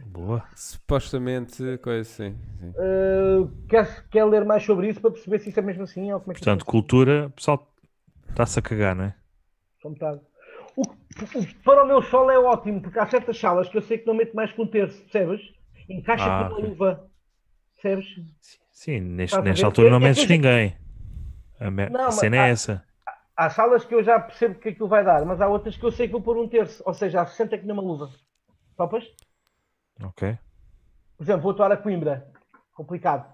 Boa. Supostamente, coisa assim. sim. Uh, quer, quer ler mais sobre isso para perceber se isso é mesmo assim ou como é que Portanto, cultura, pessoal, está-se a cagar, não é? Só metade. O, que- o- para o meu sol é ótimo, porque há certas salas que eu sei que não meto mais que um terço, percebes? Encaixa Ah, com uma ok. luva. Percebes? Sim, neste, Tá a nesta ver? altura não É- é metes que- ninguém. A, mer- Não, a mas cena há- é essa. Há salas que eu já percebo que aquilo vai dar, mas há outras que eu sei que vou pôr um terço, ou seja, há 60 que numa luva. Topas? Ok. Por exemplo, vou atuar a Coimbra. Complicado.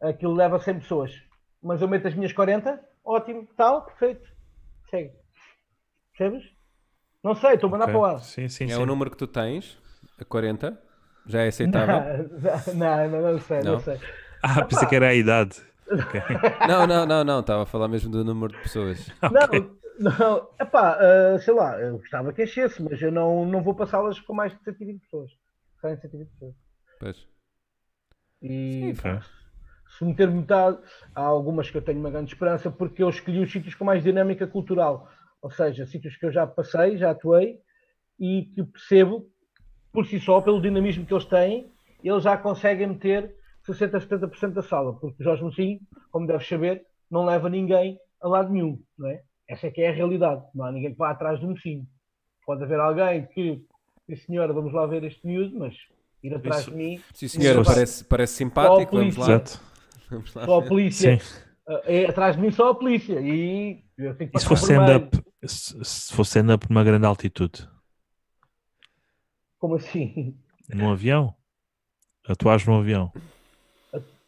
Aquilo leva 100 pessoas. Mas eu meto as minhas 40, ótimo, tal, perfeito. Segue. Percebes? Não sei, estou a mandar ok. para o ar. Sim, sim, É sim. o número que tu tens, a 40, já é aceitável. não, não, não sei, Não? não sei. Ah, pensei que era a idade. Ok. Não, não, não, não, estava a falar mesmo do número de pessoas. Não, não, epá, ah, sei lá, eu gostava que enchesse, mas eu não, não vou passá-las com mais de 120 pessoas. Só em 120 pessoas. Pois. E Hum, Ok. se meter metade, há algumas que eu tenho uma grande esperança, porque eu escolhi os sítios com mais dinâmica cultural. Ou seja, sítios que eu já passei, já atuei e que percebo, por si só, pelo dinamismo que eles têm, eles já conseguem meter 60% a 70% da sala. Porque o Jorge Mocinho, como deves saber, não leva ninguém a lado nenhum. Não é? Essa é que é a realidade. Não há ninguém que vá atrás do Mocinho. Pode haver alguém que, "Sim, senhora, vamos lá ver este miúdo, mas ir atrás Isso- de mim, Sim, senhora, Isso. parece, parece simpático. Só a Vamos lá. polícia. Exato. Vamos lá. só a polícia. Sim. Ah, é atrás de mim só a polícia. E, eu tenho que E se passar for primeiro. stand-up, se se for stand-up numa grande altitude, Como assim? num avião? Atuares num avião?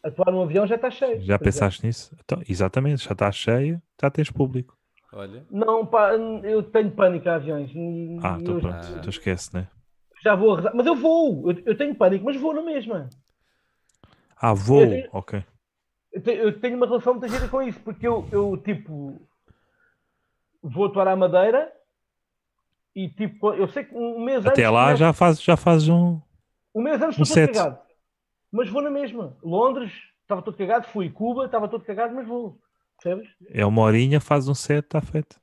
Atuar num avião já está cheio. Já por exemplo. pensaste nisso? Então, exatamente, já está cheio, já tens público. Olha, Não, pá, eu tenho pânico a aviões. E- Ah, e então eu pronto, já- então esquece, né? já vou arrasar. Mas eu vou! Eu, eu tenho pânico, mas vou na mesma. Ah, voo, Eu tenho- ok. Eu, te- eu tenho uma relação muito gira com isso, porque eu, eu, tipo, vou atuar à Madeira e, tipo, eu sei que um mês antes. Até lá começo- já fazes, já fazes um. Um mês antes Um estou todo set. cagado. Mas vou na mesma. Londres, estava todo cagado, fui. Cuba, estava todo cagado, mas vou. Percebes? É uma horinha, fazes um set, está feito.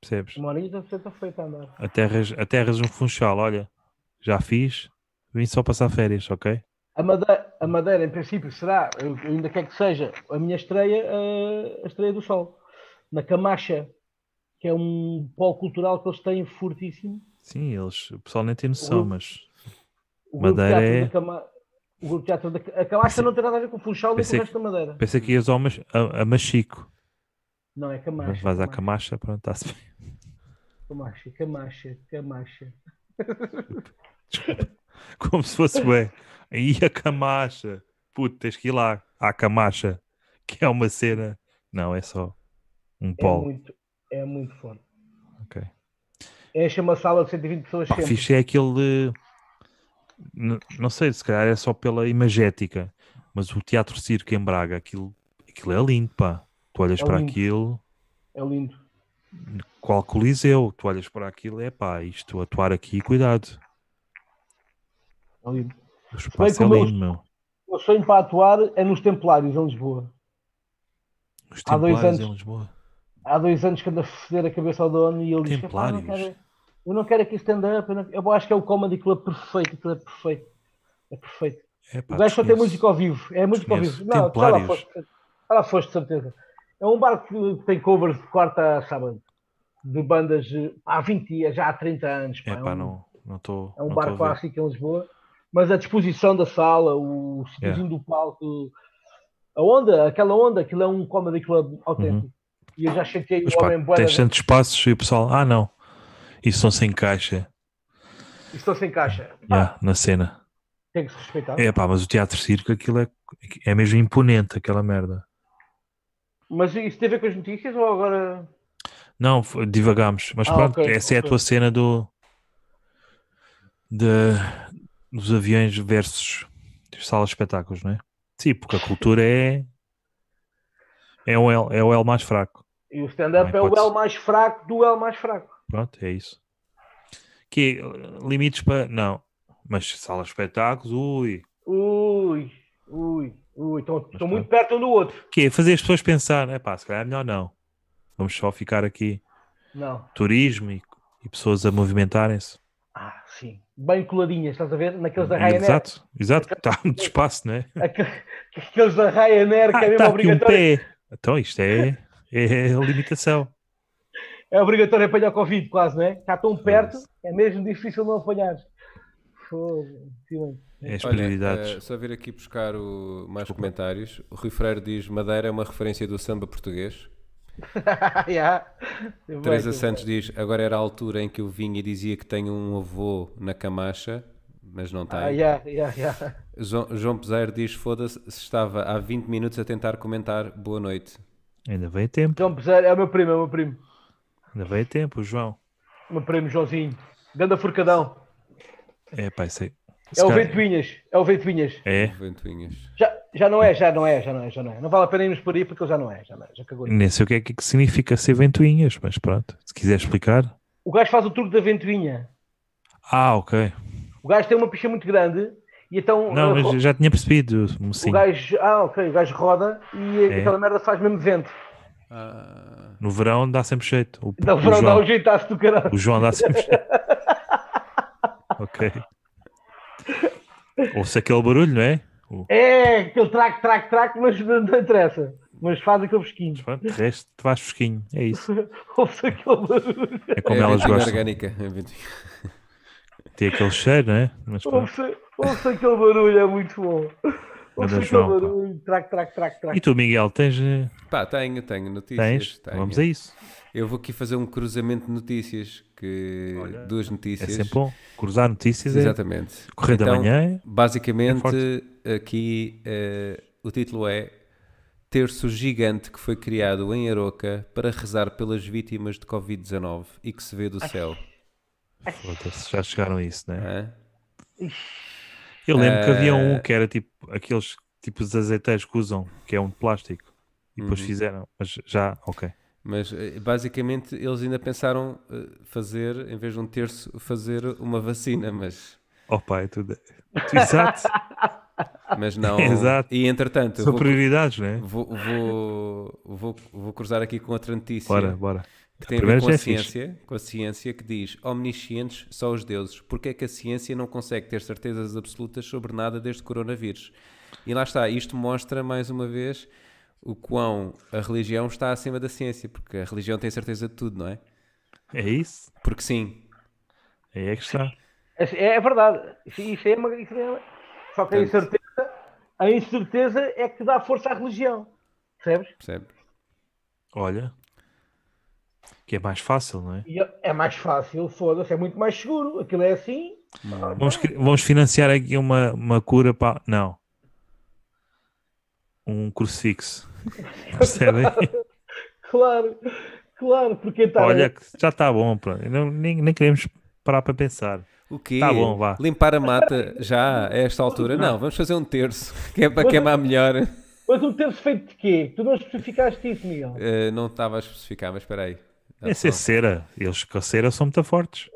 Percebes? Uma horinha está feita a andar. Aterras, aterras no um funchal, olha, já fiz, vim só passar férias, ok? A Madeira, a Madeira, em princípio, será, eu eu ainda quer que seja, a minha estreia, eh, a Estreia do Sol, na Camacha, que é um polo cultural que eles têm fortíssimo. Sim, eles, o pessoal nem tem noção, Uhum. mas O Grupo Madeira Teatro é- da Cama- O grupo de teatro da a Calaxa Pensei- não tem nada a ver com o Funchal nem com pensei o resto da Madeira. Pensei que ias ao Mach- a, a Machico. Não, é Mas Camacha. vais à Camacha, pronto, está-se bem. Camacha, Camacha, Camacha. Como se fosse bem. Aí a Camacha. Puto, tens que ir lá. À Camacha. Que é uma cena. Não, é só um É polo. muito, é muito forte. Ok. Enche uma sala de 120 pessoas Pá, sempre. fixe é aquele. de- N- Não sei, se calhar é só pela imagética, mas o Teatro Circo em Braga, aquilo, aquilo é lindo, pá. Tu olhas É para lindo. aquilo, É lindo. qual Coliseu, tu olhas para aquilo, é pá, isto atuar aqui, cuidado. É lindo. O espaço é como eu- lindo, meu. O meu sonho para atuar é nos Templários, em Lisboa. Os Há dois Templários anos- em Lisboa. Há dois anos que ando a foder a cabeça ao dono e ele diz: "Epá, não Templários? quero- Eu não quero aqui stand-up. Eu, não- eu acho que é o comedy club perfeito. Aquilo é perfeito. É perfeito. É pá, O gajo só tem desconheço. música ao vivo. É música ao Desconheço. vivo. Não, já lá Templários. foste. Já lá foste, de certeza. É um bar que tem covers de quarta a sábado. De bandas eh, há 20, já há 30 anos. pá. É pá, um- não estou. é um bar clássico em Lisboa, mas a disposição da sala, o É. sítiozinho do palco, a onda, aquela onda, aquilo é um comedy club autêntico. E eu já chateei Uhum. Mas o homem pá, boa. tens tantos espaços e o pessoal, ah não, isso não se encaixa Estou sem caixa. Pá, yeah, na cena. Tem que se respeitar. É pá, mas o teatro circo, aquilo é, é mesmo imponente, aquela merda. Mas isso tem a ver com as notícias ou agora. Não, f- divagámos, mas Ah, pronto, ok, essa é a ok. tua cena do. de- dos aviões versus salas de espetáculos, não é? Sim, porque a cultura é. é o L, é o L mais fraco. E o stand-up Também é o pode L ser. mais fraco do L mais fraco. Pronto, é isso. Que eh, limites para. não, mas salas de espetáculos, ui. Ui, ui, ui. Estão, estão pronto. muito perto um do outro. Que é fazer as pessoas pensar, é pá, se calhar é melhor não. Vamos só ficar aqui. Não. turismo e, e pessoas a movimentarem-se. Ah, sim. Bem coladinhas, estás a ver? Naqueles da Ryanair. Exato, exato, está muito espaço, não é? Aquele- Aqueles da Ryanair que Ah, é mesmo está aqui um obrigatório. pé. Então isto é, é a limitação. É obrigatório apanhar Covid, quase, não é? Está tão perto, é mesmo difícil não apanhar. Fogo, filho. É as Olha, prioridades. eh, só vir aqui buscar o- mais comentários. O Rui Freire diz Madeira é uma referência do samba português. yeah. Teresa Vai, Santos diz agora era a altura em que eu vinha e dizia que tenho um avô na camacha, mas não tem. Ah, yeah, yeah, yeah. Jo- João Peseiro diz foda-se, se estava há 20 minutos a tentar comentar boa noite. Ainda vem tempo, João Peseiro, é o meu primo, é o meu primo. ainda vem tempo, João. O meu primo Joãozinho. Ganda Furcadão. É pá, isso aí. É Se o calhar- Ventoinhas. É o Ventoinhas. É, Ventoinhas. Já, já não é, já não é, já não é, já não é. Não vale a pena irmos por aí porque ele já não é, já não é, já cagou. nem sei o que é que significa ser ventoinhas, mas pronto, se quiser explicar. O gajo faz o truque da ventoinha. Ah, ok. O gajo tem uma picha muito grande e então. Não, eh, mas eu já tinha percebido, o mocinho. gajo, ah, ok, o gajo roda e É. aquela merda faz mesmo vento. Ah, No verão dá sempre jeito. O, Dá o verão, dá João, um jeitaço do caralho. O João dá sempre. ok. Ouça aquele barulho, não é? O... É, aquele traque, traque, traque, mas não não interessa. Mas faz aquele fresquinho. Pronto, de resto, tu vais fresquinho. É isso. Ouve-se aquele barulho. É como é elas ventoinha gostam. orgânica. é ventoinha. Tem aquele cheiro, não é? Mas pronto. Ouve-se ouve-se aquele barulho, é muito bom. Ouve-se Manda aquele João, pá. barulho. Traque, traque, traque, E traque. tu, Miguel, tens. eh, Pá, tenho, tenho notícias. Tens? tenho. Vamos a isso. Eu vou aqui fazer um cruzamento de notícias, que Olha, duas É notícias. sempre bom. Cruzar notícias é. Exatamente. Então, Correio da Manhã é Basicamente, forte. aqui eh, o título é Terço Gigante que foi criado em Aroca para rezar pelas vítimas de Covid-19 e que se vê do céu. Foda-se, já chegaram a isso, não é? Hã? Eu lembro que havia Eh, um que era tipo aqueles tipos de azeiteiros que usam, que é um de plástico. E depois Uhum. fizeram. Mas já, ok. Mas eh, basicamente eles ainda pensaram eh, fazer, em vez de um terço, fazer uma vacina, mas, Oh pai, tudo. Exato. mas não. Exato. E entretanto, eu São vou, prioridades, não é? vou, vou, vou, vou cruzar aqui com outra notícia. Bora, bora. que tem a ver Primeiro com a já é fixe. ciência, com a ciência que diz omniscientes só os deuses. Porque é que a ciência não consegue ter certezas absolutas sobre nada deste coronavírus? E lá está, isto mostra mais uma vez o quão a religião está acima da ciência, porque a religião tem certeza de tudo, não é? É isso? Porque sim. Aí é que está. É, é verdade. Isso, isso é uma. Isso é, só que a incerteza A incerteza é que dá força à religião. Percebes? Percebe? Olha. Que é mais fácil, não é? E é mais fácil, foda-se, é muito mais seguro. Aquilo é assim. Vamos, cri- vamos financiar aqui uma, uma cura para. Não. Um crucifixo. Percebem? Tá Claro, claro, porque tá está. Olha, que já está bom, pronto. Não- nem, nem queremos parar para pensar. O quê? Tá bom, vá. Limpar a mata já a esta altura? Não, vamos fazer um terço, que é para queimar melhor. Mas um terço feito de quê? Tu não especificaste isso, Miguel. Eh, não estava a especificar, mas espera aí. Dá Essa é só. cera. Eles com a cera são muito fortes.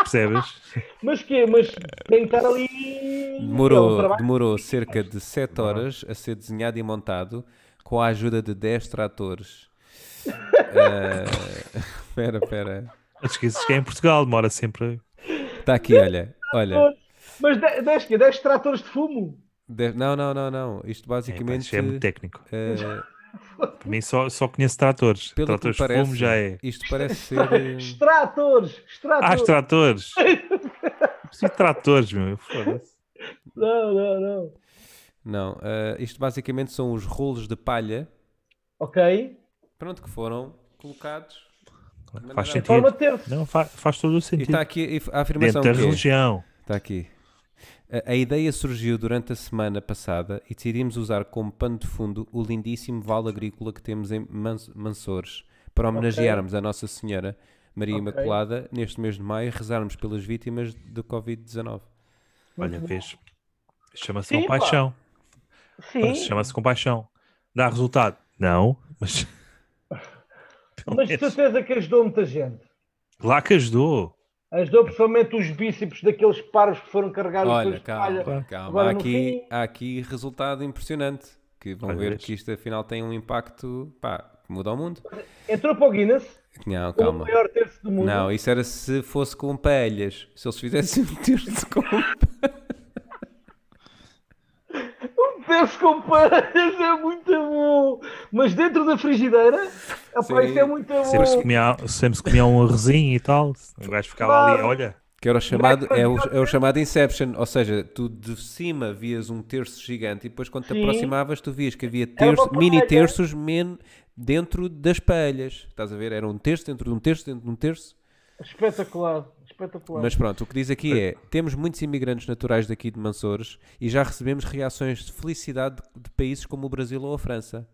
Percebes? Mas quê? Mas tem que estar ali. É um Demorou, trabalho. demorou cerca de 7 horas a ser desenhado e montado com a ajuda de 10 tratores. Eh, Espera, espera. Não te esqueças que é em Portugal, demora sempre. Está Tá aqui, olha. Olha. Mas 10 quê? 10 tratores de fumo? De- Não, não, não, não. Isto É, pá, basicamente. isto é muito técnico. eh, Para mim só, só conheço tratores. pelo tratores que me de parece, fumo já é. Isto parece ser. eh, Extratores! Ah, Extratores! os tratores! Preciso de tratores, meu. Foda-se. Não, não, não. Não. eh, isto basicamente são os rolos de palha. Ok? Pronto, que foram colocados. Faz Mandaram- sentido. Forma de terço. Não, fa- faz todo o E sentido. está aqui a afirmação Dentro da que é- religião. Está aqui. A, a ideia surgiu durante a semana passada e decidimos usar como pano de fundo o lindíssimo vale agrícola que temos em Mans- Mansores para homenagearmos a Nossa Senhora Maria Ok. Imaculada neste mês de maio e rezarmos pelas vítimas do Covid-19. Olha, vês. Chama-se Sim, pá. compaixão. Olha, Sim, Chama-se compaixão. Dá resultado? Não, mas. Pelo mas de menos- certeza que ajudou muita gente. Lá que ajudou. Ajudou principalmente os bíceps daqueles parvos que foram carregar Olha, os palha. calma, calma. Agora Há no aqui, fim- há aqui resultado impressionante que vão Olha, ver vês. que isto afinal tem um impacto pá, que muda o mundo. Entrou para o Guinness, Não, o calma. maior terço do mundo. Não, isso era se fosse com palhas. Se eles fizessem um terço com Um terço com palhas é muito bom. Mas dentro da frigideira, opa, Sim. isso é muito Sempre se bom. comia, sempre se comia um arrozinho e tal. O gajo ficava ali, Claro. olha. Que era o chamado, é, o, é o chamado Inception, ou seja, tu de cima vias um terço gigante e depois quando te Sim. aproximavas tu vias que havia Era uma terço, mini palha. terços men- dentro das palhas. Estás a ver? Era um terço dentro de um terço dentro de um terço. Espetacular, espetacular. Mas pronto, o que diz aqui é: temos muitos imigrantes naturais daqui de Mansores e já recebemos reações de felicidade de, de países como o Brasil ou a França.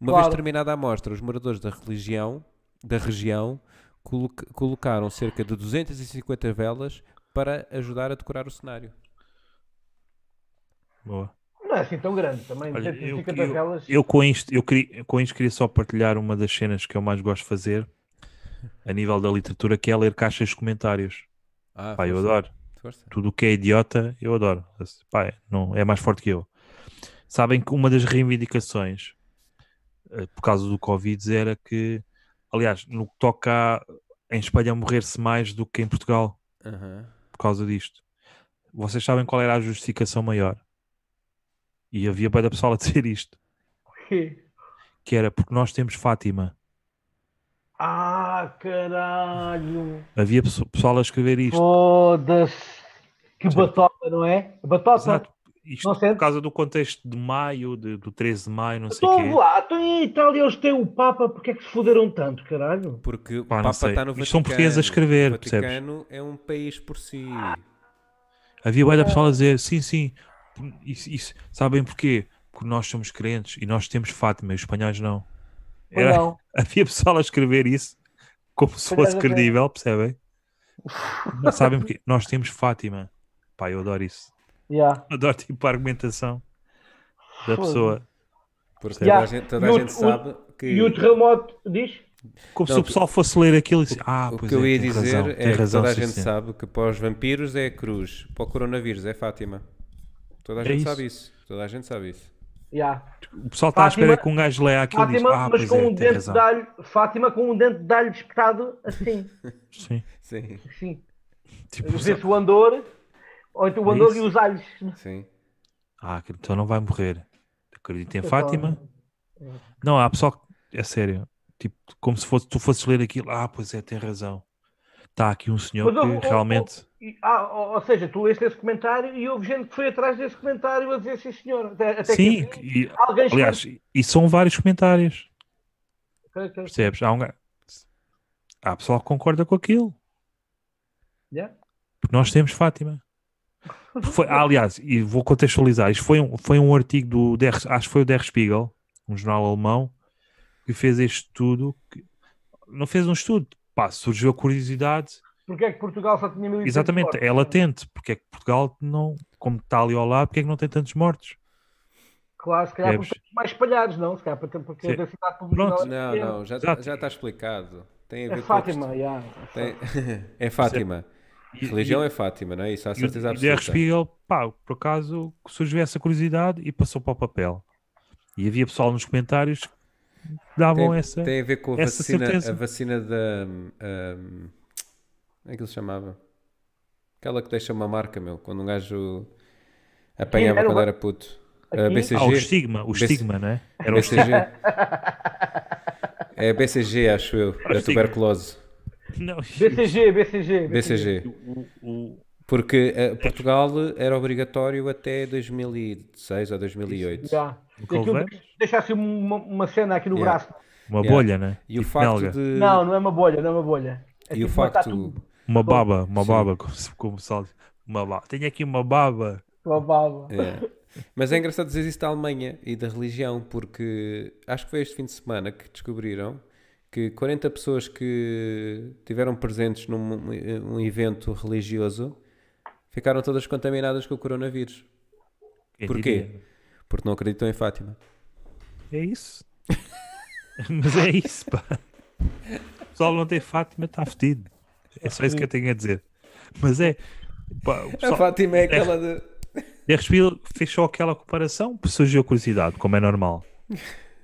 Uma vez Claro. terminada a amostra, os moradores da religião, da região coloca- colocaram cerca de 250 velas para ajudar a decorar o cenário. Boa. Não é assim tão grande também. Olha, eu, 250 eu- velas. eu com isto, eu queria, com isto queria só partilhar uma das cenas que eu mais gosto de fazer a nível da literatura, que é ler caixas de comentários. Ah, Pá, eu força, adoro. força. Tudo o que é idiota, eu adoro. Pá, é- não, é mais forte que eu. Sabem que uma das reivindicações eh, por causa do Covid era que, aliás, no que toca a- em Espanha a morrer-se mais do que em Portugal Aham. por causa disto. Vocês sabem qual era a justificação maior? E havia bem da pessoal a dizer isto, que era porque nós temos Fátima. Ah, caralho. Havia pesso- pessoal a escrever isto. Foda-se. Que batota, não é? Batota. Exato. Isto Não sente? por causa do contexto de maio, de- do 13 de maio, não sei o quê. Então lá, então em Itália eles têm o Papa, porque é que se foderam tanto, caralho? Porque o Pá, não Papa sei. está no Vaticano. Isto são portugueses a escrever, O percebes? Vaticano é um país por si. Havia bué da É. pessoal a dizer, sim, sim, isso, isso. sabem porquê? Porque nós somos crentes e nós temos Fátima e os espanhóis não. Ou Era- não? havia pessoal a escrever isso como se Olha, fosse olha. credível, percebem? Não sabem porquê? Nós temos Fátima. Pá, eu adoro isso. Yeah. Adoro tipo a argumentação da Foda-se. pessoa. Porque Yeah. toda a gente, toda a E o- gente o- sabe que. E o terremoto diz? Não, Como se o o que- pessoal fosse ler aquilo e disse, ah, o pois que eu é, ia tem dizer razão, tem é que razão, toda a sim, gente senhor. sabe que para os vampiros é cruz, para o coronavírus é Fátima. Toda a É gente isso. sabe isso. Toda a gente sabe isso. Yeah. O pessoal está à espera Fátima- que um gajo leia aquilo e diz, Fátima, ah, mas pois com é, um tem dente razão. de alho, Fátima com um dente de alho espetado assim. Sim. Sim, assim. Tipo, Vê-se o Andor, ou então o É Andor isso. e os alhos. sim. Ah, que- então não vai morrer. Acredito em Então, Fátima. Não, há pessoal que. É sério. Tipo, como se fosse, tu fosses ler aquilo. Ah, pois é, tem razão. Está aqui um senhor Mas, que oh, oh, realmente. E- ah, ou, ou seja, tu leste esse comentário e houve gente que foi atrás desse comentário a dizer sim senhor. Até, até que Sim, enfim, e- alguém aliás, e são vários comentários, escreve- Ok, ok. percebes? Há, um, ga- há pessoal que concorda com aquilo, Yeah. porque nós temos Fátima. Foi, ah, aliás, e vou contextualizar, isto foi um, foi um artigo do Der, acho que foi o Der Spiegel, um jornal alemão, que fez este estudo, que- não fez um estudo, pá, surgiu a curiosidade Porque é que Portugal só tinha 1.800 Exatamente, mortos? é latente, porque é que Portugal não, como está ali ao lado, porque é que não tem tantos mortos? Claro, se calhar Percebes? porque estão mais espalhados, não? Se calhar porque, porque Sim. a densidade populacional Pronto. Não, é pequena. não, já Exato. já está explicado. Tem a É ver com a questão- Fátima, yeah. tem- É Fátima. E- Religião e- é Fátima, não é? Isso há E o certeza e o Der absoluta. Spiegel, pá, por acaso surgiu essa curiosidade e passou para o papel. E havia pessoal nos comentários que davam Tem, essa. tem a ver com a essa vacina, certeza. a vacina da. hum, hum, como é que ele se chamava? Aquela que deixa uma marca, meu, quando um gajo apanhava era o quando ba- era puto. A Aqui? BCG. Ah, o estigma, o BC estigma, né? Era o estigma. BCG. É BCG, acho eu, da Estigma. tuberculose. Não, BCG, BCG, BCG. o- o- Porque eh, Portugal era obrigatório até 2006 ou 2008. Yeah. o E aquilo Calveiros, de- deixasse uma, uma cena aqui no Yeah. braço. uma Yeah. bolha, né? E o Tipo facto nalga. de. Não, não é uma bolha, não é uma bolha. É e o tipo uma facto. tatu- Uma baba, uma Sim. baba, como, se- como o pessoal diz. Uma baba. Tenho aqui uma baba. uma baba. É. Mas é engraçado dizer isso da Alemanha e da religião, porque acho que foi este fim de semana que descobriram que 40 pessoas que tiveram presentes num um evento religioso ficaram todas contaminadas com o coronavírus. Quem Porquê? diria? Porque não acreditam em Fátima. É isso. Mas é isso, pá. O pessoal não tem Fátima, está fedido. É só isso que eu tenho a dizer. Mas é. Pá, o A pessoal, Fátima é aquela de. Der Spiegel fez só aquela comparação, surgiu a curiosidade, como é normal.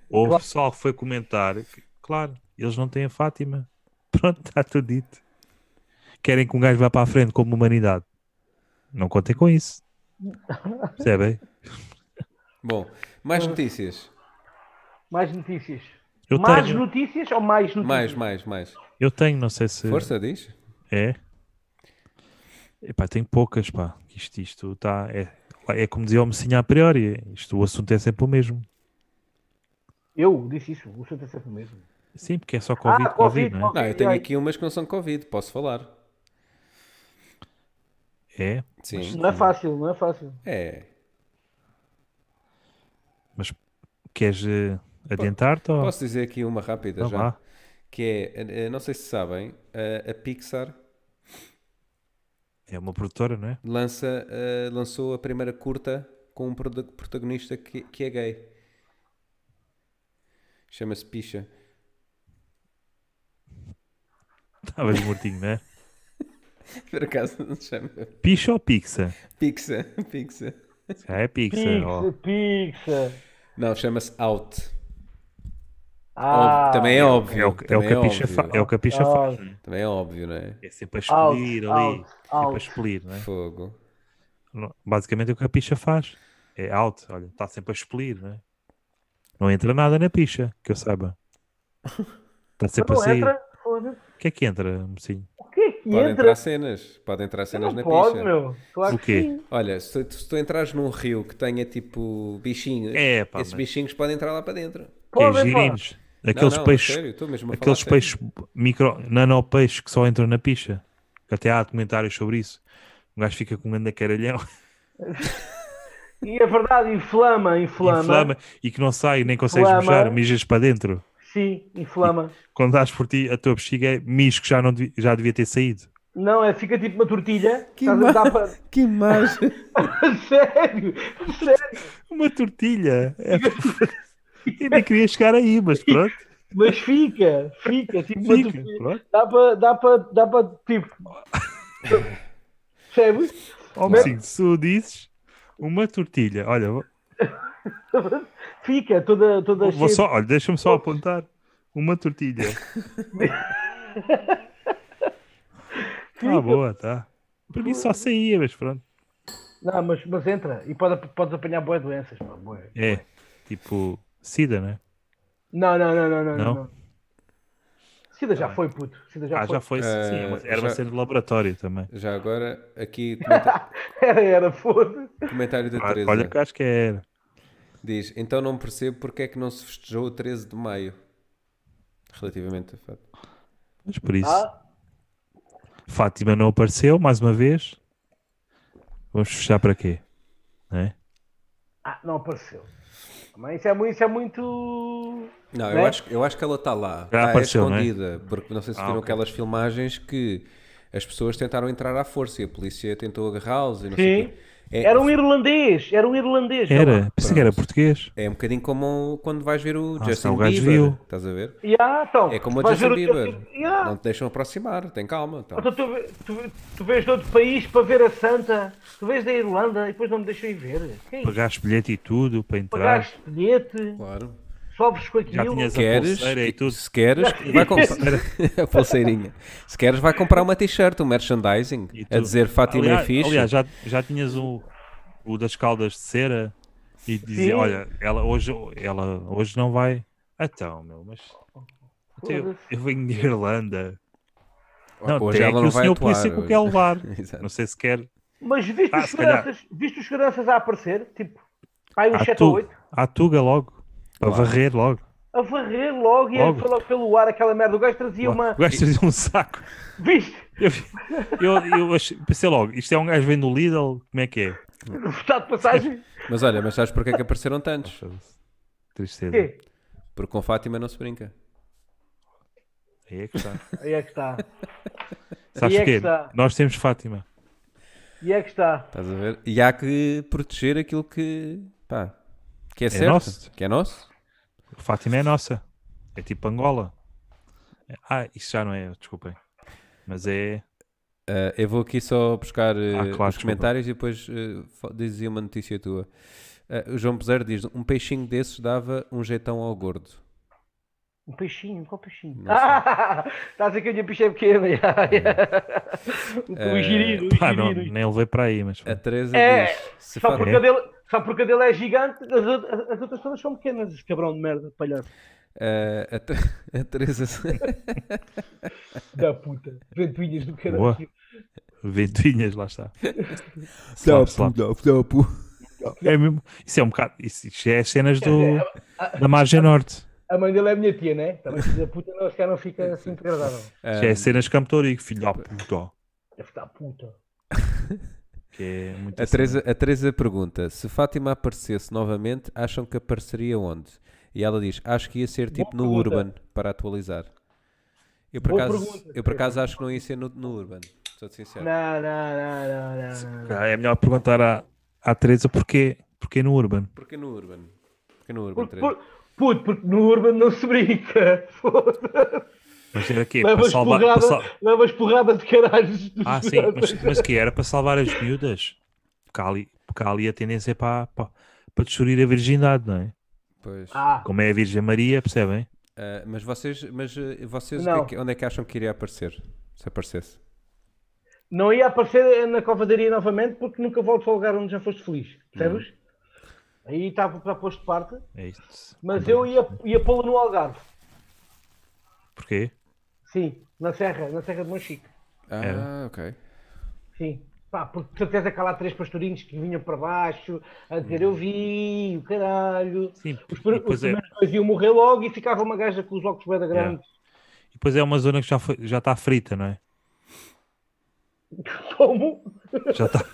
Ou o pessoal que foi comentar, que, claro, eles não têm a Fátima. Pronto, está tudo dito. Querem que um gajo vá para a frente como humanidade. Não contem com isso. Percebem? Bom, mais notícias. Mais notícias. Eu mais tenho, notícias ou mais notícias? Mais, mais, mais. eu tenho, não sei se. Força, diz. É? Epá, tem poucas, pá. Isto, isto está. É, é como dizia o Messinha a priori. Isto, o assunto é sempre o mesmo. Eu disse isso, o senhor é sempre o mesmo. Sim, porque é só Covid, Ah, Covid, Covid, não Não, eu tenho aqui umas que não são Covid, posso falar. é? É, Sim. Não é fácil, não é fácil. É. mas queres eh, adiantar-te ou Posso dizer aqui uma rápida Vá já? lá. que é, eh, eh, não sei se sabem, eh, a- a Pixar É uma produtora, não é? lança, eh, lançou a primeira curta com um produ- protagonista que, que é gay. Chama-se Picha. Estavas mortinho, não é? Por acaso não se chama Pixa ou Pixa? Pixa. Pixa. Já é Pixa. ó. Pixa, pixa. Não, chama-se Out. Ah, Óbvio, também é É óbvio. o, que- é o também que a Pixa óbvio. fa- é o que a Pixa Ah, faz. não é? Também é óbvio, não é? É sempre a Out, expelir ali. É out, Sempre a out. expelir, não é? Fogo. Não- Basicamente é o que a picha faz. É out, olha, está sempre a expelir, não é? Não entra nada na picha, que eu saiba. Está sempre a Não sair. entra, foda-se. O que é que entra, mocinho? O que é que Podem entra? entrar cenas. Podem entrar cenas Não na pode, Pixa. meu. Claro O que quê? sim. Olha, se tu, se tu entrares num rio que tenha tipo bichinhos, É, pá, esses mas- bichinhos podem entrar lá para dentro. Que é Podem, pá. girinos. Aqueles não, não, a peixes, sério, estou mesmo a falar a aqueles sério. peixes micro, nanopeixes que só entram na picha. Que Até há documentários sobre isso. O gajo fica com um grande caralhão, E é verdade, inflama, inflama. inflama e que não sai, nem consegues Inflama. mijar, mijas para dentro. Sim, inflama. Quando dás por ti, a tua bexiga é mijo que já, não devia, já devia ter saído. Não, é, fica tipo uma tortilha. Que Estás a dar para... Que imagem! Sério, sério. Uma tortilha. É... Eu nem queria chegar aí, mas pronto. Mas fica, fica, tipo uma Fica, tortilha. pronto. Dá para, dá para, dá para, tipo... Percebes? Ó, Mocinho, se tu dizes uma tortilha, olha, vou- Fica toda, toda vou cheia. só, olha, deixa-me só apontar. Uma tortilha. Tá boa, tá. Por mim só saía, mas pronto. Não, mas, mas entra. E pode, podes apanhar boas doenças. pá, bué. É, tipo, sida, né? Não, não, não, não, não. Não? não. Sida já foi, puto. Sida já ah, foi. já foi. sim, é uma- Eh, era uma já- cena de laboratório também. Já agora, aqui, comenta- Era, era, foda-se. comentário da Ah, Teresa. olha, que acho que era. Diz, então não percebo porque é que não se festejou o 13 de maio. Relativamente a fato. Mas por isso, Ah, Fátima não apareceu mais uma vez. Vamos fechar para quê? Não é? ah, não apareceu. Mas isso é muito. Isso é muito... Não, Né? eu acho, eu acho que ela está lá. Já Está apareceu, não é? escondida. Porque não sei se Ah, viram ok. aquelas filmagens que as pessoas tentaram entrar à força e a polícia tentou agarrá-los e não sei o Sim. quê. É, Era um irlandês, era um irlandês. sei lá. Era, pensei que era português. é um bocadinho como quando vais ver o Ah, se Justin o gajo Bieber. viu. Estás a ver? Ya, então, É como o vais Justin ver Bieber. Ya. Não te deixam aproximar, tem calma. Então. Então, tu, ve- tu, ve- tu vês de outro país para ver a Santa, tu vês da Irlanda e depois não me deixam ir ver. Que é isso? Pagaste bilhete e tudo para entrar. Pagaste bilhete, Claro. sobres com é, Já aquilo. tinhas a Queres, pulseira e tudo. se queres, vai comprar a pulseirinha. Se queres, vai comprar uma t-shirt, um merchandising, E a tu- dizer Fátima aliás, é fixe. Aliás, já, já tinhas o, o das caldas de cera e dizia, Sim. olha, ela hoje, ela hoje não vai. Então, meu, mas até eu, Foda-se. eu venho de Irlanda. Não, Hoje tem ela aqui não o vai senhor atuar polícia que hoje. o quer levar. Exato. não sei se quer. Mas viste, Ah, os se calhar. Ah, seguranças, viste os seguranças a aparecer, tipo, aí uns À 7 ou 8, tuga, à tuga logo. Para Claro. varrer logo. a varrer logo e aí Logo. foi logo pelo ar aquela merda. O gajo trazia uma. O gajo trazia um saco. Viste? Eu, eu, eu achei- pensei logo, isto é um gajo que vem do Lidl? Como é que é? No um estado de passagem. Mas olha, mas sabes porque é que apareceram tantos? Tristeza. Quê? Porque com Fátima não se brinca. Aí é que está. Aí é que está. Sabes é que porquê? está. Nós temos Fátima. E é que está. Estás a ver? E há que proteger aquilo que, pá, que é, certo, nosso. que é nosso. Fátima é nossa. É tipo Angola. Ah, isso já não é, desculpem. Mas é. Ah, eu vou aqui só buscar eh, Ah, os claro, desculpa. comentários e depois eh, fa- dizia uma notícia tua. Ah, o João Pesaro diz: um peixinho desses dava um jeitão ao gordo. Um peixinho, qual peixinho? Não sei. Ah, estás a dizer que a minha picha é pequena. ya, ya. O girino, o É, Pá, não, girino. nem levei para aí, mas. A Teresa É, diz: se um Só Fá- porque, a dele, só porque a dele é gigante, as, out- as outras todas são pequenas, esse cabrão de merda, palhaço. É. Ah, a, Te- a Teresa. Da puta. Ventoinhas do caralho. Boa. Ventoinhas, lá está. Slap, slap. É mesmo. Isso é um bocado. Isso, isto é as cenas do, da margem norte. A mãe dele é a minha tia, né? Também se da puta não, se calhar não fica assim degradável. Isto é as cenas de Campo Torigo, filho da puta. Deve estar É puta. Que é muito A assim. Teresa, a Teresa pergunta: se Fátima aparecesse novamente, acham que apareceria onde? E ela diz: acho que ia ser tipo no pergunta. Urban para atualizar. Eu por, Boa acaso, pergunta, eu por Teresa. acaso acho que não ia ser no, no Urban. Sou É. sincero. Não, não, não, não, não, não. Ah, É melhor perguntar à, à Teresa porquê, porquê no Urban. Porquê no Urban? Porquê no Urban, Porque, Teresa? por- puto, porque no Urban não se brinca. Foda-se. Mas era quê? Para Levas salvar. para sal- porrada, levas porrada de caralho. Ah, sim, mas, mas que era para salvar as miúdas. Porque há ali, porque há ali a tendência é para, para, para destruir a virgindade, não é? Pois. Ah, Como é a Virgem Maria, percebem? Ah, mas vocês, mas, ah, vocês o Não. que é que- onde é que acham que iria aparecer? Se aparecesse? não ia aparecer na covadaria novamente porque nunca volto ao lugar onde já foste feliz. Percebes? Uhum. Aí está está posto de parte. É isto. Mas eu ia, ia pô-lo no Algarve. Porquê? Sim, na Serra, na Serra de Monchique. Ah, Era. ok. Sim. Pá, porque de certeza que há lá três pastorinhos que vinham para baixo a dizer Uhum. eu vi, o caralho. Sim, Os, e pr- os depois, é, primeiros dois iam morrer logo e ficava uma gaja com os óculos bem da grande. e depois é uma zona que já, foi- já está frita, não é? Como? Já está.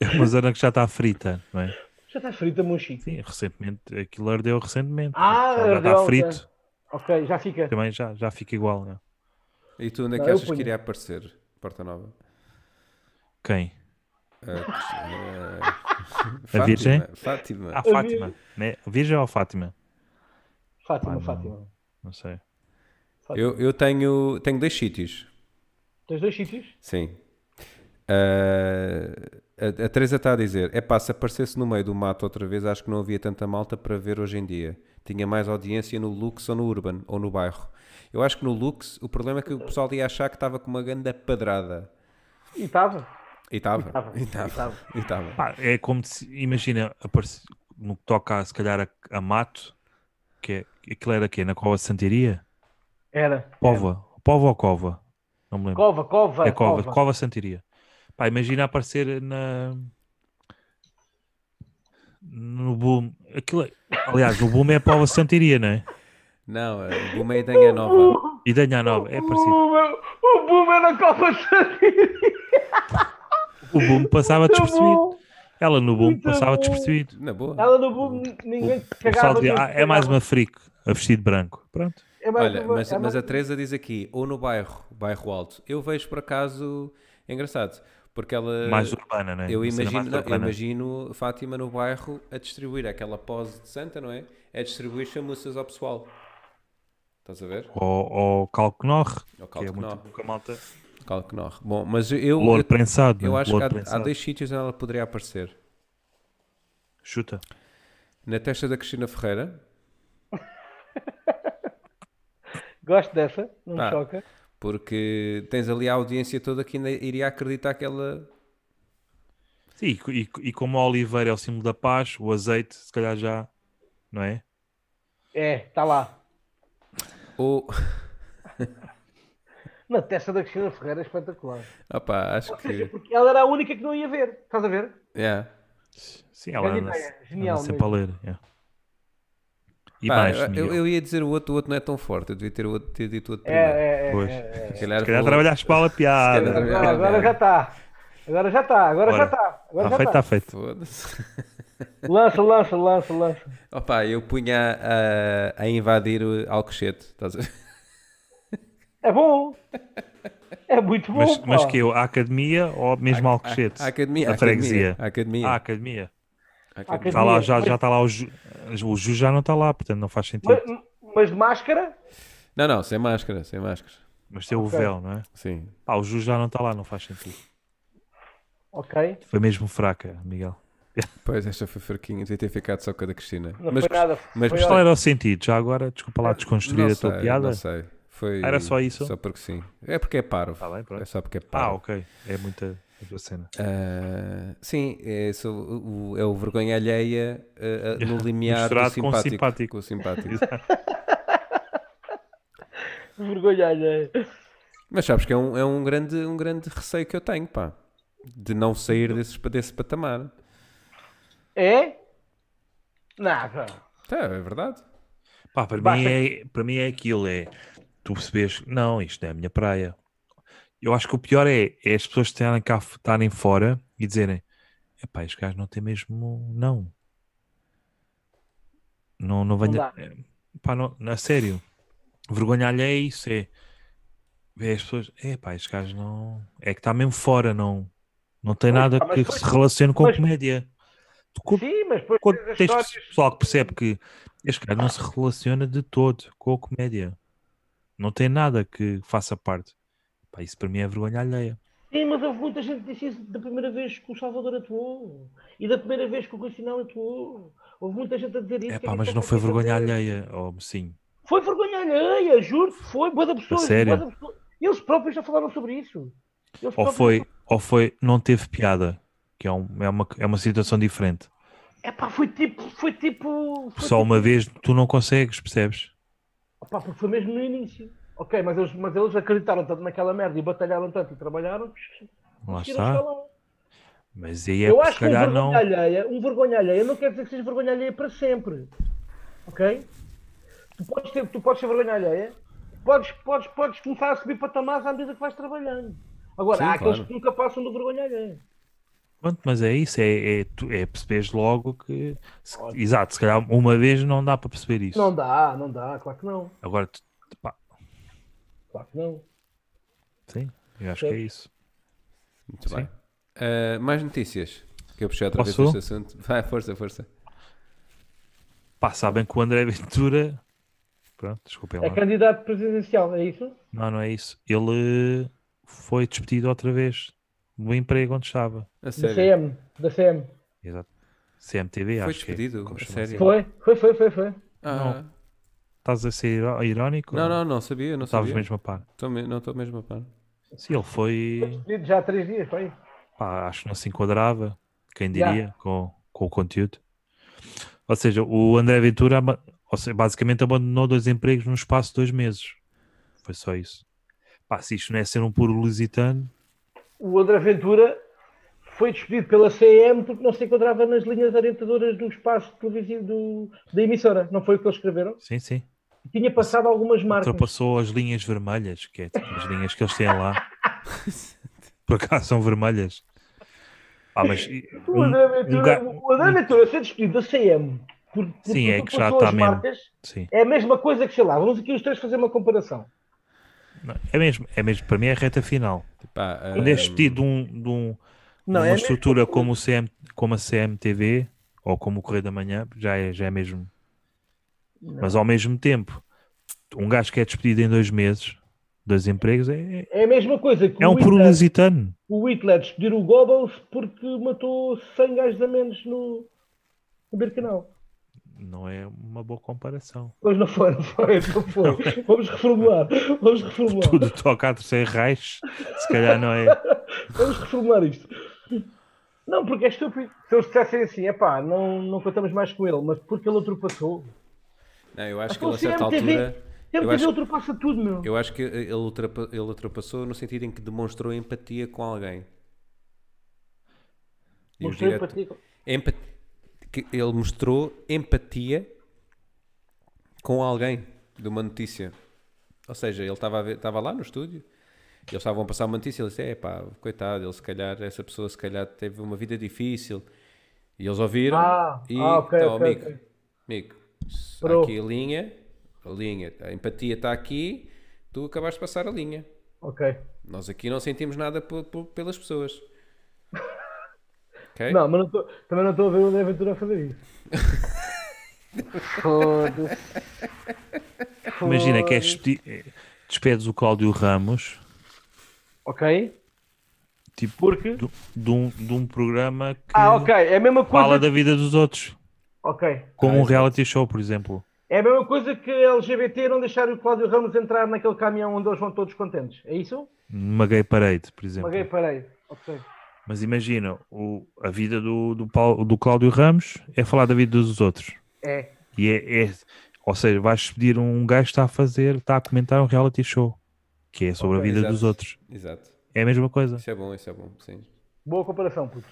É uma zona que já está frita, não é? Já está frita, Monchique. Sim, recentemente. Aquilo ardeu recentemente. Ah, já, já ardeu, está frito. Ok, já fica. Também já, já fica igual, não é? E tu onde é que Não, eu achas que punha. iria aparecer? Porta Nova? Quem? Fátima, Virgem? Fátima. Ah, Fátima. Né? Virgem ou Fátima? Fátima, Ah, não. Fátima. Não sei. Fátima. Eu, eu tenho, tenho dois sítios. Tens dois sítios? Sim. Ah, a, a Teresa está a dizer: é pá, se aparecesse no meio do mato outra vez, acho que não havia tanta malta para ver hoje em dia. Tinha mais audiência no Lux ou no Urban ou no bairro. Eu acho que no Lux o problema é que o pessoal ia achar que estava com uma ganda padrada. E estava. E estava. tava, E e tava. estava. E estava. Pá, é como se, imagina, aparece- no que toca se calhar a, a mato, que é, aquilo era quê? Na Cova de Santiria? Era. Cova. É. Pova ou Cova? Não me lembro. Cova, cova. é Cova. Cova, Santiria. Pá, imagina aparecer na... No boom. Aquilo... é- Aliás, o boom é Pova Santiria, não é? Não, é, o meio tem a nova. E Danha Nova. É Uh, O parecido. Boomer, o Boomer na Copa Santiria. O boom passava despercebido. Ela no boom Muito passava bom. despercebido. Na boa. Ela no Boom, ninguém O pessoal cagava. dizia, ninguém "Ah, é mais cagava. uma freak a vestido de branco. Pronto. É mais Olha, uma- mas, é mas mais- a Teresa diz aqui, ou no bairro, bairro alto. Eu vejo por acaso é engraçado, porque ela. Mais urbana, né? Eh, eu Uma cena imagino, mais não, eu urbana. imagino Fátima no bairro a distribuir aquela pose de santa, não é? A distribuir chamuças ao pessoal. Estás a ver? Ou, ou Calconor, Ou que é muito Calconor. bom que a malta. Claro que não. Bom, mas eu, Louro eu, prensado. eu né? acho que Louro há, há prensado. dois sítios onde ela poderia aparecer. Chuta. Na testa da Cristina Ferreira, Gosto dessa, não me Pá. choca. porque tens ali a audiência toda que ainda iria acreditar que ela. Sim, e, co- e co- e como a oliveira é o símbolo da paz, o azeite, se calhar já. Não é? É, está lá. Ou. Na testa da Cristina Ferreira é espetacular. Opá, acho Ou seja, que. porque ela era a única que não ia ver. Estás a ver? Yeah. Sim, ela Grande anda, ideia, anda genial sempre a ler. é. E Pá, mais. eu- eu, Miguel. eu ia dizer o outro, o outro não é tão forte. Eu devia ter, o outro, ter dito o outro É, primeiro. é, é, Pois. é, é. Se calhar Se calhar vou- trabalhaste para a é Se piada. Tá calhar- Agora, agora já está. Agora já está, agora Bora. já está. Agora Está já feito, está. está feito. Foda-se. Lança, lança, lança, lança. Opá, eu punha a, a invadir o Alcochete. Estás a ver? É bom. É muito bom. Mas, mas pá. que eu, a academia ou mesmo A- Alcochete? a- a academia, A a freguesia. Ah, academia, a academia. A academia. A academia. Tá lá, já Mas- já está lá o Ju. O Ju já não está lá, portanto não faz sentido. Mas, mas de máscara? Não, não, sem máscara, sem máscara. Mas tem o Ok. véu, não é? Sim. Pá, o Ju já não está lá, não faz sentido. Ok. Foi mesmo fraca, Miguel. Pois, esta foi fraquinha, devia ter ficado só com a da Cristina. Não mas foi nada. mas foi Mas qual ótimo. era o sentido? Já agora, desculpa lá desconstruir não a tua sei, piada. Não sei. Foi Era só isso? Só porque sim. É porque é parvo. Tá bem, pronto. é só porque é Ah, parvo. ok. É muita a tua cena. Ah, sim, é, isso, o, o- é o vergonha alheia ah, ah, no limiar do Misturado com o simpático. simpático. Com o simpático. Vergonha alheia. Mas sabes que é um, é um, grande, um grande receio que eu tenho, pá. De não Então. sair desse, desse patamar. É? Nada. Tá, é verdade. Pá, para, Basta- mim é, para mim é aquilo, é tu percebes que não, isto não é a minha praia. Eu acho que o pior é, é as pessoas estarem cá estarem fora e dizerem epá, este gajo não tem mesmo não. Não, não venha. dá. é, pá, não, não, a sério. Vergonha alheia é isso, é. Vê as pessoas, epá, este gajo não. É que está mesmo fora, não. Não tem nada pá, mas que depois- se relacione com mas- a comédia. Tu cu- Sim, mas depois quando as tens histórias- pessoal que percebe que este cara não se relaciona de todo com a comédia, não tem nada que faça parte. Pá, isso para mim é vergonha alheia. Sim, mas houve muita gente que disse isso da primeira vez que o Salvador atuou e da primeira vez que o Rui Sinal atuou. Houve muita gente a dizer isso. É que pá, que mas ele não foi quer vergonha fazer. alheia, oh, sim. Foi vergonha alheia, juro que foi. Boa da pessoa. sério? bué da pessoa. Eles próprios já falaram sobre isso. Eles Ou próprios- foi, ou foi, não teve piada, que é, um- é uma, é uma situação diferente. É pá, foi tipo. Foi tipo. Foi Só uma vez tu não consegues, percebes? Opa, porque foi mesmo no início. Ok, mas eles, mas eles acreditaram tanto naquela merda e batalharam tanto e trabalharam que Lá conseguiram chegar está. lá. Mas aí é Eu porque se acho que um calhar vergonha, não. alheia, um vergonha alheia não quer dizer que seja vergonha alheia para sempre. Ok? Tu podes, ter, tu podes ser vergonha alheia, podes, podes, podes começar a subir patamares à medida que vais trabalhando. Agora, Sim, há aqueles claro. que nunca passam do vergonha alheia. Pronto, mas é isso, é, é, tu- é perceberes logo que. se- exato, se calhar uma vez não dá para perceber isso. Não dá, não dá, claro que não. Agora, tu- pá, Claro que não. sim, eu acho que é isso. Muito Sim. bem. Ah, mais notícias? Que eu puxei outra Posso? vez este assunto. Vai, força, força. Pá, sabem que o André Ventura. Pronto, desculpem lá. É candidato presidencial, é isso? Não, não é isso. Ele eh, foi despedido outra vez do emprego onde estava. A Da sério. CM, da CM. Exato. CMTV, Foi acho despedido? que. é, como A chama-se. sério? Foi, foi, foi, foi, foi. Ah, Estás a ser iró- irónico? não, não, não sabia, não Estavas sabia. mesmo a par. Tô me- não estou mesmo a par. Sim, ele foi. Já há três dias, foi. Pá, acho que não se enquadrava. Quem diria Yeah. com, com o conteúdo. Ou seja, o André Ventura ama- ou seja, basicamente abandonou dois empregos num espaço de dois meses. Foi só isso. Pá, se isto não é ser um puro lusitano, O André Ventura foi despedido pela CM porque não se encontrava nas linhas orientadoras do espaço televisivo do- da emissora. Não foi o que eles escreveram? sim, sim. Tinha passado Então algumas marcas. Ultrapassou as linhas vermelhas, que é tipo, as linhas que eles têm lá. Por acaso são vermelhas. Pá, mas O um- André um Ventura, é ga- o André Ventura ser despedido da CM por, por Sim, é que já ultrapassou está as mesmo. marcas sim. é a mesma coisa que, sei lá, vamos aqui os três fazer uma comparação. Não, é mesmo, é mesmo, para mim é a reta final. Pá, Quando é vestido de, um, de, um- de Não, uma é mesmo- estrutura como, o CM, como a CMTV ou como o Correio da Manhã, já é, já é mesmo. Mas ao mesmo tempo, um gajo que é despedido em dois meses, dois empregos, é, É a mesma coisa que é um o, Hitler, prolusitano. o Hitler despedir o Goebbels porque matou 100 gajos a menos no, no Birkenau. Não é uma boa comparação. Pois não foi, não foi, não foi. Vamos reformular, vamos reformular, Tudo toca a terceiro raio, se calhar não é. vamos reformular isto. Não, porque é estúpido. Se eles dissessem assim, é pá, não, não contamos mais com ele, mas porque ele ultrapassou. Não, eu acho que Então, ele a se certa MTV altura. Eu MTV acho, ultrapassa tudo, meu. eu acho que ele, ultrapa- ele ultrapassou no sentido em que demonstrou empatia com alguém. E os Mostrei direto- para ti. empa- que Ele mostrou empatia com alguém de uma notícia. Ou seja, ele estava a ver- estava lá no estúdio, eles estavam a passar uma notícia, ele disse, é pá, coitado, ele se calhar, essa pessoa se calhar teve uma vida difícil. E eles ouviram Ah, e ah, ok, "Então, ok, amigo, ok." amigo, se- Pro. aqui a linha, a linha, a empatia está aqui, tu acabaste de passar a linha. Ok. Nós aqui não sentimos nada por- por- pelas pessoas. Ok? Não, mas não tô- também não estou a ver o André Ventura a fazer isso. Foda-se. Imagina que és despedi- despedes o Cláudio Ramos. é Ok. Tipo, Porque? de, de um, de um programa que Ah, ok. É a mesma coisa. fala da vida dos outros, Ok. como Ah, um exato. reality show, por exemplo. É a mesma coisa que a LGBT não deixar o Cláudio Ramos entrar naquele caminhão onde eles vão todos contentes. É isso? Numa gay parade, por exemplo. Paguei parei. Ok. Mas imagina, o, a vida do, do, Paulo- do Cláudio Ramos é falar da vida dos outros. É. E é, é- ou seja, vais pedir um gajo que está a fazer, está a comentar um reality show, que é sobre Ok, a vida exato. dos outros. Exato. É a mesma coisa. Isso é bom, isso é bom, sim. Boa comparação, puto.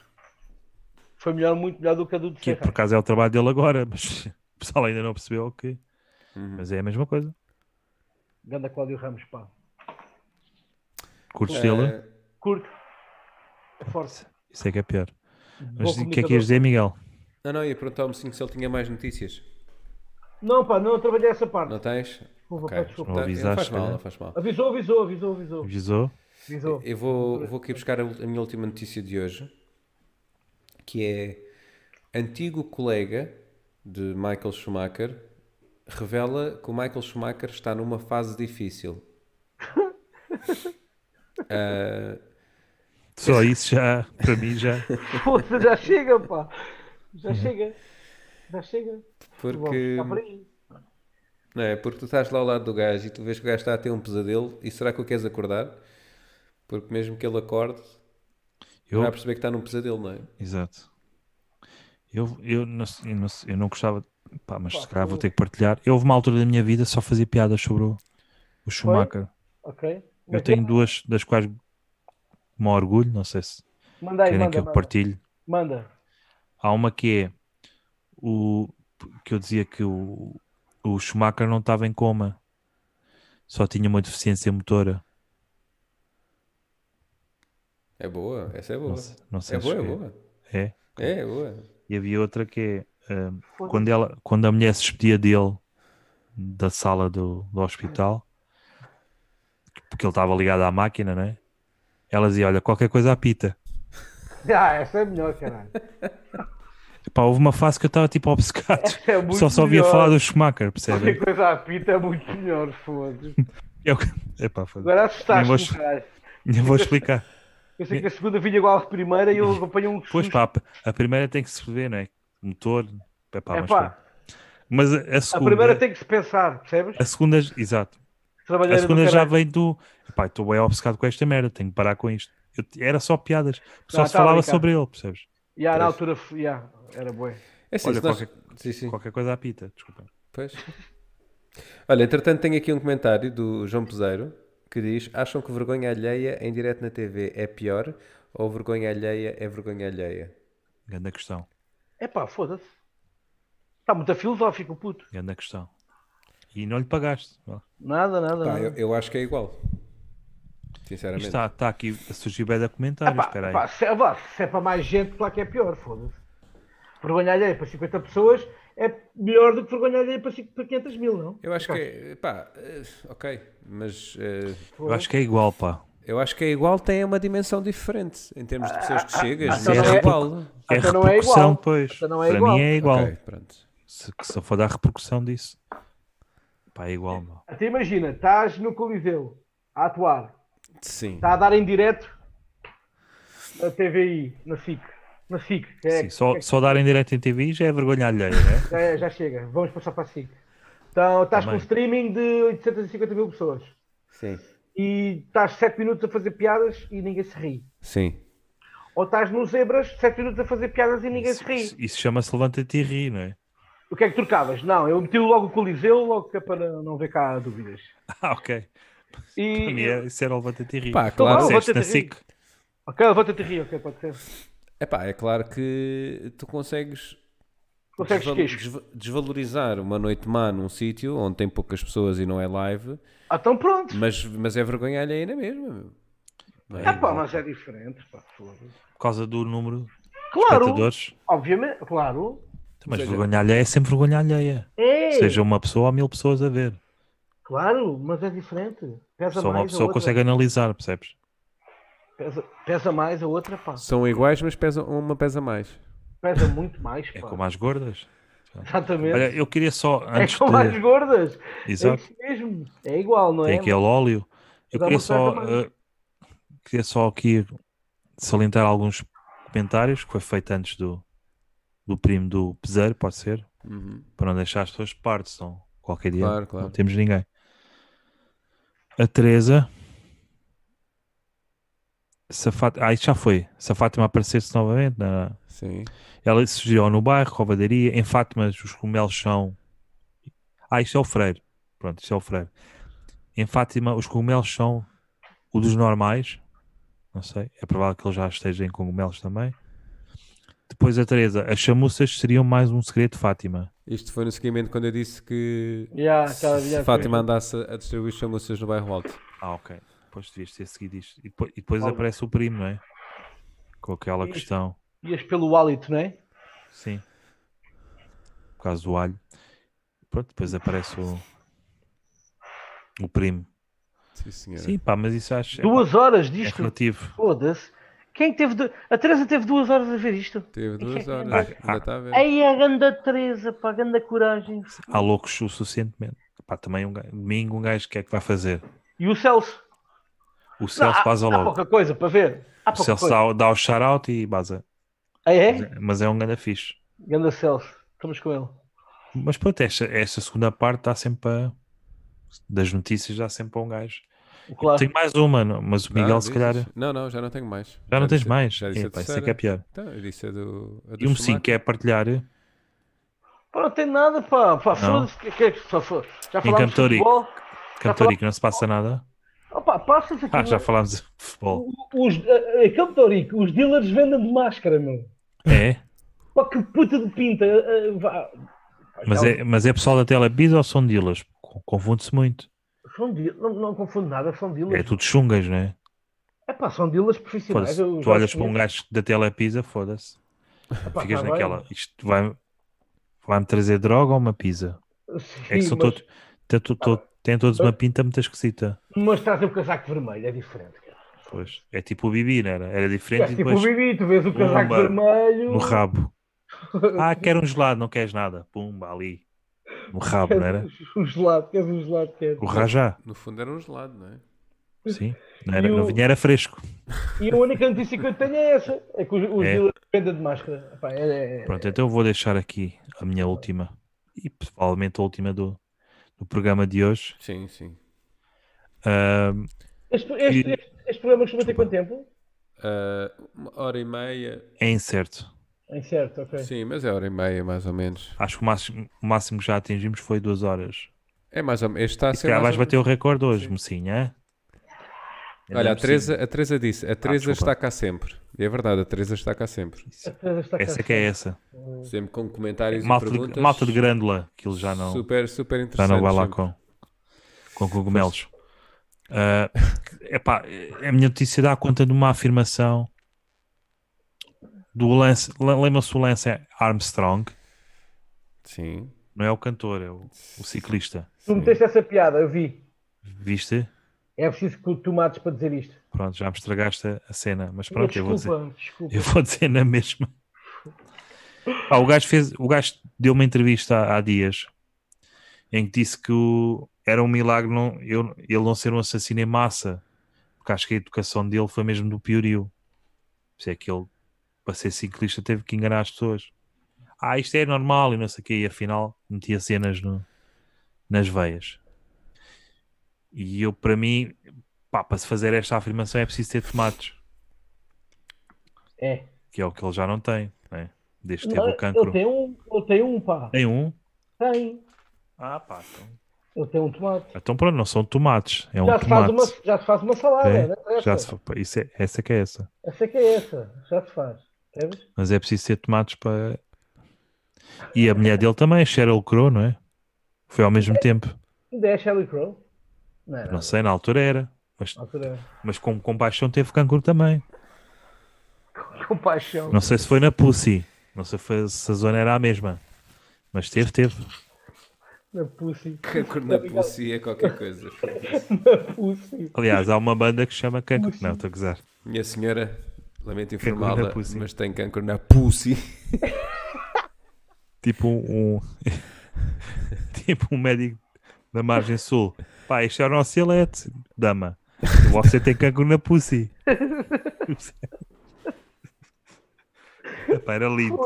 Foi melhor, muito melhor do que a do de Que por Serra. acaso é o trabalho dele agora, mas o pessoal ainda não percebeu que. Uhum. Mas é a mesma coisa. Ganda Cláudio Ramos, pá. É. Curtes dele, Eh, Curto. É forte. isso é que é pior. Mas Bom o que é que ias dizer, Miguel? não, não, ia perguntar-me sim, se ele tinha mais notícias. Não, pá, não trabalhei essa parte. Não tens? Desculpa, Ok. pá, desculpa. Não Tá, não avisaste, faz mal, né? não faz mal. Avisou, avisou, avisou, avisou. Avisou? avisou. É. Eu vou, vou aqui buscar a, ul- a minha última notícia de hoje, que é antigo colega de Michael Schumacher revela que o Michael Schumacher está numa fase difícil. Só isso já, para mim já. Puta, já chega, pá. Uhum. Já chega. Já chega. Vamos Porque, ficar tá por aí. não é, porque tu estás lá ao lado do gajo e tu vês que o gajo está a ter um pesadelo e será que o queres acordar? Porque mesmo que ele acorde, Eu, vai perceber que está num pesadelo, não é? exato. Eu, eu, não, sei- eu, não, sei- eu não gostava, pá, mas se calhar vou ter que partilhar. Eu houve uma altura da minha vida só fazia piadas sobre o, o Schumacher. Ok. Eu tenho duas das quais me orgulho, não sei se Manda aí, querem que manda, eu manda. partilhe. Manda. Há uma que é o que eu dizia que o, o Schumacher não estava em coma, só tinha uma deficiência motora. É boa, essa é boa. Não, sei- não sei É se boa, é boa. é. É, é boa. E havia outra que é ah, Foda-se. quando, ela, quando a mulher se despedia dele da sala do, do hospital, porque ele estava ligado à máquina, né? Ela dizia: Olha, qualquer coisa apita. Ah, essa é melhor, caralho. Pá, houve uma fase que eu estava tipo obcecado, É muito só só ouvia melhor. falar do Schumacher, percebem? Qualquer coisa à pita é muito melhor, foda-se. É o que- Epá, foi- Agora Nem assustaste-me, vou- caralho. Nem vou explicar. Eu sei que a segunda vinha igual à primeira e eu acompanho um Pois susto. pá, a primeira tem que se ver, né? Motor, epá, É mas, pá, mas a, a a segunda. primeira tem que se pensar, percebes? a segunda, exato. Trabalhar A segunda já vem do. Pá, estou bem obcecado com esta merda, tenho que parar com isto. Eu t- era só piadas. Só Ah, se tá a falava brincar. sobre ele, percebes? Já, na altura, já, era boa. É sim, Olha, se nós- qualquer- sim, sim. Qualquer coisa apita, desculpa. Pois. Olha, entretanto, tenho aqui um comentário do João Peseiro que diz: Acham que vergonha alheia em direto na TV é pior ou vergonha alheia é vergonha alheia? Grande questão. É pá, foda-se. Está muito filosófico, puto. Grande questão. E não lhe pagaste. Vá. Nada, nada. Pá, nada. eu, eu acho que é igual. Isto Sinceramente. Está, está tá, aqui a surgir bem da É comentários, pá, espera aí. pá, se, vá, se é para mais gente, claro que é pior, foda-se. Vergonha alheia para 50 pessoas é melhor do que vergonha alheia para cinco- para 500 mil, não? Eu acho que é. Pá, eh, ok. Mas eh, Eu acho que é igual, pá. eu acho que é igual, tem uma dimensão diferente em termos de pessoas que chegas, ah, mas então é não é- igual. É Então não é repercussão, igual. pois. Então não é Para igual. mim é igual. Ok, pronto. Se, que só for dar repercussão disso. Pá, é igual, meu. Até imagina, estás no Coliseu a atuar, Sim. está a dar em direto na TVI, na SIC. Na SIC, que é- Sim, só, só dar em direto em TV já é vergonha alheia, né? já, é, já chega, vamos passar para a SIC. Então estás com um Também. streaming de 850 mil pessoas Sim. e estás 7 minutos a fazer piadas e ninguém se ri. Sim. Ou estás nos zebras 7 minutos a fazer piadas e ninguém Isso, se ri. isso- isso chama-se levanta-te e ri, não é? O que é que trocavas? Não, eu meti logo o Coliseu, logo que é para não ver cá dúvidas. Ah, ok. Para mim E. é- isso era o levanta-te e ri. Pá, Então claro. disseste Levanta-te na e ri. SIC. Ok, levanta-te e ri, ok, pode ser. Epá, é claro que tu consegues Consegues desval- queixo. desva- desvalorizar uma noite má num sítio onde tem poucas pessoas e não é live, Ah, então pronto. mas, mas é vergonha alheia na mesma. meu. Não é Ah, pá, igual. mas é diferente, pá, foda-se. Por causa do número de Claro, espectadores. obviamente, claro. Então, Mas Ou seja- vergonha alheia é sempre vergonha alheia. É, Seja uma pessoa ou mil pessoas a ver. claro, mas é diferente. Pesa Só uma mais a pessoa outra. consegue analisar, percebes? Pesa, pesa mais a outra, pá. São iguais, mas pesam, uma pesa mais. Pesa muito mais, pá. É como as gordas. Exatamente. Olha, eu queria só, é antes como as de... gordas. É Exato. isso mesmo. É igual, não é? Tem aquele óleo. Eu Dá queria uma só, certa margem. eh, queria só aqui salientar alguns comentários que foi feito antes do, do primo do Peseiro, pode ser, Uhum. para não deixar as pessoas de parte, são qualquer dia Claro, claro. não temos ninguém. A Teresa. Se a Fátima- Ah, isto já foi. Se a Fátima aparecesse novamente, não, não. Sim. ela sugeriu no bairro, Covadaria. Em Fátima, os cogumelos são. Ah, isto é o freiro. Pronto, isto é o freiro. Em Fátima, os cogumelos são o dos normais. Não sei, é provável que ele já esteja em cogumelos também. Depois a Teresa, as chamuças seriam mais um segredo de Fátima. Isto foi no seguimento quando eu disse que Yeah, se Ah, aquela viagem. Fátima andasse a distribuir chamuças no bairro alto. Ah, ok. Depois devias ter seguido isto. E depois, e depois Olha. aparece o primo, não é? Com aquela Isto. questão. Ias pelo hálito, não é? Sim. Por causa do alho. Pronto, depois aparece o. O primo. Sim, senhora. Sim, pá, mas isso acho. é, pá, Duas horas é disto. relativo. Foda-se. Quem teve. du- A Teresa teve duas horas a ver isto. Teve duas horas. Ah, ah. Ainda está a ver. Ei, a ganda Teresa, pá, a ganda coragem. Há loucos o suficientemente. Pá, também um gajo, domingo um gajo, o que é que vai fazer? E o Celso? O Celso há- baza há, logo. pouca coisa para ver. Há O pouca Celso coisa. dá, o- dá o shout-out e baza. Ah, Mas é? é- Mas é um ganda fixe. Ganda Celso. Estamos com ele. Mas pronto, esta, esta segunda parte dá sempre a. Das notícias dá sempre a um gajo. Claro. Tenho mais uma, não- mas o Não, Miguel, se dizes. calhar. Não, não, já não tenho mais. Já não tens disse- mais? Já disse É, a pá, isso é que é terceira. pior. Então, eu disse a do. A do E um 5 que é partilhar. Pá, não tem nada, pá. Pá, Não. foda-se. Que, que, pá, foda já Em falámos de Cantorico. futebol. Cantorico, não se passa nada. Opa, passas aqui. um- Ah, já falámos de futebol. os, eh, em Campo Torico, os dealers vendem de máscara, meu. É, Pá, que puta de pinta. eh, eh, vá. mas é, mas é pessoal da Telebis ou são dealers? Co- Confunde-se muito. São dealers. Não, não confundo nada, são É dealers. tudo chungas, não é? É, pá, são dealers Foda-se. profissionais. eu Tu já olhas para um conheço. gajo da Telepisa, foda-se. Pá, Ficas tá bem. naquela. Isto vai- vai-me trazer droga ou uma pizza? É que Sim, são mas- Ah. todos. Têm, to- to- têm todos uma pinta muito esquisita. Mas trazem o casaco vermelho, é diferente. Cara. Pois. É tipo o Bibi, não era? Era É diferente e tipo depois o Bibi, tu vês o casaco Pumba. vermelho. no rabo. Ah, quero um gelado, não queres nada. Pumba, ali. No rabo, não era? O gelado, queres o gelado, queres. O rajá. No fundo era um gelado, não é? Sim, não, era, E o- não vinha, era fresco. E a única notícia que eu tenho é essa: é que os, os É. dealers vendem de máscara. Epá, é- é- Pronto, então eu vou deixar aqui a minha última e provavelmente a última do, do programa de hoje. Sim, sim. Ahm, Este, este, E- este, este programa costuma ter quanto tempo? Ah, uma hora e meia. é incerto. É certo, ok. Sim, mas é hora e meia mais ou menos. Acho que o máximo, o máximo que já atingimos foi duas horas. É mais ou menos. Este está a Se ser. calhar mais vais ou bater o recorde hoje, mocinha. é? menos. Olha, a Teresa, a Teresa disse: a Teresa Ah, desculpa. está cá sempre. E é verdade, a Teresa está cá sempre. Essa é que é essa. Sempre com comentários Malta e perguntas. de, malta de grândula, que ele já não, Super, super já interessante. não vai lá sempre. com, com cogumelos. Ah, epá, é a minha notícia dá conta de uma afirmação do Lance. Lembra-se do Lance Armstrong? Sim. Não é o cantor, é o, o ciclista. Tu meteste essa piada, eu vi. Viste? É preciso que tu mates para dizer isto. Pronto, já me estragaste a- a cena. Mas pronto, eu vou dizer. desculpa, desculpa. Eu vou dizer na mesma. Pá, o gajo fez, o gajo deu uma entrevista há, há dias em que disse que o- era um milagre não, eu- ele não ser um assassino em massa, porque acho que a educação dele foi mesmo do piorio. Por isso é que ele, para ser ciclista, teve que enganar as pessoas. Ah, isto é normal e não sei o quê, e afinal metia cenas no- nas veias. E eu, para mim, pá, para se fazer esta afirmação é preciso ter tomates É. que é o que ele já não tem, né? desde que Não, teve o cancro. Eu tenho um, eu tenho um, pá. Tem um? Tem. Ah, pá. Então, Eu tenho um tomate. então pronto, não são tomates, é um já, se faz tomate. uma, já se faz uma salada, É, né? Essa. Já se fa- pá, isso é, essa que é essa. Essa que é essa. Já se faz. Sabes? Mas é preciso ter tomates para. E a mulher dele também, Cheryl Crow, não é? Foi ao mesmo tempo. Ainda é Shelly Crow? Não, não. Não sei, na altura era. Mas, Altura. mas com compaixão teve cancro também. Com paixão. Não sei se foi na Pussy. Não sei foi- se a zona era a mesma. Mas teve, teve. Na pussy. Cancro na pulse é qualquer coisa. Na pussy. Aliás, há uma banda que se chama Cancro. Não, estou a gozar. Minha senhora, lamento na informá-la, pussy. mas tem cancro na pussy. tipo um, um- tipo um médico da margem sul. Pá, este é o nosso elete, dama. Você tem cancro na pussy. Epá, era lindo.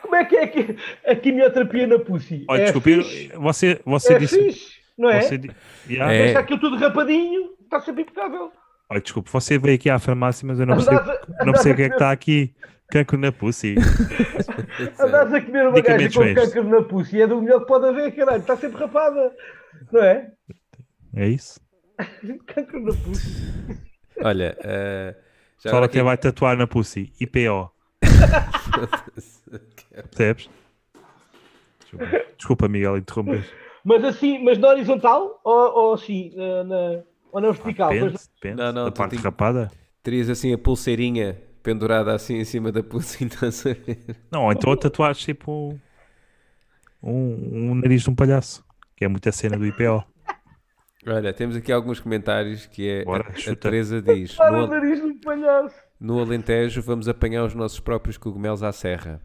Como é que é que a quimioterapia na pussy? Olha, é desculpa, eu- fixe? você, você É disse. fixe, não é? Você, di- Yeah. É. Deixa aquilo tudo rapadinho, está sempre impecável. Olha, desculpa, você veio aqui à farmácia, mas eu não percebo, Andava- não percebo o que é que andava- está aqui. Cancro na pussy. Andares a comer uma gaja Medicamentos com mesmo. cancro na pussy é do melhor que pode haver, caralho. Está sempre rapada, não é? É isso? Cancro na pussy. Olha, eh, já Só agora ela até é, vai tatuar na pussy. IPO. Percebes? Desculpa, Desculpa Miguel, interromper. Mas assim, mas na horizontal ou, ou assim, na, na- ou na vertical? Depende, Mas- depende. Não, não, da tu parte tinha- rapada? terias assim a pulseirinha pendurada assim em cima da pulse, então a saber. Não, ou então tatuares tipo um, um, um nariz de um palhaço, que é muita cena do IPO. Olha, temos aqui alguns comentários que é Bora, a, a chuta. Teresa diz: Para o no, Al- nariz do palhaço. no Alentejo vamos apanhar os nossos próprios cogumelos à serra.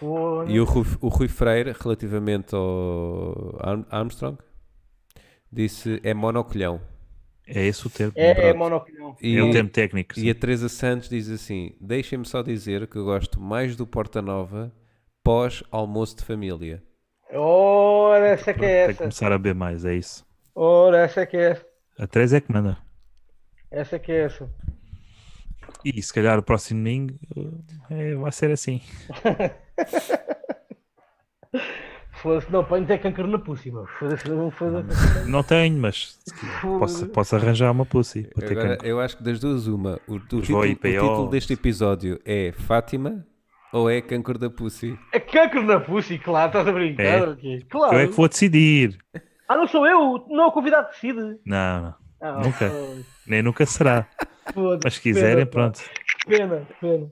Foda. E o Rui, o Rui Freire, relativamente ao Arm- Armstrong, disse é monocolhão. É esse o termo. É, é Pronto. monoclonal. E, É o termo técnico. sim. e a Teresa Santos diz assim: deixem-me só dizer que eu gosto mais do Porta Nova pós-almoço de família. Ora, essa que Tem é que essa. começar a beber mais, é isso. Ora, essa que é essa. A 3 é que manda. Essa que é essa. E se calhar o próximo domingo uh, é, vai ser assim. Foda-se, não, põe é cancro na pussy, meu. Foda-se, não foda-se. Não tenho, mas se qui- posso, posso arranjar uma pussy para ter Agora, cancro. eu acho que das duas, uma. O, o título, vou o IPO. título deste episódio é Fátima ou é Cancro da Pussy? É cancro na pussy, claro, estás a brincar É. aqui. Claro. Eu é que vou decidir. Ah, não sou eu, não é o convidado que decide. Não, não. Ah, Nunca. Nem nunca será. foda-se, Mas se quiserem, pena, pá. pronto. Pena, pena.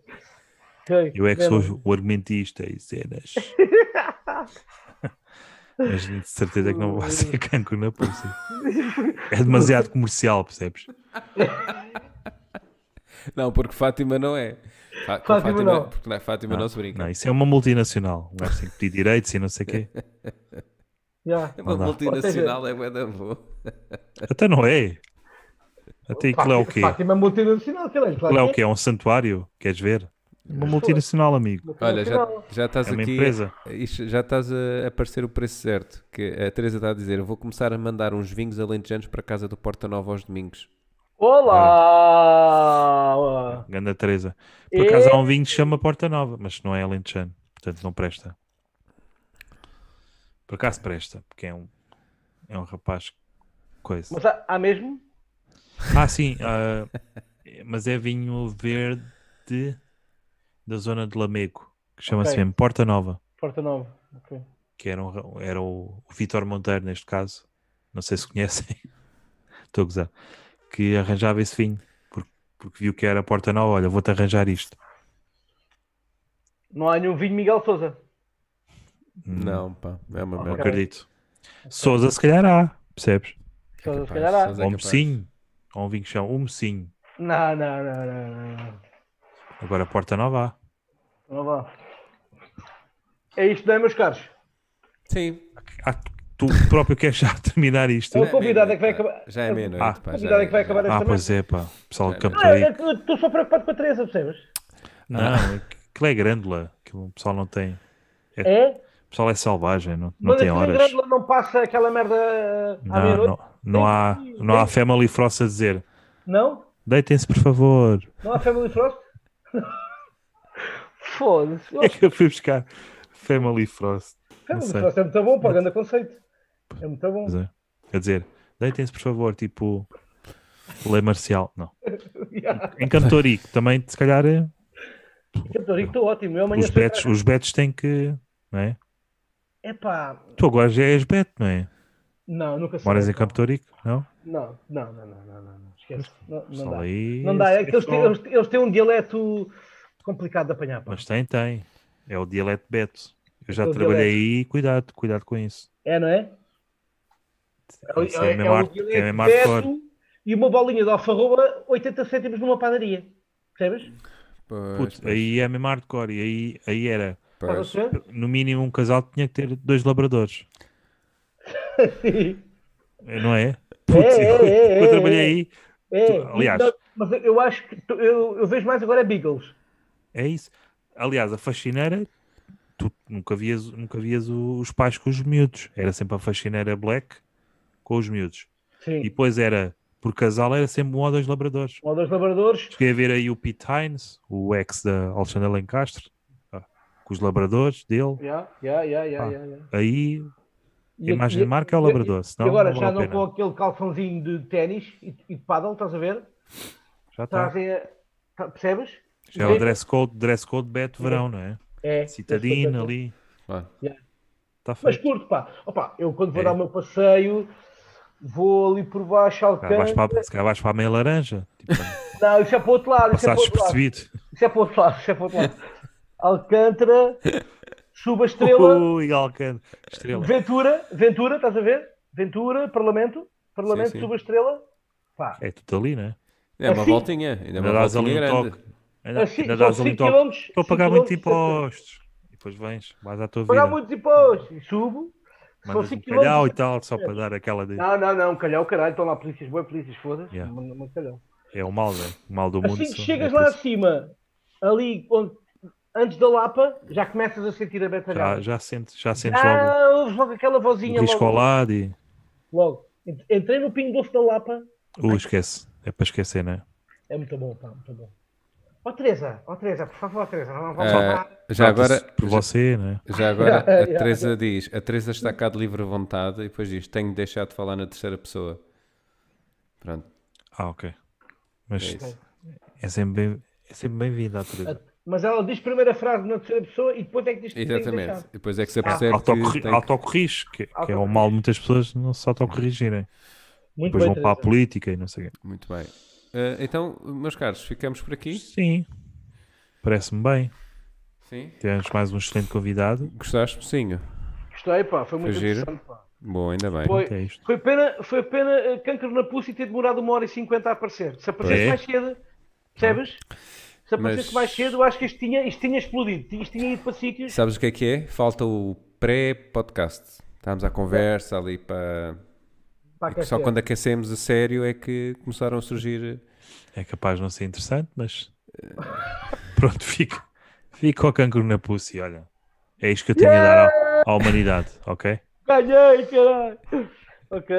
Ok, Eu é que pena. sou o argumentista e cenas. Mas de certeza que não vai ser cancro na pulsa. É demasiado comercial, percebes? Não, porque Fátima não é. Fá- com Fátima não. Porque na Fátima não, se brinca. Não, isso é uma multinacional. Um gajo tem que pedir direitos e não sei o quê. Já. É uma Não dá. multinacional, é bué da boa. Até não é. Até aquilo é o quê? Fátima é multinacional, caralho. Aquilo Claro é o quê? É um santuário? Queres ver? Uma multinacional, amigo. É Olha, já, já estás É uma aqui. empresa. isto- já estás a aparecer o preço certo. Que a Teresa está a dizer: eu vou começar a mandar uns vinhos alentejanos para casa do Porta Nova aos domingos. Olá! Ganda Teresa. Por acaso há um vinho que se chama Porta Nova, mas não é alentejano. Portanto, não presta. Por acaso presta, porque é um, É um rapaz coisa. Mas há, há mesmo? Ah, sim, ah, mas é vinho verde da zona de Lamego, que chama-se Ok. mesmo Porta Nova, Porta Nova. Ok. que era, um- era o, o Vitor Monteiro neste caso, não sei se conhecem, estou a gozar, que arranjava esse vinho, porque, porque viu que era Porta Nova, olha, vou-te arranjar isto. Não há nenhum vinho Miguel Souza. Hum. Não, pá, é uma Não merda. Ok. acredito. Sousa se calhar há, percebes? Sousa, capaz, se calhar há. Sousa. Mas é Ou um capaz. mocinho, ou um vinho que chama um mocinho. Não, não, não, não, não, não. Agora Porta Nova há. Não Então vá. É isto, não é, meus caros? Sim. Ah, tu próprio queres já terminar isto? É o convidado é que vai meia-noite, acabar- pá. Já é meia-noite, Ah. pá. O convidado já é que vai acabar já- esta Ah, merda. pois é, pá. Pessoal de Campo Ah, é Rico. que eu Estou só preocupado com a Teresa, percebes? Não, aquilo é grândula. Aquilo, o pessoal não tem. É? O pessoal é selvagem, não, não Mas tem aquilo em horas. Grândola não passa aquela merda eh, à Não, meia-noite? não, não há, não há family frost a dizer. Não? Deitem-se, por favor. Não há Family Frost? Foda-se. É que eu fui buscar family frost. não Family sei. Frost é muito bom, pá, grande conceito. É muito bom. Mas é, Quer dizer, deitem-se, por favor, tipo. Lei marcial. Não. Yeah. Em Campo Rico também, se calhar, é- Eu Estou rico, estou ótimo. Eu amanhã os sou- betos, os betos têm que. Não é? Epá, Tu agora já és beto, não é? não, nunca sei. Moras em Campo Rico, não? Não, não, não, não, não, não, não. Esquece. Não, não Pessoal dá. aí- Não dá. É que eles têm, eles, eles têm um dialeto complicado de apanhar, pá. Mas tem, tem. É o dialeto Beto. Eu já É o trabalhei aí, cuidado, cuidado com isso. É, não é? É, Isso é- é, é mesmo um arte, é dialeto mesmo hardcore. beto e uma bolinha de alfarroba 80 cêntimos numa padaria. Percebes? Pois, Puto, aí é mesmo hardcore. E aí, aí era, Estás a pois. perceber? no mínimo, um casal que tinha que ter dois labradores. Sim. Não é? Putz, é, eu, é, eu é, trabalhei é. aí. É, Tu- aliás- não, mas eu acho que tu- eu, eu vejo mais agora é Beagles. É isso. Aliás, a faxineira, tu nunca vias, nunca vias o- os pais com os miúdos. Era sempre a faxineira black com os miúdos. Sim. E depois era, por casal, era sempre um ou dois labradores. Um ou dois labradores. Cheguei a ver aí o Pete Hines, o ex da Alexandra Lencastre, ah, com os labradores dele. Yeah, yeah, yeah, yeah, Ah. yeah, yeah. Aí E- a imagem e- de marca é o e- labrador, senão e agora não já vale a não pena. com aquele calçãozinho de ténis e, e de paddle, estás a ver? Ah. já está. Trazem a. tá- percebes? Já é o dress code, dress code Beto Verão, não é? É. Citadina ali. Claro. Está Mas feito. curto, pá. Opa, eu quando vou É. dar o meu passeio, vou ali por baixo ao Se calhar vais para, se calhar vais para a meia laranja. Tipo, Não, isso é para o outro lado. Isso passar é para o outro lado. despercebido. Isso é para o outro lado. Isso é para o outro lado. Alcântara, suba estrela. Ui, Alcântara. Estrela. Ventura, Ventura, estás a ver? Ventura, Parlamento, Parlamento, Sim, sim. Subestrela. Pá, É tudo ali, não é? É uma Assim- voltinha, ainda é uma Ainda dás ali voltinha um grande. toque. Ainda, Assim, ainda são dás ali um cinco toque. quilómetros, Estou a pagar cinco muitos quilómetros impostos. E depois vens, vais à tua pagar vida. muitos impostos. E subo. se Mandas fosse um quilómetros- calhau e tal, só para dar aquela de... Não, não, não, calhau, caralho, estão lá polícias, boa polícias, foda-se. Yeah. Não- não calhau. É o mal, né? O mal do mundo. Assim que só- chegas é lá tudo- acima, ali onde- antes da Lapa, já começas a sentir a já, betalhada. já sentes, já sentes logo é? Ah, ouves logo aquela vozinha o risco ao logo. lado e. logo. Ent- Entrei no Pingo Doce da Lapa, Uh, esquece. É para esquecer, não é? é muito bom, pá, muito bom. Ó Teresa, ó Teresa, por favor, Teresa, não vamos lá. Ah, já agora, Trata-se Por você, não é? já agora a já, Teresa diz, a Teresa está cá de livre vontade e depois diz, tenho de deixar de falar na terceira pessoa. Pronto, Ah, ok. é Mas isso. é sempre bem- é sempre bem-vindo à Teresa. Mas ela diz primeiro a frase na terceira pessoa e depois é que diz que tem que Exatamente. deixar. Depois é que se apercebe que Ah, Autocorri- tem que... Autocorrige, que, que é o Autocorrige. mal de muitas pessoas não se autocorrigirem. Muito Depois bem, vão para a Teresa. política e não sei o quê. Muito bem. Ah, então, meus caros, ficamos por aqui? Sim. Parece-me bem. Sim. Tivemos mais um excelente convidado. Gostaste, mocinho? Gostei, pá, foi muito Foi giro. interessante, pá. Bom, ainda bem. Foi, É isto. foi pena, foi pena eh, cancro na pulsa e ter demorado uma hora e cinquenta a aparecer. Se aparecesse É. mais cedo, percebes? Se aparecesse Mas- mais cedo, eu acho que isto tinha, isto tinha explodido. Isto tinha ido para sítios. Sabes o que é que é? Falta o pré-podcast. Estávamos à conversa ali para... Pá, É que só quer quando aquecemos a sério é que começaram a surgir. É capaz de não ser interessante, mas eh, pronto, fica, fica o cancro na pussy, olha. É isto que eu tenho a dar ao- à, humanidade, ok? dizer. Ganhei, caralho! Ok.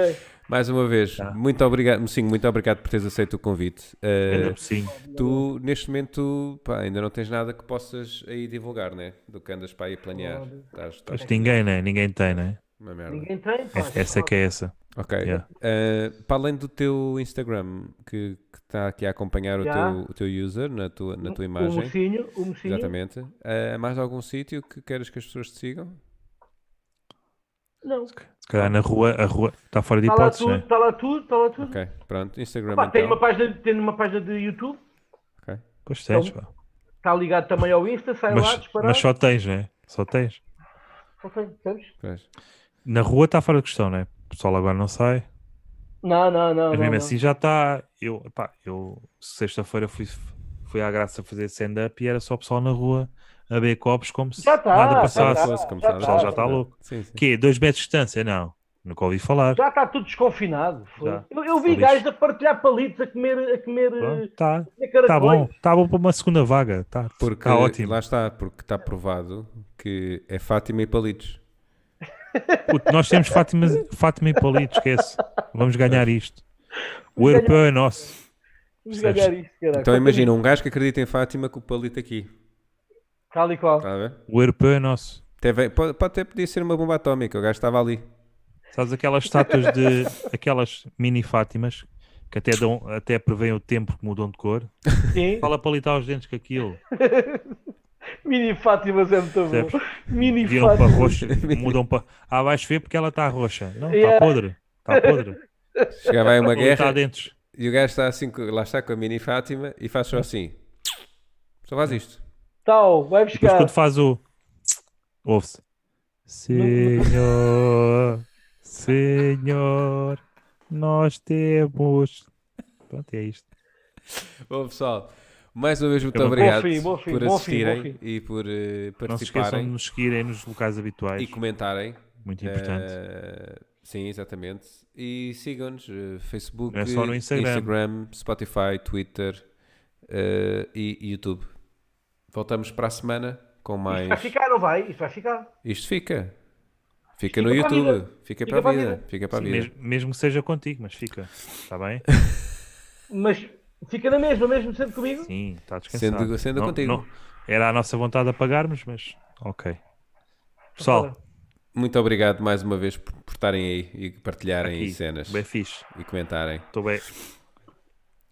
Mais uma vez, Tá. muito obrigado, Mocinho, muito obrigado por teres aceito o convite. Ganda É Uh, pucinho. tu, neste momento, pá, ainda não tens nada que possas aí divulgar, né? Do que andas para aí a planear. Estás- estás- Acho que ninguém, né? Ninguém tem, né? Uma merda. Ninguém tem, pá. Essa, essa é que é essa. Ok. Yeah. Eh, para além do teu Instagram, que que está aqui a acompanhar Já. o, teu, o teu user na tua, na tua O imagem, mocinho, o mocinho. exatamente, eh, há mais algum sítio que queres que as pessoas te sigam? Não. Se calhar na rua, a rua está fora de Está Tá lá hipóteses, tudo, né? está lá tudo, está lá tudo. Ok, pronto, Instagram Pá, tem, então. uma página, tem uma página de YouTube, Ok. Pois tens, pá. está ligado também ao Insta, sai lá, Mas, disparado. mas só tens, né? Só tens. Só tem, sabes? Pois. Na rua está fora de questão, né? O pessoal agora não sai. Não, não, não. Mas não, mesmo não. assim já está. Eu, pá, eu sexta-feira fui, fui à graça fazer stand-up e era só o pessoal na rua a beber copos como se Já tá, nada já Como passasse. se tá. fosse, como já se tá, nada já tá fosse. louco. Sim, sim. Quê? Dois metros de distância? Não. Nunca ouvi falar. Já está tudo desconfinado. foda-se. Já. Eu, eu vi Só gajos a partilhar palitos, a comer, a comer, Pronto, eh, tá, a comer tá bom. caracóis. Tá bom para uma segunda vaga. Tá, Porque tá ótimo. lá está, porque está provado que é Fátima e Palitos. Puto, nós temos Fátima, Fátima e Palito, esquece. Vamos ganhar isto. O europeu é nosso. Vamos percebes? ganhar isto, caralho. Então imagina, um gajo que acredita em Fátima com o palito aqui. Tal e qual. Está a ver? O europeu é nosso. Até vem- pode, pode até poder ser uma bomba atómica, o gajo estava ali. Sabes aquelas estátuas de. aquelas mini Fátimas que até, dão, até preveem o tempo que mudam de cor. Sim. Fala palitar os dentes com aquilo. Mini Fátimas é muito bom. Percebes? Mini Viram para Fátimas. roxa, mudam para. Ah, vais ver porque ela está roxa. Não, está Yeah. podre. Está podre. Chegava aí uma Palitar guerra dentes. e o gajo está assim, co- lá está com a mini Fátima e faz só assim. Só faz isto. Tal, vai Depois buscar. quando faz o. Ouve-se. Senhor, Senhor, nós temos. Pronto, é isto. Bom pessoal, mais uma vez muito Bom obrigado fim, bom por fim, bom fim, bom assistirem fim. e por eh, Não se esqueçam de participarem nos seguirem nos locais habituais. e comentarem. Muito importante. Eh, sim, exatamente. E sigam-nos: eh, Facebook, Não é só no Instagram. Instagram, Spotify, Twitter eh, e YouTube. Voltamos para a semana com mais. Isto vai ficar, não vai? Isto vai ficar. Isto fica. Fica Fica no para a YouTube. vida. Fica para a vida. Fica para a Sim, vida. mes- mesmo que seja contigo, mas fica. Está bem? Mas fica na mesma, mesmo sempre comigo. Sim, está descansado. Sendo- sendo Não- contigo. não- era a nossa vontade apagarmos, mas ok. Pessoal, Muito obrigado mais uma vez por por estarem aí e partilharem aqui, cenas bem fixe. e comentarem. Estou bem,